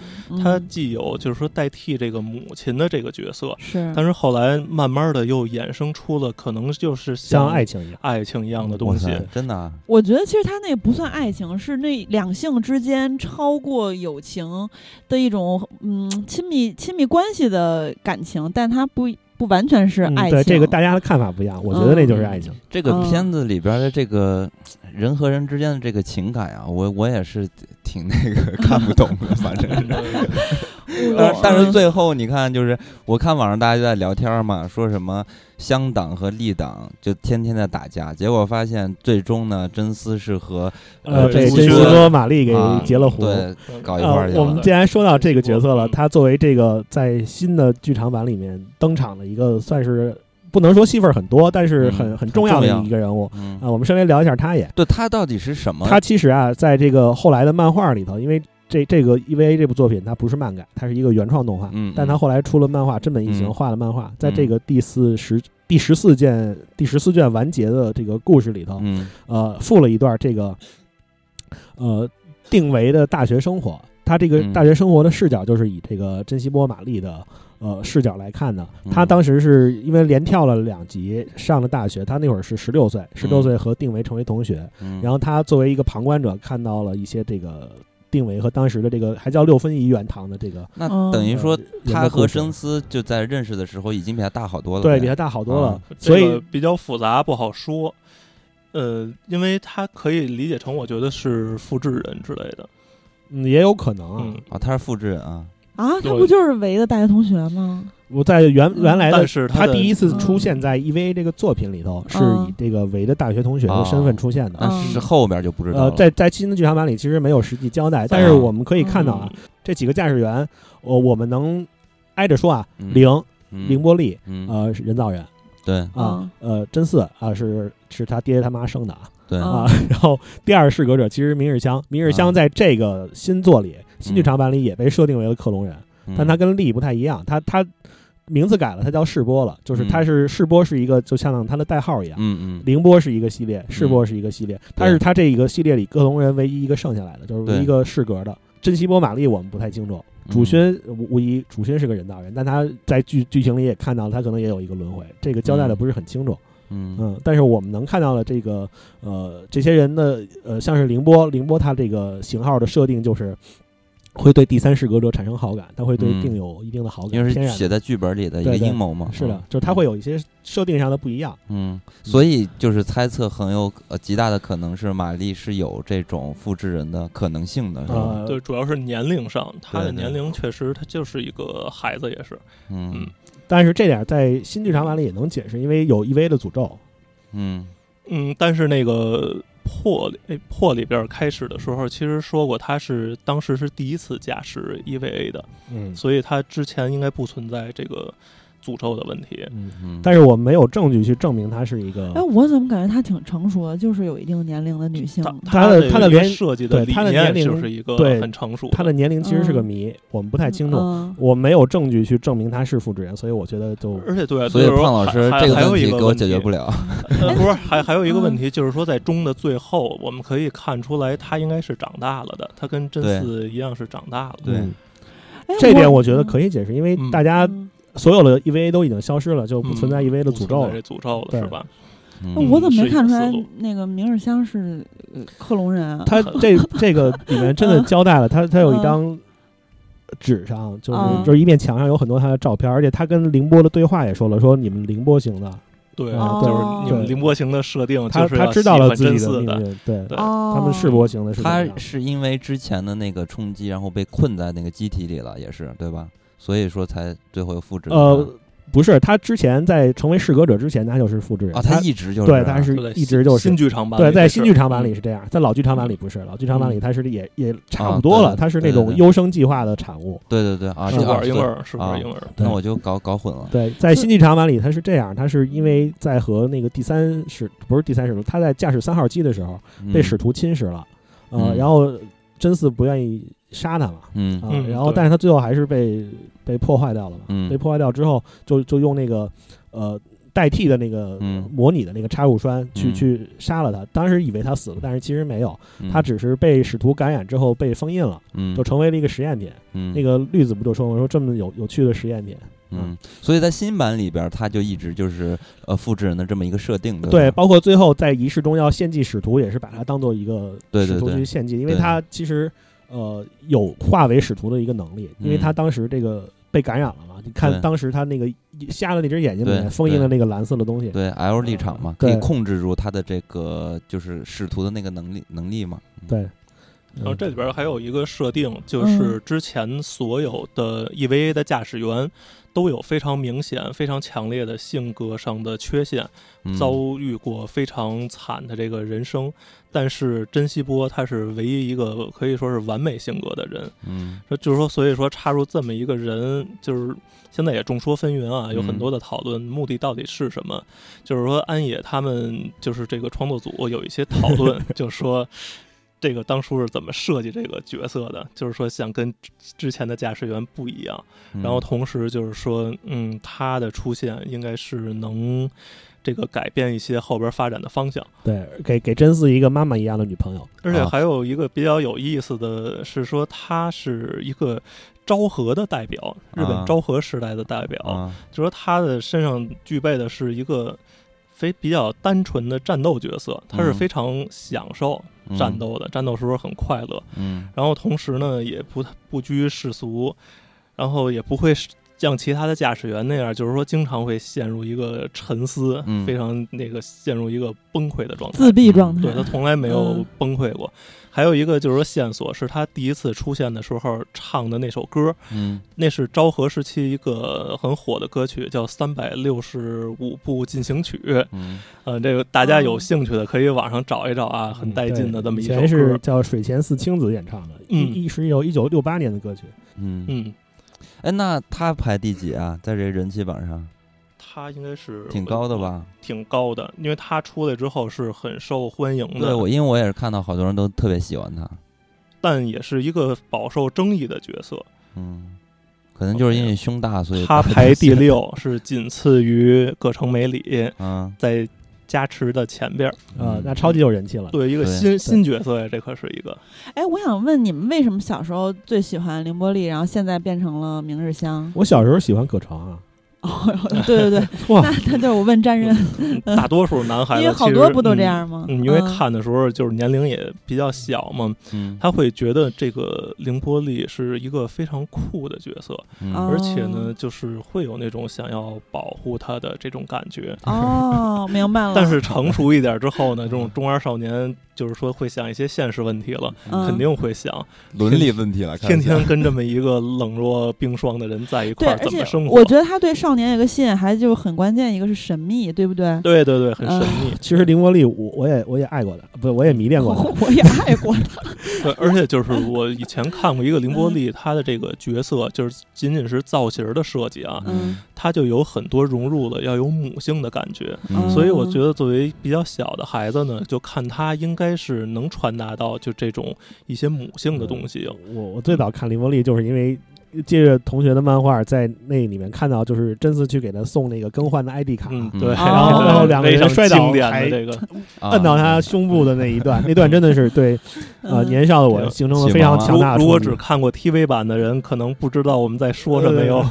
E: 她
C: 嗯
E: 既有就是说代替这个母亲的这个角色，
C: 是
E: 但是后来慢慢的又衍生出了可能就是
D: 像爱情一样，
E: 爱情一样的
B: 哇
E: 东西。
B: 塞，真的啊，
C: 我觉得其实他那不算爱情，是那两性之间超过友情的一种嗯亲密亲密关系的感情，但它不不完全是
D: 嗯
C: 爱情。
D: 对这个大家的看法不一样，我觉得那就是爱情。
B: 这个
C: 嗯
B: 片子里边的这个人和人之间
E: 嗯
B: 的 这个情感啊，我我也是挺那个看不懂的，反正。
D: 呃
B: 但是但
C: 嗯
F: 嗯
B: 是最后你看，就是我看网上大家就在聊天嘛，说什么乡党和立党就天天在打架，结果发现最终呢，真丝是和
D: 呃，
E: 呃
D: 被
E: 这
D: 真
E: 个
D: 丝和玛丽给
B: 啊
D: 结了婚。
B: 对搞一块
D: 呃
B: 儿，去
D: 我们
B: 了。
D: 既然说到这个角色了，
E: 嗯
D: 他作为这个在新的剧场版里面登场的一个，算是不能说戏份很多，但是很、
B: 嗯
D: 很重要的
B: 很重要
D: 一个人物啊、
B: 嗯，
D: 我们稍微聊一下他也，
B: 对他到底是什么？
D: 他其实啊，在这个后来的漫画里头，因为这这个 EVA 这部作品它不是漫改，它是一个原创动画，
B: 嗯嗯
D: 但他后来出了漫画，真本一行
B: 嗯
D: 画了漫画，在这个第四十第十四卷第十四卷完结的这个故事里头，
B: 嗯
D: 呃，附了一段这个呃定为的大学生活。他这个
B: 嗯
D: 大学生活的视角就是以这个珍惜波玛丽的呃视角来看的。
B: 嗯
D: 他当时是因为连跳了两级上了大学，他那会儿是十六岁，十六
B: 嗯
D: 岁和定为成为同学，
B: 嗯，
D: 然后他作为一个旁观者看到了一些这个定为和当时的这个还叫六分一元堂的这个。
B: 那等于
D: 您
B: 说他和真
D: 丝。
B: 丝就在认识的时候已经比他大好多了呗，
D: 对比他大好多了
B: 啊，
D: 所
E: 这个
D: 以
E: 比较复杂，不好说。呃，因为它可以理解成，我觉得是复制人之类的。
D: 嗯也有可能啊
E: 嗯，，
B: 啊，他是复制人啊，
F: 啊，他
E: 有
F: 不就是维的大学同学吗？
D: 我在原原来的
E: 但是
D: 哎他
E: 的
D: 第一次
B: 嗯
D: 出现在 EVA 这个作品里头，是以这个韦的大学同学
B: 啊
D: 的身份出现的。
B: 但是后边就不知道
D: 呃
B: 了，。
D: 在在新的剧场版里其实没有实际交代，
B: 嗯
D: 但是我们可以看到啊，这几个驾驶员，我、我们能挨着说啊，
B: 嗯
D: 零
B: 嗯
D: 凌波丽，
B: 嗯，
D: 呃，是人造人
B: 对
D: 啊，呃，真四啊是是他爹他妈生的啊
B: 对，
F: 啊
D: 啊，然后第二视格者其实明日香，明日香
B: 啊
D: 在这个新作里新剧场版里也被设定为了克隆人。
B: 嗯
D: 但它跟力不太一样，它它名字改了，它叫世波了，就是它是世波是一个就像它的代号一样，
B: 嗯嗯
D: 凌波是一个系列，世波是一个系列，它是它这一个系列里克隆人唯一一个剩下来的，就是唯一一个适格的。珍惜波玛丽我们不太清楚，
B: 嗯
D: 主勋无无疑主勋是个人造人，但他在剧剧情里也看到他可能也有一个轮回，这个交代的
B: 嗯
D: 不是很清楚。
B: 嗯
D: 嗯，但是我们能看到了这个呃，这些人的呃，像是凌波，凌波他这个型号的设定就是会对第三视格者产生好感，他会对
B: 嗯
D: 定有一定的好感，
B: 因为
D: 天
B: 是
D: 然
B: 写
D: 的。
B: 在剧本里的一个
D: 对对
B: 阴谋嘛，
D: 是的
B: 嗯，
D: 就是他会有一些设定上的不一样。
B: 嗯，所以就是猜测很有呃极大的可能是玛丽是有这种复制人的可能性的，是吧？
D: 呃，
E: 嗯对，主要是年龄上，他的
B: 嗯对对
E: 年龄确实，他就是一个孩子，也是。
B: 嗯
D: 但是这点在新剧场版里也能解释，因为有 EV 的诅咒，
B: 嗯
E: 嗯，但是那个破里哎破里边开始的时候，其实说过他是当时是第一次驾驶 EVA 的，
D: 嗯
E: 所以他之前应该不存在这个诅咒的问题。
D: 嗯，
B: 嗯，
D: 但是我们没有证据去证明他是一个
F: 哎，，我怎么感觉她挺成熟的，就是有一定年龄的女
C: 嗯
F: 性。
D: 他
E: 他
D: 的他
E: 他
D: 的
E: 一个
D: 年
E: 设计的
D: 对
E: 理
D: 他的
E: 念
D: 年龄
E: 就是一个
D: 对
E: 很成熟
D: 他的年龄其实是个
F: 嗯
D: 谜，我们不太清楚。
F: 嗯
D: 我没有证据去证明他是复制人，所以我觉得就
E: 而且对，
B: 所以
E: 就是说
B: 胖老师
E: 还
B: 这
E: 还有
B: 问
E: 一
B: 题
E: 个
B: 给我
E: 问
B: 解决
E: 题
B: 不 了，
E: 呃，不是，还还有一个问题，就是说在钟的最后，我们可以看出来，他应该是长大了的，他跟真
B: 对
E: 嗣一样是长大了。
B: 对
D: 嗯
F: 哎
D: 这点我觉得可以解释，因为
E: 嗯
D: 大家
F: 嗯
D: 所有的 EVA 都已经消失了，就不存在
E: 嗯
D: EVA 的诅
E: 不存
D: 咒
E: 在
D: 了。
E: 这诅咒了
D: 对
E: 是吧？
B: 嗯
F: 哎我怎么没看出
E: 是
F: 来
E: 一个思路
F: 那个明日香是呃克隆人啊？
D: 他 这这个里面真
E: 嗯
D: 的交代了，他他有一张纸上，就是
F: 嗯
D: 就是一面墙上有很多他的照片，而且他跟凌波的对话也说了，说你们凌波型的，
E: 对，
D: 啊
E: 就是你
D: 对
E: 们凌波行的设定，
D: 他
E: 就是
D: 他
E: 要
D: 知道
E: 喜
D: 了
E: 欢
D: 自
E: 真
D: 己的
E: 嗣
D: 命运，对
E: 对
F: 哦，
D: 他们世博型的嗯是怎么
B: 他
D: 样
B: 是因为之前的那个冲击，然后被困在那个机体里了，也是对吧？所以说才最后又复制了
D: 呃。不是，他之前在成为弑格者之前，他就是复制人
E: 哦
B: 他啊，
D: 他
B: 他一直就是
D: 对，他是
E: 就在
D: 一
E: 新
D: 直就是
E: 新剧场版里
D: 对，
E: 也是，
D: 在新剧场版
E: 嗯
D: 里是这样，在老剧场版里不是，老剧场版里
E: 嗯
D: 它是也也差
B: 啊
D: 不多
B: 对
D: 了，
B: 对
D: 它是那
B: 对对
D: 种
B: 对
D: 优生计划的产物。
B: 对对对啊，
E: 是
B: 这
E: 不
B: 二
E: 是
B: 十
E: 婴
B: 岁，
E: 儿，是不
B: 啊
E: 是婴
D: 嗯
E: 儿？
B: 那我就搞搞混了。
D: 对，在
F: 是
D: 新剧场版里它是这样，它是因为在和那个第三使不是第三使徒，他在驾驶三号机的时候被
B: 嗯
D: 使徒侵蚀了，呃，
B: 嗯
D: 然后真嗣不愿意杀他嘛，
B: 嗯
D: 啊，
E: 嗯
D: 然后
E: 对
D: 但是他最后还是被被破坏掉了嘛，
B: 嗯
D: 被破坏掉之后就就用那个呃。代替的那个、
B: 嗯
D: 模拟的那个插入栓去、
B: 嗯
D: 去杀了他，当时以为他死了，但是其实没有，
B: 嗯
D: 他只是被使徒感染之后被封印了，
B: 嗯
D: 就成为了一个实验品。
B: 嗯
D: 那个绿子不就说吗？说这么有有趣的实验品，
B: 嗯，所以在新版里边，他就一直就是呃复制人的这么一个设定，
D: 对，
B: 对吧
D: 包括最后在仪式中要献祭使徒，也是把它当做一个
B: 对对
D: 使徒
B: 对
D: 去献祭，因为
B: 对
D: 他其实呃有化为使徒的一个能力，因为
B: 嗯
D: 他当时这个被感染了嘛。你看
B: 对
D: 当时他那个瞎了那只眼睛里面
B: 对
D: 封印了那个蓝色的东西，
B: 对 L 立场嘛，可以
D: 对
B: 控制住他的这个就是使徒的那个能力能力嘛。嗯
D: 对
E: 然后这里边还有一个设定，就是之前所有的 EVA 的驾驶员都有非常明显、非常强烈的性格上的缺陷，
B: 嗯
E: 遭遇过非常惨的这个人生。但是珍惜波他是唯一一个可以说是完美性格的人，
B: 嗯
E: 说就是说，所以说插入这么一个人，就是现在也众说纷纭啊，有很
B: 嗯
E: 多的讨论，目的到底是什么？就是说安野他们就是这个创作组有一些 讨论，就说。这个当初是怎么设计这个角色的？就是说想跟之之前的驾驶员不一样，
B: 嗯
E: 然后同时就是说，嗯，他的出现应该是能这个改变一些后边发展的方向。
D: 对，给给真嗣一个妈妈一样的女朋友，
E: 而且
B: 啊
E: 还有一个比较有意思的是说，他是一个昭和的代表，日
B: 啊
E: 本昭和时代的代表，
B: 啊
E: 就说他的身上具备的是一个非比较单纯的战斗角色，他是
B: 嗯
E: 非常享受战斗的，嗯战斗时候很快乐，
B: 嗯
E: 然后同时呢也不不拘世俗，然后也不会是像其他的驾驶员那样，就是说经常会陷入一个沉思，
B: 嗯
E: 非常那个陷入一个崩溃的状态。
F: 自闭状态
E: 对他从来没有
F: 嗯
E: 崩溃过。还有一个就是说线索是他第一次出现的时候唱的那首歌，
B: 嗯
E: 那是昭和时期一个很火的歌曲，叫《三百六十五步进行曲》。
B: 嗯
E: 呃，这个大家有
F: 哦
E: 兴趣的可以网上找一找啊，很带劲的这么一
D: 哦嗯以
E: 首
D: 前是
E: 歌。
D: 叫水前寺清子演唱的，
E: 嗯
D: 一一是有一九六八年的歌曲，
B: 嗯嗯，
E: 嗯，
B: 哎，那他排第几啊？在这人气榜上
E: 他应该是
B: 挺高的？吧？
E: 挺高的，因为他出来之后是很受欢迎
B: 对
E: 的
B: 我，，因为我也是看到好多人都特别喜欢他，
E: 但也是一个饱受争议的角色。
B: 嗯，可能就是因为胸大，所以
E: 他
B: 大家
E: 排第
B: 喜欢，
E: 六，是仅次于葛城美里，
B: 嗯
E: 在加持的前边儿。
D: 啊
B: 嗯，
D: 那超级有人气了。
E: 对，一个
B: 对
E: 新新角色呀，这可是一个。
F: 哎，我想问你们，为什么小时候最喜欢凌波丽，然后现在变成了明日香？
D: 我小时候喜欢葛城啊，
F: 哦，对对 对，
D: 哇
F: 那，那就是我问詹人，
B: 嗯
E: 大多数男嗯孩子
F: 因为好
E: 其实
F: 多不都这
E: 嗯
F: 样吗？
E: 嗯，因为看的时候就是年龄也比较小嘛，
B: 嗯，
E: 他会觉得这个凌波丽是一个非常酷的角色，
B: 嗯
F: 哦
E: 而且呢，就是会有那种想要保护他的这种感觉。
F: 哦，明白了。
E: 但是成熟一点之后呢，这种中二少年就是说会想一些现实问题了，
F: 嗯
E: 肯定会想
B: 伦理问题了，看
E: 天
B: 起来
E: 天跟这么一个冷若冰霜的人在一
F: 对，
E: 块儿
F: 而
E: 怎
F: 且
E: 么生活
F: 我？觉得他对少年有个吸引，还就是很关键，一个是神秘，对不对？
E: 对对对，很神秘。
D: 其实凌波丽我我也我也爱过的，不我也迷恋过 的。
F: 我我也爱过他，
E: 对，而且就是我以前看过一个凌波丽，她的这个角色就是仅仅是造型儿的设计啊，
F: 嗯
E: 它就有很多融入了要有母性的感觉。
B: 嗯
E: 所以我觉得，作为比较小的孩子呢，就看她应该是能传达到就这种一些母性的东西。
D: 我我最早看凌波丽就是因为借着同学的漫画，在那里面看到就是真嗣去给他送那个更换的 ID 卡，
E: 嗯，对。
F: 然后
E: 对
F: 然后
D: 哦两个人
E: 非常
D: 摔倒
E: 经典
D: 还
E: 的这个，
B: 啊
D: 摁到他胸部的那一 段，那段真的是对呃
F: 嗯
D: 年少的我
E: 对
D: 形成了非常强
E: 如
D: 大的
E: 如果
D: 冲击。
E: 只看过 TV 版的人，可能不知道我们在说什么哟。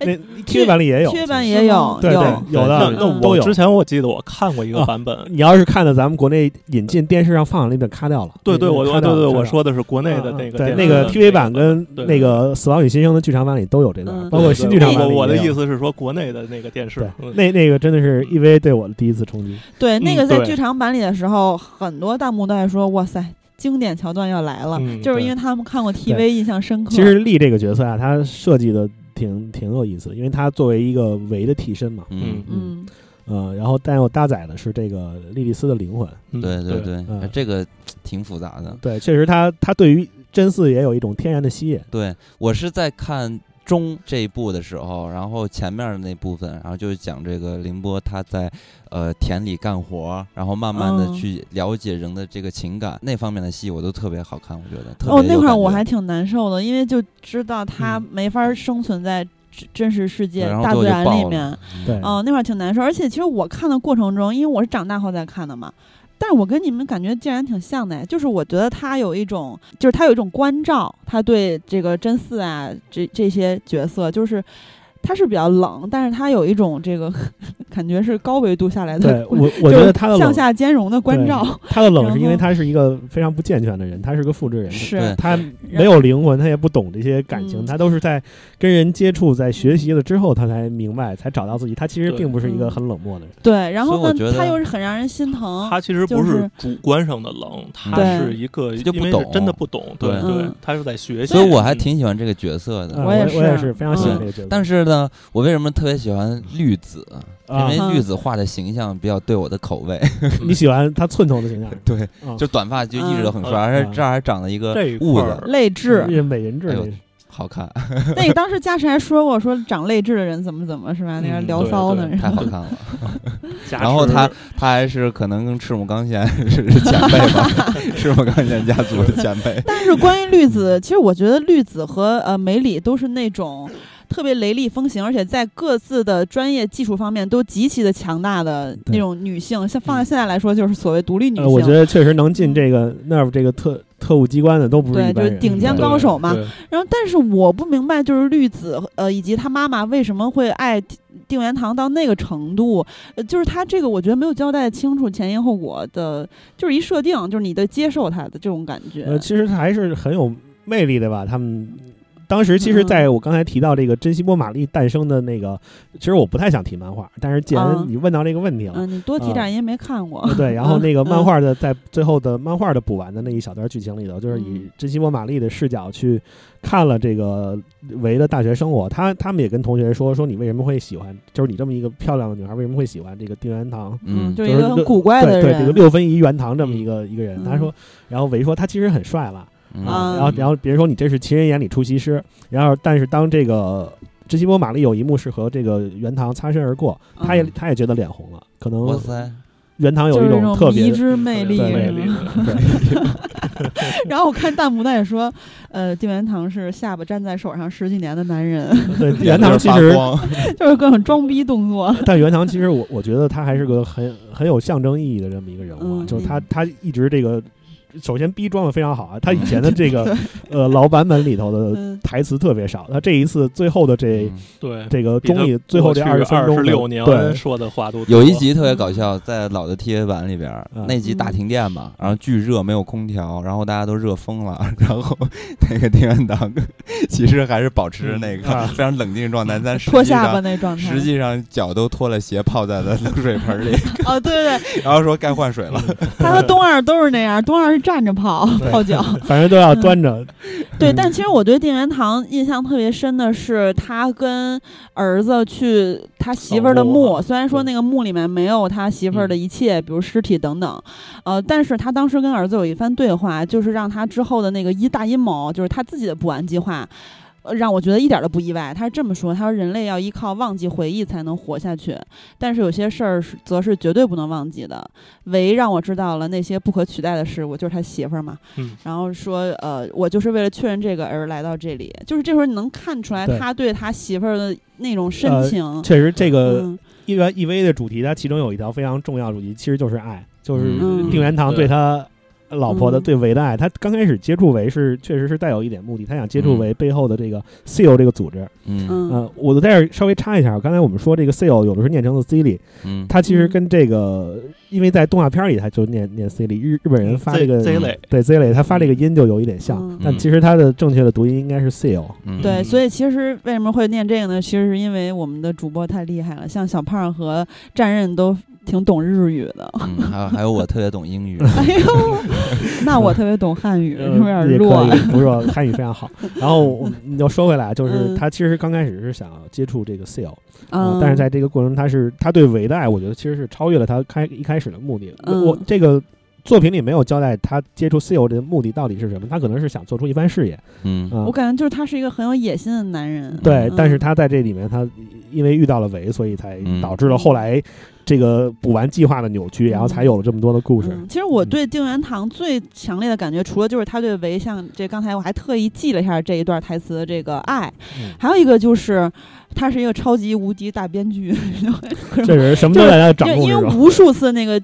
D: 那
F: 哎
D: T 版里也有，
F: 缺版
D: 其实
F: 也有，
D: 对对
F: 有
D: 有
E: 那
D: 的
B: 对
E: 那
D: 都
E: 我
D: 有
E: 之。前我记得我看过一个
D: 啊
E: 版本，
D: 你要是看了咱们国内引进电视上放的那本咔掉了，
E: 对对，
D: 那
E: 我
D: 咔
E: 我
D: 掉
E: 对
D: 了
E: 对，
D: 咔
E: 我
D: 掉
E: 说的是国内
D: 了
E: 的
D: 嗯
E: 那个
D: 对
E: 电
D: 那
E: 视
D: 个
E: 的
D: TV 版跟
E: 对
D: 那个《死亡与新生》的剧场版里都有这段，
F: 嗯
D: 包括新剧
E: 对
D: 场版
E: 我
D: 里
E: 我的
D: 也有
E: 意。思是说，国内的那个电视
D: 对，，
E: 嗯
D: 那那个真的是 EVA 对我的第一次冲击。
F: 对，那
E: 嗯
F: 个在
E: 对
F: 剧场版里的时候，很多弹幕都在说：“哇塞，经典桥段要来了！”
E: 嗯
F: 就是
E: 对
F: 因为他们看过 TV，
D: 对
F: 印象深刻。
D: 其实丽这个角色啊，她设计的挺挺有意思的，因为她作为一个维的替身嘛，
B: 嗯
E: 嗯。
F: 嗯，
D: 呃，然后但又搭载的是这个莉莉丝的灵魂。
E: 嗯
B: 对对对，
D: 嗯
B: 哎这个挺复杂的。
D: 对，
C: 嗯
D: 确实她她对于真嗣也有一种天然的吸引。
B: 对我是在看中这一部的时候，然后前面的那部分，然后就是讲这个凌波他在呃田里干活，然后慢慢的
F: 嗯
B: 去了解人的这个情感、那方面的戏，我都特别好看，我觉得特别有
F: 哦，那会儿
B: 感
F: 我
B: 觉
F: 还挺难受的，因为就知道他
E: 嗯
F: 没法生存在真真实世
B: 对
F: 界、
B: 然后
F: 大
B: 最后
F: 自
B: 就
F: 然
B: 爆
F: 里
B: 了嗯
F: 面。
D: 对，
F: 哦，那会儿挺难受，而且其实我看的过程中，因为我是长大后再看的嘛，但是我跟你们感觉竟然挺像的，就是我觉得他有一种，就是他有一种关照，他对这个真嗣啊，这这些角色，就是
C: 它是比较冷，但是它有一种 这个感觉是高维度下来的
D: 对
C: 关，
D: 我，我觉
C: 就是
D: 得他的
C: 向
D: 冷，
C: 下兼容的关
D: 对
C: 照
D: 他的冷
C: 然
D: 是因为
C: 后
D: 他是一个非常不健全的人，他是个复制人，
B: 对
C: 是。
D: 他没有灵魂，他也不懂这些感情，
C: 嗯
D: 他都是在跟人接触、在学习了之后，他才明白，才找到自己。他其实
E: 对
D: 并不是一个
C: 嗯
D: 很冷漠的人。
C: 对，然
B: 所以
C: 后
B: 我
C: 呢
B: 觉，得
C: 它又是很让人心疼。
E: 他其实
C: 啊就
E: 不
C: 是
E: 主观上的冷，他
C: 对
E: 是一个
B: 就不
E: 因为是
B: 懂
E: 真的不懂，对
B: 对
E: 对
C: 嗯，
E: 他是在学习，
B: 所以我还
E: 嗯
B: 挺喜欢这个角色的。
D: 啊
C: 我
D: 我
C: 也
D: 我也
C: 是
D: 是非常喜欢
C: 嗯
D: 这个角色，
B: 嗯但是呢，我为什么特别喜欢绿子？因
D: 啊
B: 为嗯
C: 嗯
B: 绿子画的形象比较对我的口味，
E: 嗯
D: 你喜欢他寸头的形象，
B: 对
D: 啊，
B: 就短发就一直都很帅，
E: 嗯
B: 而且
D: 嗯
B: 这儿还长了一个
E: 这一
B: 痦
E: 块
B: 子，
E: 儿
C: 泪痣，
D: 是美人痣
B: 哎呦
D: 那是。
B: 好看，
D: 嗯
C: 那个当时嘉诚还说过，说长泪痣的人怎么怎么是吧？那个
E: 嗯
C: 聊
E: 对
C: 骚
E: 对
C: 的人，
B: 太好看了。
E: 加
B: 然后
E: 持
B: 他他还是可能跟赤木刚宪 是是前辈吧， 赤木刚宪家族的前辈。
C: 但是关于绿子，
D: 嗯
C: 其实我觉得绿子和呃梅里都是那种特别雷厉风行，而且在各自的专业技术方面都极其的强大的
D: 对
C: 那种女性。像放在现在来说，就是所谓独立女性，
D: 呃，我觉得确实能进这个 NERV 这个特特务机关的都不是
C: 对
D: 一般
C: 就是
D: 人
C: 顶尖
D: 嗯
C: 高手嘛
E: 对
C: 然后，但是我不明白，就是绿子呃以及她妈妈为什么会爱定定元堂到那个程度？呃，就是她这个我觉得没有交代清楚前因后果的，就是一设定，就是你的接受她的这种感
B: 嗯
C: 觉。
D: 呃，其实他还是很有魅力的吧？他们当时其实，
C: 嗯
D: 在我刚才提到这个珍惜波玛丽诞生的那个，其实我不太想提漫画，但是既然
C: 嗯
D: 你问到这个问题了
C: 嗯、，你多提
D: 啊
C: 点，因为没看过。
D: 呃对，然后
C: 嗯
D: 那个漫
C: 嗯
D: 画的在最后的漫画的补完的那一小段剧情里头，就是以
C: 嗯
D: 珍惜波玛丽的视角去看了这个维的大学生活，他他们也跟同学说说你为什么会喜欢，就是你这么一个漂亮的女孩为什么会喜欢这个定元堂？
B: 嗯，
C: 就是
D: 就
C: 一
D: 是
C: 个很古怪的
D: 对对，这个
C: 人。
D: 六分仪元堂这么一个一个人，他
C: 嗯
D: 说，然后维说他其实很帅了。
B: 嗯
C: 啊
D: 然后然后别人说你这是情人眼里出西施，然后但是当这个珍惜波玛丽有一幕是和这个袁唐擦身而过，他也
B: 嗯
D: 他也觉得脸红了，可
B: 哇
D: 能
B: 塞，
E: 嗯
D: 袁唐有
C: 就是
D: 一
C: 那
D: 种特
C: 种迷
D: 别
C: 之魅力，
E: 特别
D: 魅
E: 有
C: 是
E: 魅
C: 吧
E: 力的，
C: 然后我看弹幕，他也说，呃，定元堂是下巴粘在手上十几年的男 人，
D: 对
B: 眼
D: 袁
B: 睛
D: 唐其
B: 发
D: 实，
B: 光
C: 就是各种装逼动作。
D: 但袁唐其实我我觉得他还是个很很有象征意义的这么一个人物啊，
C: 嗯
D: 就
B: 嗯
D: 是他他一直这个首先逼装的非常好啊，他以
B: 嗯
D: 前的这 个呃老版本里头的
C: 嗯，
D: 台词特别少，他这一次最后的这。
B: 嗯
E: 对
D: 这个
E: 比他
D: 综艺最后这二
E: 过
D: 十
E: 去
D: 分钟的，
E: 26年
D: 对，
E: 说的话都多
B: 有一集特别搞笑，在老的 TV 版里边儿，
D: 嗯
B: 那集大停电嘛，然后巨热，没有空调，然后大家都热疯了，然后那个定元堂 其实还是保持着那
D: 嗯啊
B: 个非常冷静的状态，但实
C: 脱
B: 际
C: 下巴
B: 上
C: 那状态。
B: 实际上脚都脱了鞋泡在了冷水盆里，
C: 哦，对对对，
B: 然后说该换水了。
C: 他和东二都是那样，东二是站着泡泡脚。
D: 反正都
C: 嗯
D: 要端着，
C: 对，但其实我对定元堂印象特别深的是，他跟儿子去他媳妇儿的
E: 扫墓
C: 墓，
E: 啊
C: 虽然说
E: 对嗯
C: 那个墓里面没有他媳妇儿的一切，比如尸体等等，呃，但是他当时跟儿子有一番对话，就是让他之后的那个一大阴谋，就是他自己的补完计划。呃让我觉得一点儿都不意外。他是这么说：“他说人类要依靠忘记回忆才能活下去，但是有些事儿是则是绝对不能忘记的。唯让我知道了那些不可取代的事物，就是他媳妇儿嘛。
E: 嗯
C: 然后说，呃，我就是为了确认这个而来到这里。就是这会儿你能看出来
D: 对
C: 他对他媳妇儿的那种深
D: 呃
C: 情。
D: 确实这个
C: 嗯，
D: E V E V 的主题，它其中有一条非常重要的主题，其实就是爱，就是
B: 嗯
D: 定元堂对他老婆的
C: 嗯
D: 对维的爱。他刚开始接触维是确实是带有一点目的，他想接触
B: 嗯
D: 维背后的这个 seal 这个组织。
B: 嗯
C: 嗯
D: 呃，我在这儿稍微插一下，刚才我们说这个 seal 有的是念成的 c i l y
B: 嗯，
D: 它其实跟这个，因为在动画片里他就念念 c i l y 日日本人发这个
E: Z 嗯类
D: 对 c i l y 他发这个音就有一点像
C: 嗯，
D: 但其实它的正确的读音应该是 seal。
B: 嗯
C: 对，
E: 嗯
C: 所以其实为什么会念这个呢？其实是因为我们的主播太厉害了，像小胖和战刃都挺懂日语的。
B: 嗯，还有还有我特别懂英语，
C: 哎呦，那我特别懂汉语，是不是有
D: 呃
C: 点
D: 也可
C: 弱？啊
D: 以，不弱，汉语非常好。然后我们你就说回来，就是
C: 嗯
D: 他其实刚开始是想接触这个 sale，、
C: 嗯，
D: 但是在这个过程中，他是他对维的爱，我觉得其实是超越了他开一开始的目的。
C: 嗯
D: 我这个作品里没有交代他接触 sale 的目的到底是什么，他可能是想做出一番事业
B: 嗯
D: 啊。
C: 我感觉就是他是一个很有野心的男人。
D: 对，
C: 嗯
D: 但是他在这里面，他因为遇到了维，所以才
B: 嗯
D: 导致了后来这个补完计划的扭曲，然后才有了这么多的故事。
C: 嗯，其实我
D: 嗯
C: 对定元堂最强烈的感觉，除了就是他对维像这刚才我还特意记了一下这一段台词的这个爱，
D: 嗯
C: 还有一个就是他是一个超级无敌大编剧，
D: 这人什么都
C: 就是
D: 在他掌
C: 因为
D: 控
C: 因
D: 之
C: 为
D: 中。
C: 无数次那个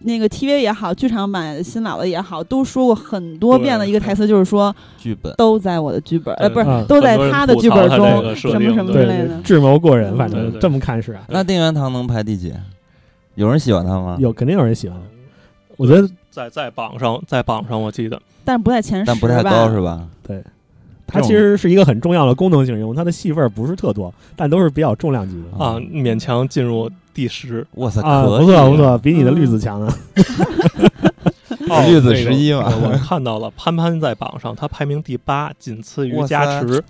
C: 那个 TV 也好，剧场版新老的也好，都说过很多遍的
E: 对
C: 一个台词，就是说
B: 剧本。
C: 都在我的剧本，呃，不
E: 对
C: 是
D: 啊
C: 都在
E: 很多人
C: 他的
E: 吐
C: 剧
E: 槽
C: 本
E: 他这
C: 中，
E: 个设
C: 什么
E: 定
C: 什么
E: 对
C: 之
D: 对
C: 类
D: 对
C: 的，。
D: 智谋过人，反
E: 对
D: 正
E: 对
D: 这么看是啊，
B: 那定元堂能排第几？有人喜欢他吗？，
E: 啊
D: 有肯定有人喜欢。我觉得
E: 在在榜上，在榜上我记得
C: 但不在前十吧，
B: 但不太高是吧？
D: 他其实是一个很重要的功能性人物，他的戏份儿不是特多，但都是比较重量级的。
E: 啊，
B: 嗯
E: 勉强进入第十。
B: 哇塞，
D: 嗯啊，
B: 可
D: 不
B: 以
D: 错不错，比你的
B: 嗯
D: 绿子强啊！
E: 哦
B: 绿子
E: 那个
B: 11嘛
E: 那个我看到了，潘潘在榜上，他排名第八，仅次于
B: 哇塞
E: 加持。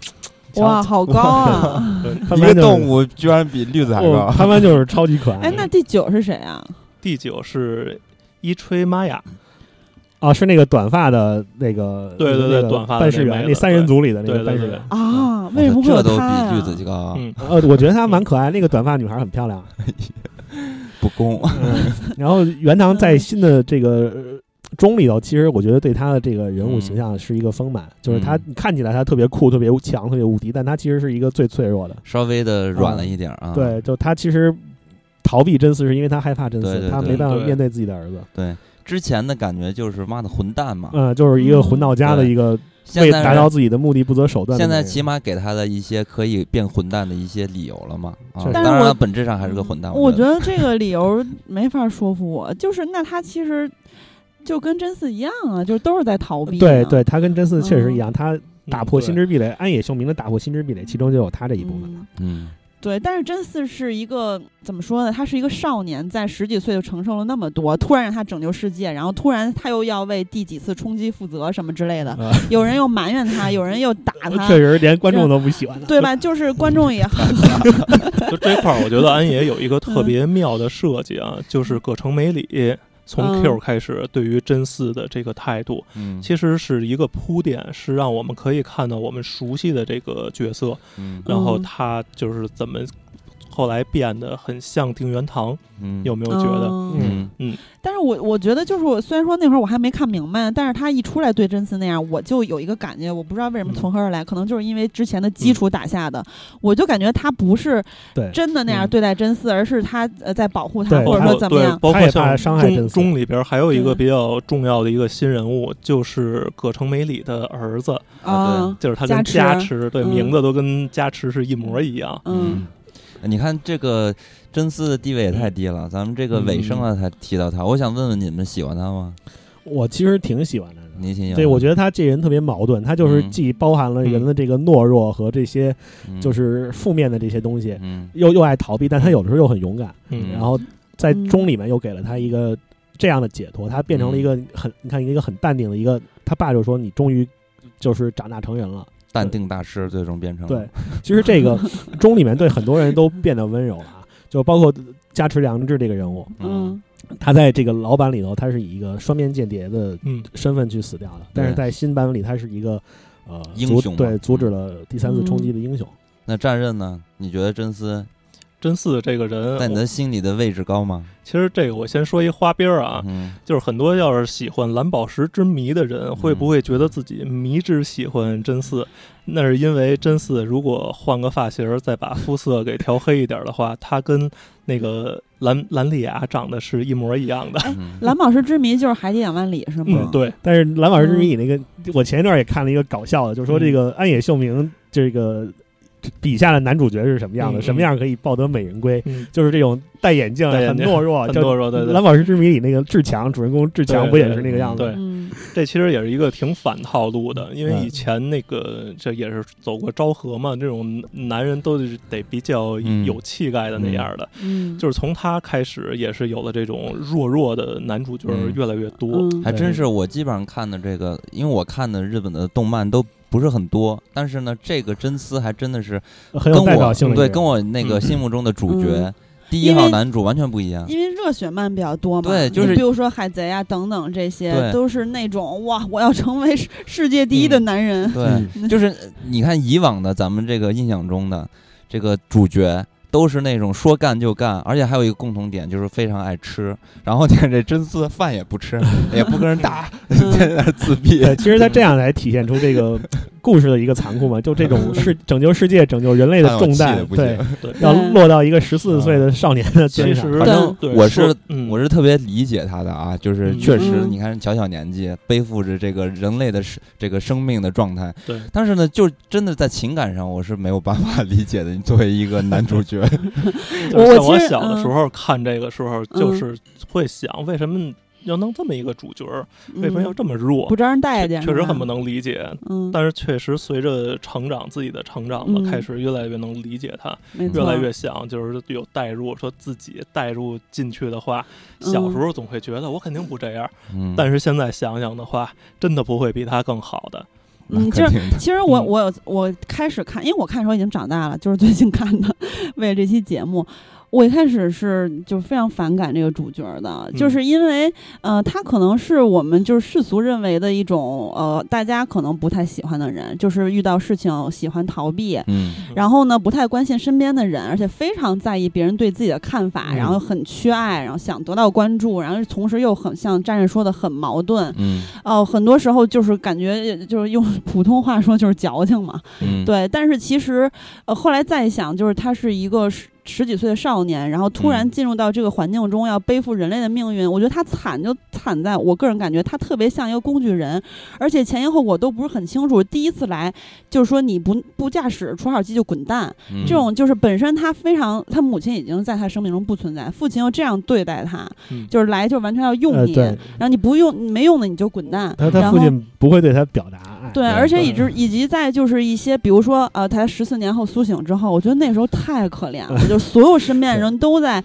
C: 哇，好高 啊！
D: 潘
B: 一
D: 潘
B: 个
D: 就是
B: 动，物居然比绿子还
D: 哦
B: 高。
D: 潘潘就是超级可爱。
C: 哎，那第九是谁啊？
E: 第九是伊吹玛雅，
D: 啊，是那个短发的那个，
E: 对对对
D: 那个
E: 短发的
D: 办事
E: 那妹
D: 员，
E: 子
D: 那三人组里的那
E: 对
D: 个
E: 对
D: 办事
E: 对
D: 员。
C: 啊，为什么会有
B: 这都
C: 他
D: 啊
B: 比绿
C: 呀？
B: 子高，啊
E: 嗯，
D: 呃，我觉得她蛮可爱，那个短发女孩很漂 亮。嗯
B: 不公。
D: 然后袁堂在新的这个呃中里头，其实我觉得对她的这个人
E: 嗯
D: 物形象是一个丰满，就是她
B: 嗯
D: 你看起来她特别酷、特别强、特别无敌，但她其实是一个最脆弱的。
B: 稍微的软了一点啊。
D: 嗯对，就她其实逃避真丝是因为她害怕真
B: 对
D: 丝，
B: 对
D: 她
B: 对啊
D: 没办法
E: 对
D: 面对自己的儿子。
B: 对，之前的感觉就是妈的混蛋嘛，
D: 嗯，就是一个混到家的一个
B: 现
D: 为
B: 在
D: 达到自己的目的不择手段的
B: 现
D: 那个
B: 在
D: 人。
B: 起码给他了一些可以变混蛋的一些理由了嘛。啊，
D: 是
B: 当
C: 但是
B: 然
C: 我
B: 了，本质上还是个混蛋。
C: 嗯我
B: 觉
C: 觉得这个理由没法说服我，就是那他其实就跟真嗣一样啊，就是都是在逃避啊。
D: 对对，她跟真嗣确实一样，她打破心
E: 智。
D: 之壁垒，安野秀明的打破心之壁垒，其中就有他这一部分。
C: 嗯
B: 嗯，
C: 对，但是真嗣是一个怎么说呢？他是一个少年，在十几岁就承受了那么多，突然让他拯救世界，然后突然他又要为第几次冲击负责什么之类的，
D: 啊
C: 有人又埋怨他，有人又 打
D: 确
C: 他，
D: 实，连观众都不 喜欢他。
C: 对吧？就是观众也很
E: 嗯就这块儿，我觉得安野有一个特别妙的设计啊，就是葛城美里从
C: 嗯
E: Q 开始对于真嗣的这个态度，
B: 嗯
E: 其实是一个铺垫，是让我们可以看到我们熟悉的这个角色，
B: 嗯
E: 然后
C: 嗯
E: 他就是怎么后来变得很像定元堂，
B: 嗯
E: 有没有觉得？
C: 嗯
B: 嗯
C: 但是我我觉得就是我虽然说那会儿我还没看明白，但是他一出来对真嗣那样，我就有一个感觉，我不知道为什
E: 嗯
C: 么从何而来，可能就是因为之前的基础打下的，我就感觉他不是
D: 对
C: 真的那样
E: 嗯
C: 对待真嗣，而是他呃在保护他，
D: 对
C: 或
E: 包
C: 者
E: 括
C: 说怎么
E: 对
C: 样，
E: 包
D: 他
E: 括
D: 也怕
E: 像
D: 伤害真
E: 中
D: 嗣
E: 中里边还有一个
C: 对
E: 比较重要的一个新人物，就是葛城美里的儿子，
B: 啊
C: 啊，
E: 就是他跟
C: 加
E: 加
C: 持
E: 持，对
C: 嗯
E: 名字都跟加持是一模一样。
C: 嗯，
B: 你看这个真丝的地位也太低
D: 嗯
B: 了，咱们这个尾声了才提到他。我想问问你们喜欢他吗？
D: 我其实挺喜欢他的。
B: 你挺喜欢他？
D: 对，我觉得他这人特别矛盾，他就是
B: 嗯
D: 既包含了人的这个懦弱和这些
B: 得
D: 就是负面的这些东西，
B: 嗯
D: 又又爱逃避，但他有的时候又很勇敢。
E: 嗯，
D: 然后在钟里面又给了他一个这样的解脱，他变成了
B: 嗯
D: 一个很你看一个很淡定的一个，他爸就说你终于就是长大成人了。
B: 淡定大师最终变
E: 嗯
B: 成
D: 对，其实这个钟里面对很多人都变得温柔了啊，就包括加持良治这个人物，
B: 嗯
C: 嗯
D: 他在这个老版里头，他是以一个双面间谍的
E: 嗯，
D: 身份去死掉的，但是在新版本里，他是一个呃
B: 英
D: 阻
B: 雄嘛
D: 对
B: 嗯
D: 阻止了第三次冲击的英雄。
E: 嗯
B: 那战刃呢？你觉得真丝
E: 真嗣这个人，
B: 在你
E: 我
B: 的心里的位置高吗？
E: 其实这个我先说一花边儿啊，
B: 嗯，
E: 就是很多要是喜欢蓝宝石之谜的人，会不会觉得自己迷之喜欢真嗣？那是因为真嗣如果换个发型儿，再把肤色给调黑一点儿的话，他跟那个蓝蓝丽雅长得是一模一样的。
B: 嗯
C: 蓝宝石之谜就是海底两万里是吗？
E: 嗯，对，
D: 但是蓝宝石之谜，那个、我前一段也看了一个搞笑的，就是说这
E: 嗯
D: 个安野秀明这个笔下的男主角是什么样的，
E: 嗯
D: 什么样可以抱得美人归，
E: 嗯，
D: 就是这种戴眼镜
E: 戴眼
D: 很
E: 镜
D: 懦弱，
E: 很
D: 就
E: 懦弱对对
D: 蓝宝石之谜里那个志强主人公志强
E: 对
D: 不也是那个样子？
E: 对
C: 嗯
E: 这其实也是一个挺反套路的，因为
D: 嗯
E: 以前那个这也是走过昭和嘛，这种男人都是得比较
B: 嗯
E: 有气概的那样的，
C: 嗯，
E: 就是从他开始也是有了这种弱弱的男主角
B: 嗯
E: 越来越多。
C: 嗯
B: 还真是，我基本上看的这个，因为我看的日本的动漫都不是很多，但是呢，这个真丝还真的是
D: 很
B: 跟
D: 有代
B: 我
D: 表性的一个
B: 对
D: 人。
B: 跟我那个
E: 嗯
B: 心目中的主角、
C: 嗯
B: 第一
C: 因为
B: 号男主完全不一样。
C: 因为热血漫比较多嘛，
B: 对就是
C: 你比如说海贼啊等等这
B: 对嗯
C: 些，都是那种哇，我要成为世世界第一的男人，
B: 对，
D: 嗯
B: 就是呃你看以往的咱们这个印象中的这个主角。都是那种说干就干，而且还有一个共同点，就是非常爱吃。然后 看这真丝饭也不吃，也不跟人打，
C: 嗯
B: 天天在那儿自闭。
D: 对，其实他这样才体现出这个故事的一个残酷嘛，就这 种世拯救世界、拯救人类的
B: 看我
D: 重
B: 气得
D: 担，
B: 不
D: 对
B: 行，嗯
D: 要
C: 对
D: 落到一个十四岁的少年的肩
E: 其
D: 上。
E: 实
B: 反
C: 正
E: 对
B: 我是
E: 嗯
B: 我是特别理解他的啊，就是
E: 嗯
B: 确实，
C: 嗯
B: 你看小小年纪背负着这个人类的生这个生命的状态，
E: 对
B: 但是呢，就真的在情感上我是没有办法 理解的。你作为一个男主角，
C: 我
E: 就是像
C: 我
E: 我
C: 其实
E: 小的
C: 嗯
E: 时候看这个时候，
C: 嗯
E: 就是会想为什么要弄这么一个主角儿，
C: 嗯
E: 为什么要这么弱
C: 不？招人待见？
E: 确实很不
C: 能。
E: 能理解，
C: 嗯，
E: 但是确实随着成长，自己的成长吧，
C: 嗯
E: 开始越来越能理解他，
C: 没
E: 越
C: 错
E: 来
B: 嗯
E: 越想就是有代入，说自己代入进去的话，
C: 嗯
E: 小时候总会觉得我肯定不这样，
B: 嗯，
E: 但是现在想想的话，真的不会比他更好的。
B: 那
C: 嗯
B: 肯
C: 就是
B: 定的
C: 其实我
E: 嗯
C: 我我开始看，因为我看的时候已经长大了，就是最近看的。为了这期节目，我一开始是就非常反感这个主角的，就
E: 嗯
C: 是因为呃，他可能是我们就是世俗认为的一种呃，大家可能不太喜欢的人，就是遇到事情喜欢逃避。
B: 嗯
C: 然后呢，不太关心身边的人，而且非常在意别人对自己的看法，
E: 嗯
C: 然后很缺爱，然后想得到关注，然后同时又很像战士说的很矛盾，
B: 嗯
C: 哦，很多时候就是感觉就是用普通话说就是矫情嘛，
B: 嗯，
C: 对。但是其实呃后来再想，就是他是一个十十几岁的少年，然后突然
B: 嗯
C: 进入到这个环境中，要背负人类的命运。我觉得他惨就惨在我个人感觉他特别像一个工具人，而且前因后果都不是很清楚。第一次来就是说你不不驾驶除号机就滚蛋，
B: 嗯
C: 这种就是本身他非常，他母亲已经在他生命中不存在，父亲又这样对待他，
E: 嗯
C: 就是来就完全要用
D: 呃
C: 你，
D: 对
C: 然后你不用你没用的你就滚蛋。
D: 他他
C: 然
D: 父
C: 后
D: 亲不会对嗯他表达爱，
C: 对，
B: 对
C: 而且
E: 对
C: 以及以及在就是一些，比如说呃，他十四年后苏醒之后，我觉得那时候太可怜 了，就是所有身边的人都在，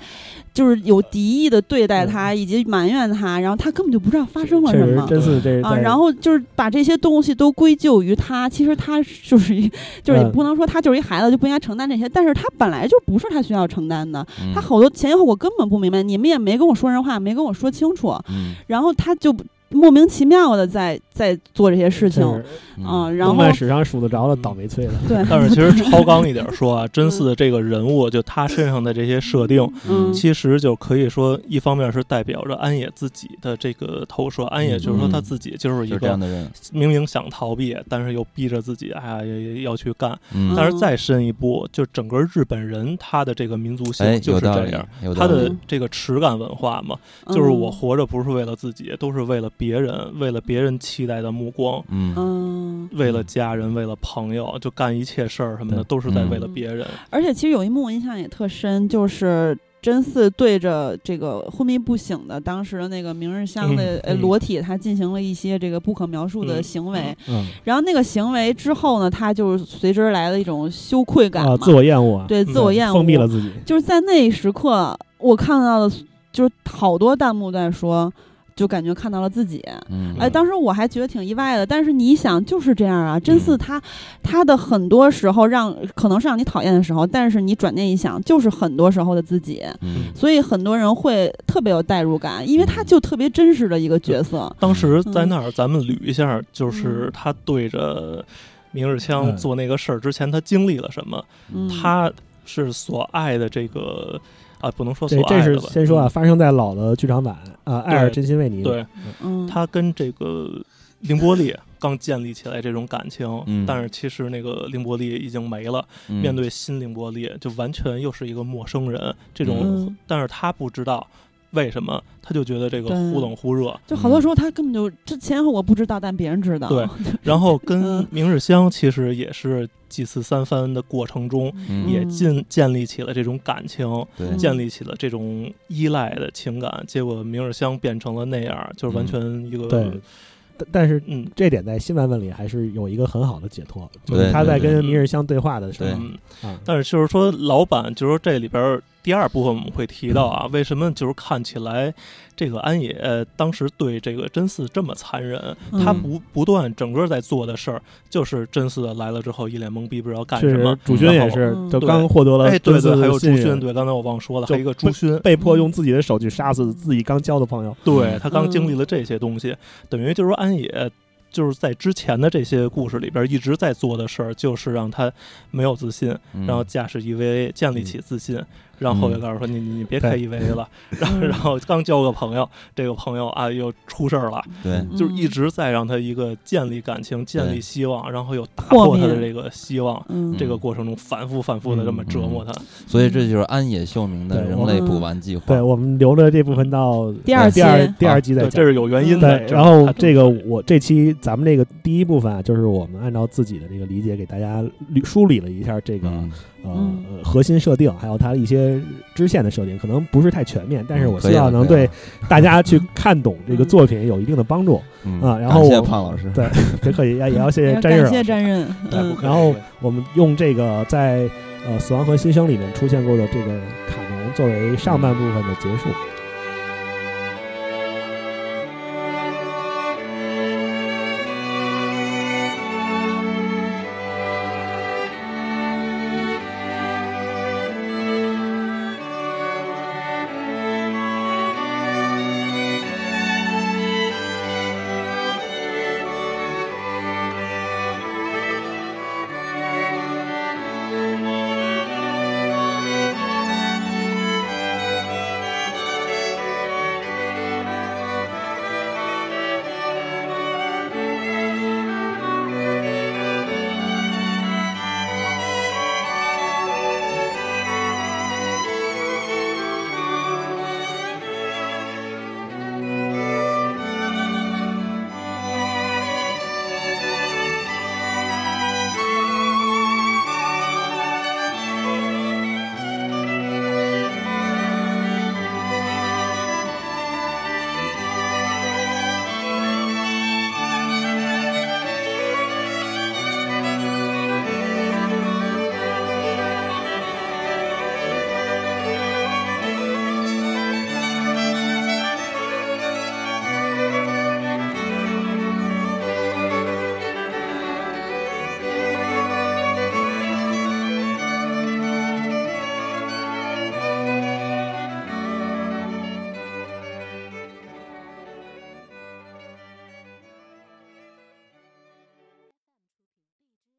C: 就是有敌意的对待他，以及埋怨他，然后他根本就不知道发生了
D: 确
C: 什
D: 实
C: 么。
D: 真是这
C: 啊，
D: 在
C: 然后就是把这些东西都归咎于他，其实他就是一，就是也
D: 嗯
C: 不能说他就是一孩子就不应该承担这些，但是他本来就不是他需要承担的，
B: 嗯
C: 他好多前因后果根本不明白，你们也没跟我说人话，没跟我说清楚，
B: 嗯
C: 然后他就莫名其妙的在在做这些事情，
D: 就是
B: 嗯
C: 啊，然
D: 动
C: 后
D: 漫史上数得着的倒霉催了。
C: 对，
E: 但是其实超纲 一点说啊，真嗣这个人物就他身上的这些设定，
C: 嗯
E: 其实就可以说，一方面是代表着安野自己的这个投射，安野就是说他自己就是
B: 嗯
E: 一
B: 就是这样
E: 个
B: 的人，
E: 明明想逃避，但是又逼着自己哎呀要去干。
B: 嗯，
E: 但是再深一步，就整个日本人他的这个民族
B: 哎
E: 性，就
B: 有
E: 是
B: 道
E: 这
B: 理
E: 样。，
B: 有
E: 他
B: 道理
E: 的这个耻感文化嘛，
C: 嗯
E: 就是我活着不是为了自己，都是为了别人，为了别人期待的目光，
B: 嗯
C: 嗯，嗯，
E: 为了家人，为了朋友，就干一切事儿什么的，
D: 对
E: 都是在
B: 嗯
E: 为了别人。
C: 而且其实有一幕我印象也特深，就是。真嗣对着这个昏迷不醒的当时的那个明日香的
E: 嗯
C: 呃
E: 嗯
C: 裸体，他进行了一些这个不可描述的
E: 嗯
C: 行为，
D: 嗯
C: 然后那个行为之后呢，他就随之而来的一种羞愧感嘛，
D: 啊，自我厌恶啊，
C: 对自
D: 嗯
C: 我厌恶，
D: 封闭了自己。
C: 就是在那一时刻，我看到的，就是好多弹幕在说，就感觉看到了自己。
B: 嗯，
C: 哎，当时我还觉得挺意外的，但是你想，就是这样啊。真嗣他他的很多时候让可能是让你讨厌的时候，但是你转念一想，就是很多时候的自己。
B: 嗯
C: 所以很多人会特别有代入感，因为他就特别真实的一个角色。
E: 当时在那儿，咱们捋一下，就是他对着明日香
D: 嗯
E: 做那个事儿之前，他经历了什么？
C: 嗯，
E: 他是所爱的这个啊，不能说
D: 这
E: 所
D: 这
E: 爱
D: 是
E: 的吧？
D: 先说啊，发生在老的剧场版啊，艾尔真心为你。
E: 嗯，对
C: 嗯，
E: 他跟这个凌波丽刚建立起来这种感情，
B: 嗯
E: 但是其实那个凌波丽已经没了，
B: 嗯
E: 面对新凌波丽就完全又是一个陌生人。这种，
C: 嗯
E: 但是他不知道为什么，他就觉得这个
C: 对
E: 忽冷忽热，
C: 就好多时候他根本就之前我不知道，但别人
D: 哦
C: 知道。
E: 对然后跟
C: 嗯
E: 明日香其实也是祭祀三番的过程中，
B: 嗯
E: 也
C: 嗯
E: 建建立起了这种感情，
B: 对
E: 建立起了这种依赖的情感。结果明日香变成了那样，就
B: 嗯
E: 是完全一个
D: 对但但是
E: 嗯
D: 这点在新版本里还是有一个很好的解脱，就
B: 对
D: 是他在
B: 对
E: 对
D: 跟明日香对话的时
B: 对
D: 候
E: 嗯。
D: 啊，
E: 但是就是说，老板就是说这里边儿第二部分我们会提到啊，为什么就是看起来这个安野、呃当时对这个真嗣这么残忍？
C: 嗯
E: 他不不断整个在做的事儿，就是真嗣来了之后一脸懵逼，不知道干
D: 确
E: 什
D: 实
E: 么。嗯
D: 主君也
C: 然
D: 是
C: 后，
D: 就
E: 对
D: 刚获得了
E: 哎，对
D: 真嗣
E: 对，
D: 的
E: 还有朱
D: 信任
E: 勋，对，刚才我忘说了，
D: 就
E: 还有一个朱嗯勋，
D: 被迫用自己的手去杀死自己刚交的朋友。
E: 对他
D: 嗯
E: 刚经历了这些东西，等于就是说安野就是在之前的这些故事里边一直在做的事儿，就是让他没有自信，
B: 嗯
E: 然后驾驶 EVA E 建立起自信，然
D: 嗯
E: 后有告诉说你你你别开 EVA 了， 然后然后刚交个朋友，这个朋友啊又出事儿了，
B: 对，
C: 嗯
D: 嗯
E: 就是一直在让他一个建立感情、建立希望，然后又打破他的这个希望，
F: 嗯，
E: 这个过程中反复反复的这么折磨他。
D: 嗯
B: 所
C: 嗯
B: 以这就是安野秀明的
D: 对
B: 人
D: 我
B: 类补完计划。
D: 对我们留了这部分到
F: 第二
D: 第
F: 期
D: 二第二集再
E: 对，
D: 讲。
E: 这是有原因的。
D: 对，
E: 这
D: 然后
E: 他
D: 这个我这期咱们这个第一部分啊，就是我们按照自己的这个理解给大家捋梳理了一下这个、
B: 嗯，
D: 呃
F: 嗯
D: 呃核心设定，还有它一些支线的设定，可能不是太全面，但是我
B: 嗯可
D: 希
B: 以了
D: 望能
B: 可以
D: 对
B: 了
D: 大家去看懂这个作品有一定的帮助。
B: 嗯
D: 啊然后
B: 感谢
D: 我
B: 胖老师，
D: 对，也可以也也要谢谢
F: 要
D: 詹
F: 感
D: 瑞
F: 谢
D: 老师。
F: 詹任，
E: 对
F: 嗯
E: 不，可以
D: 然后我们用这个在呃《死亡和新生》里面出现过的这个卡农作为上半部分的结束。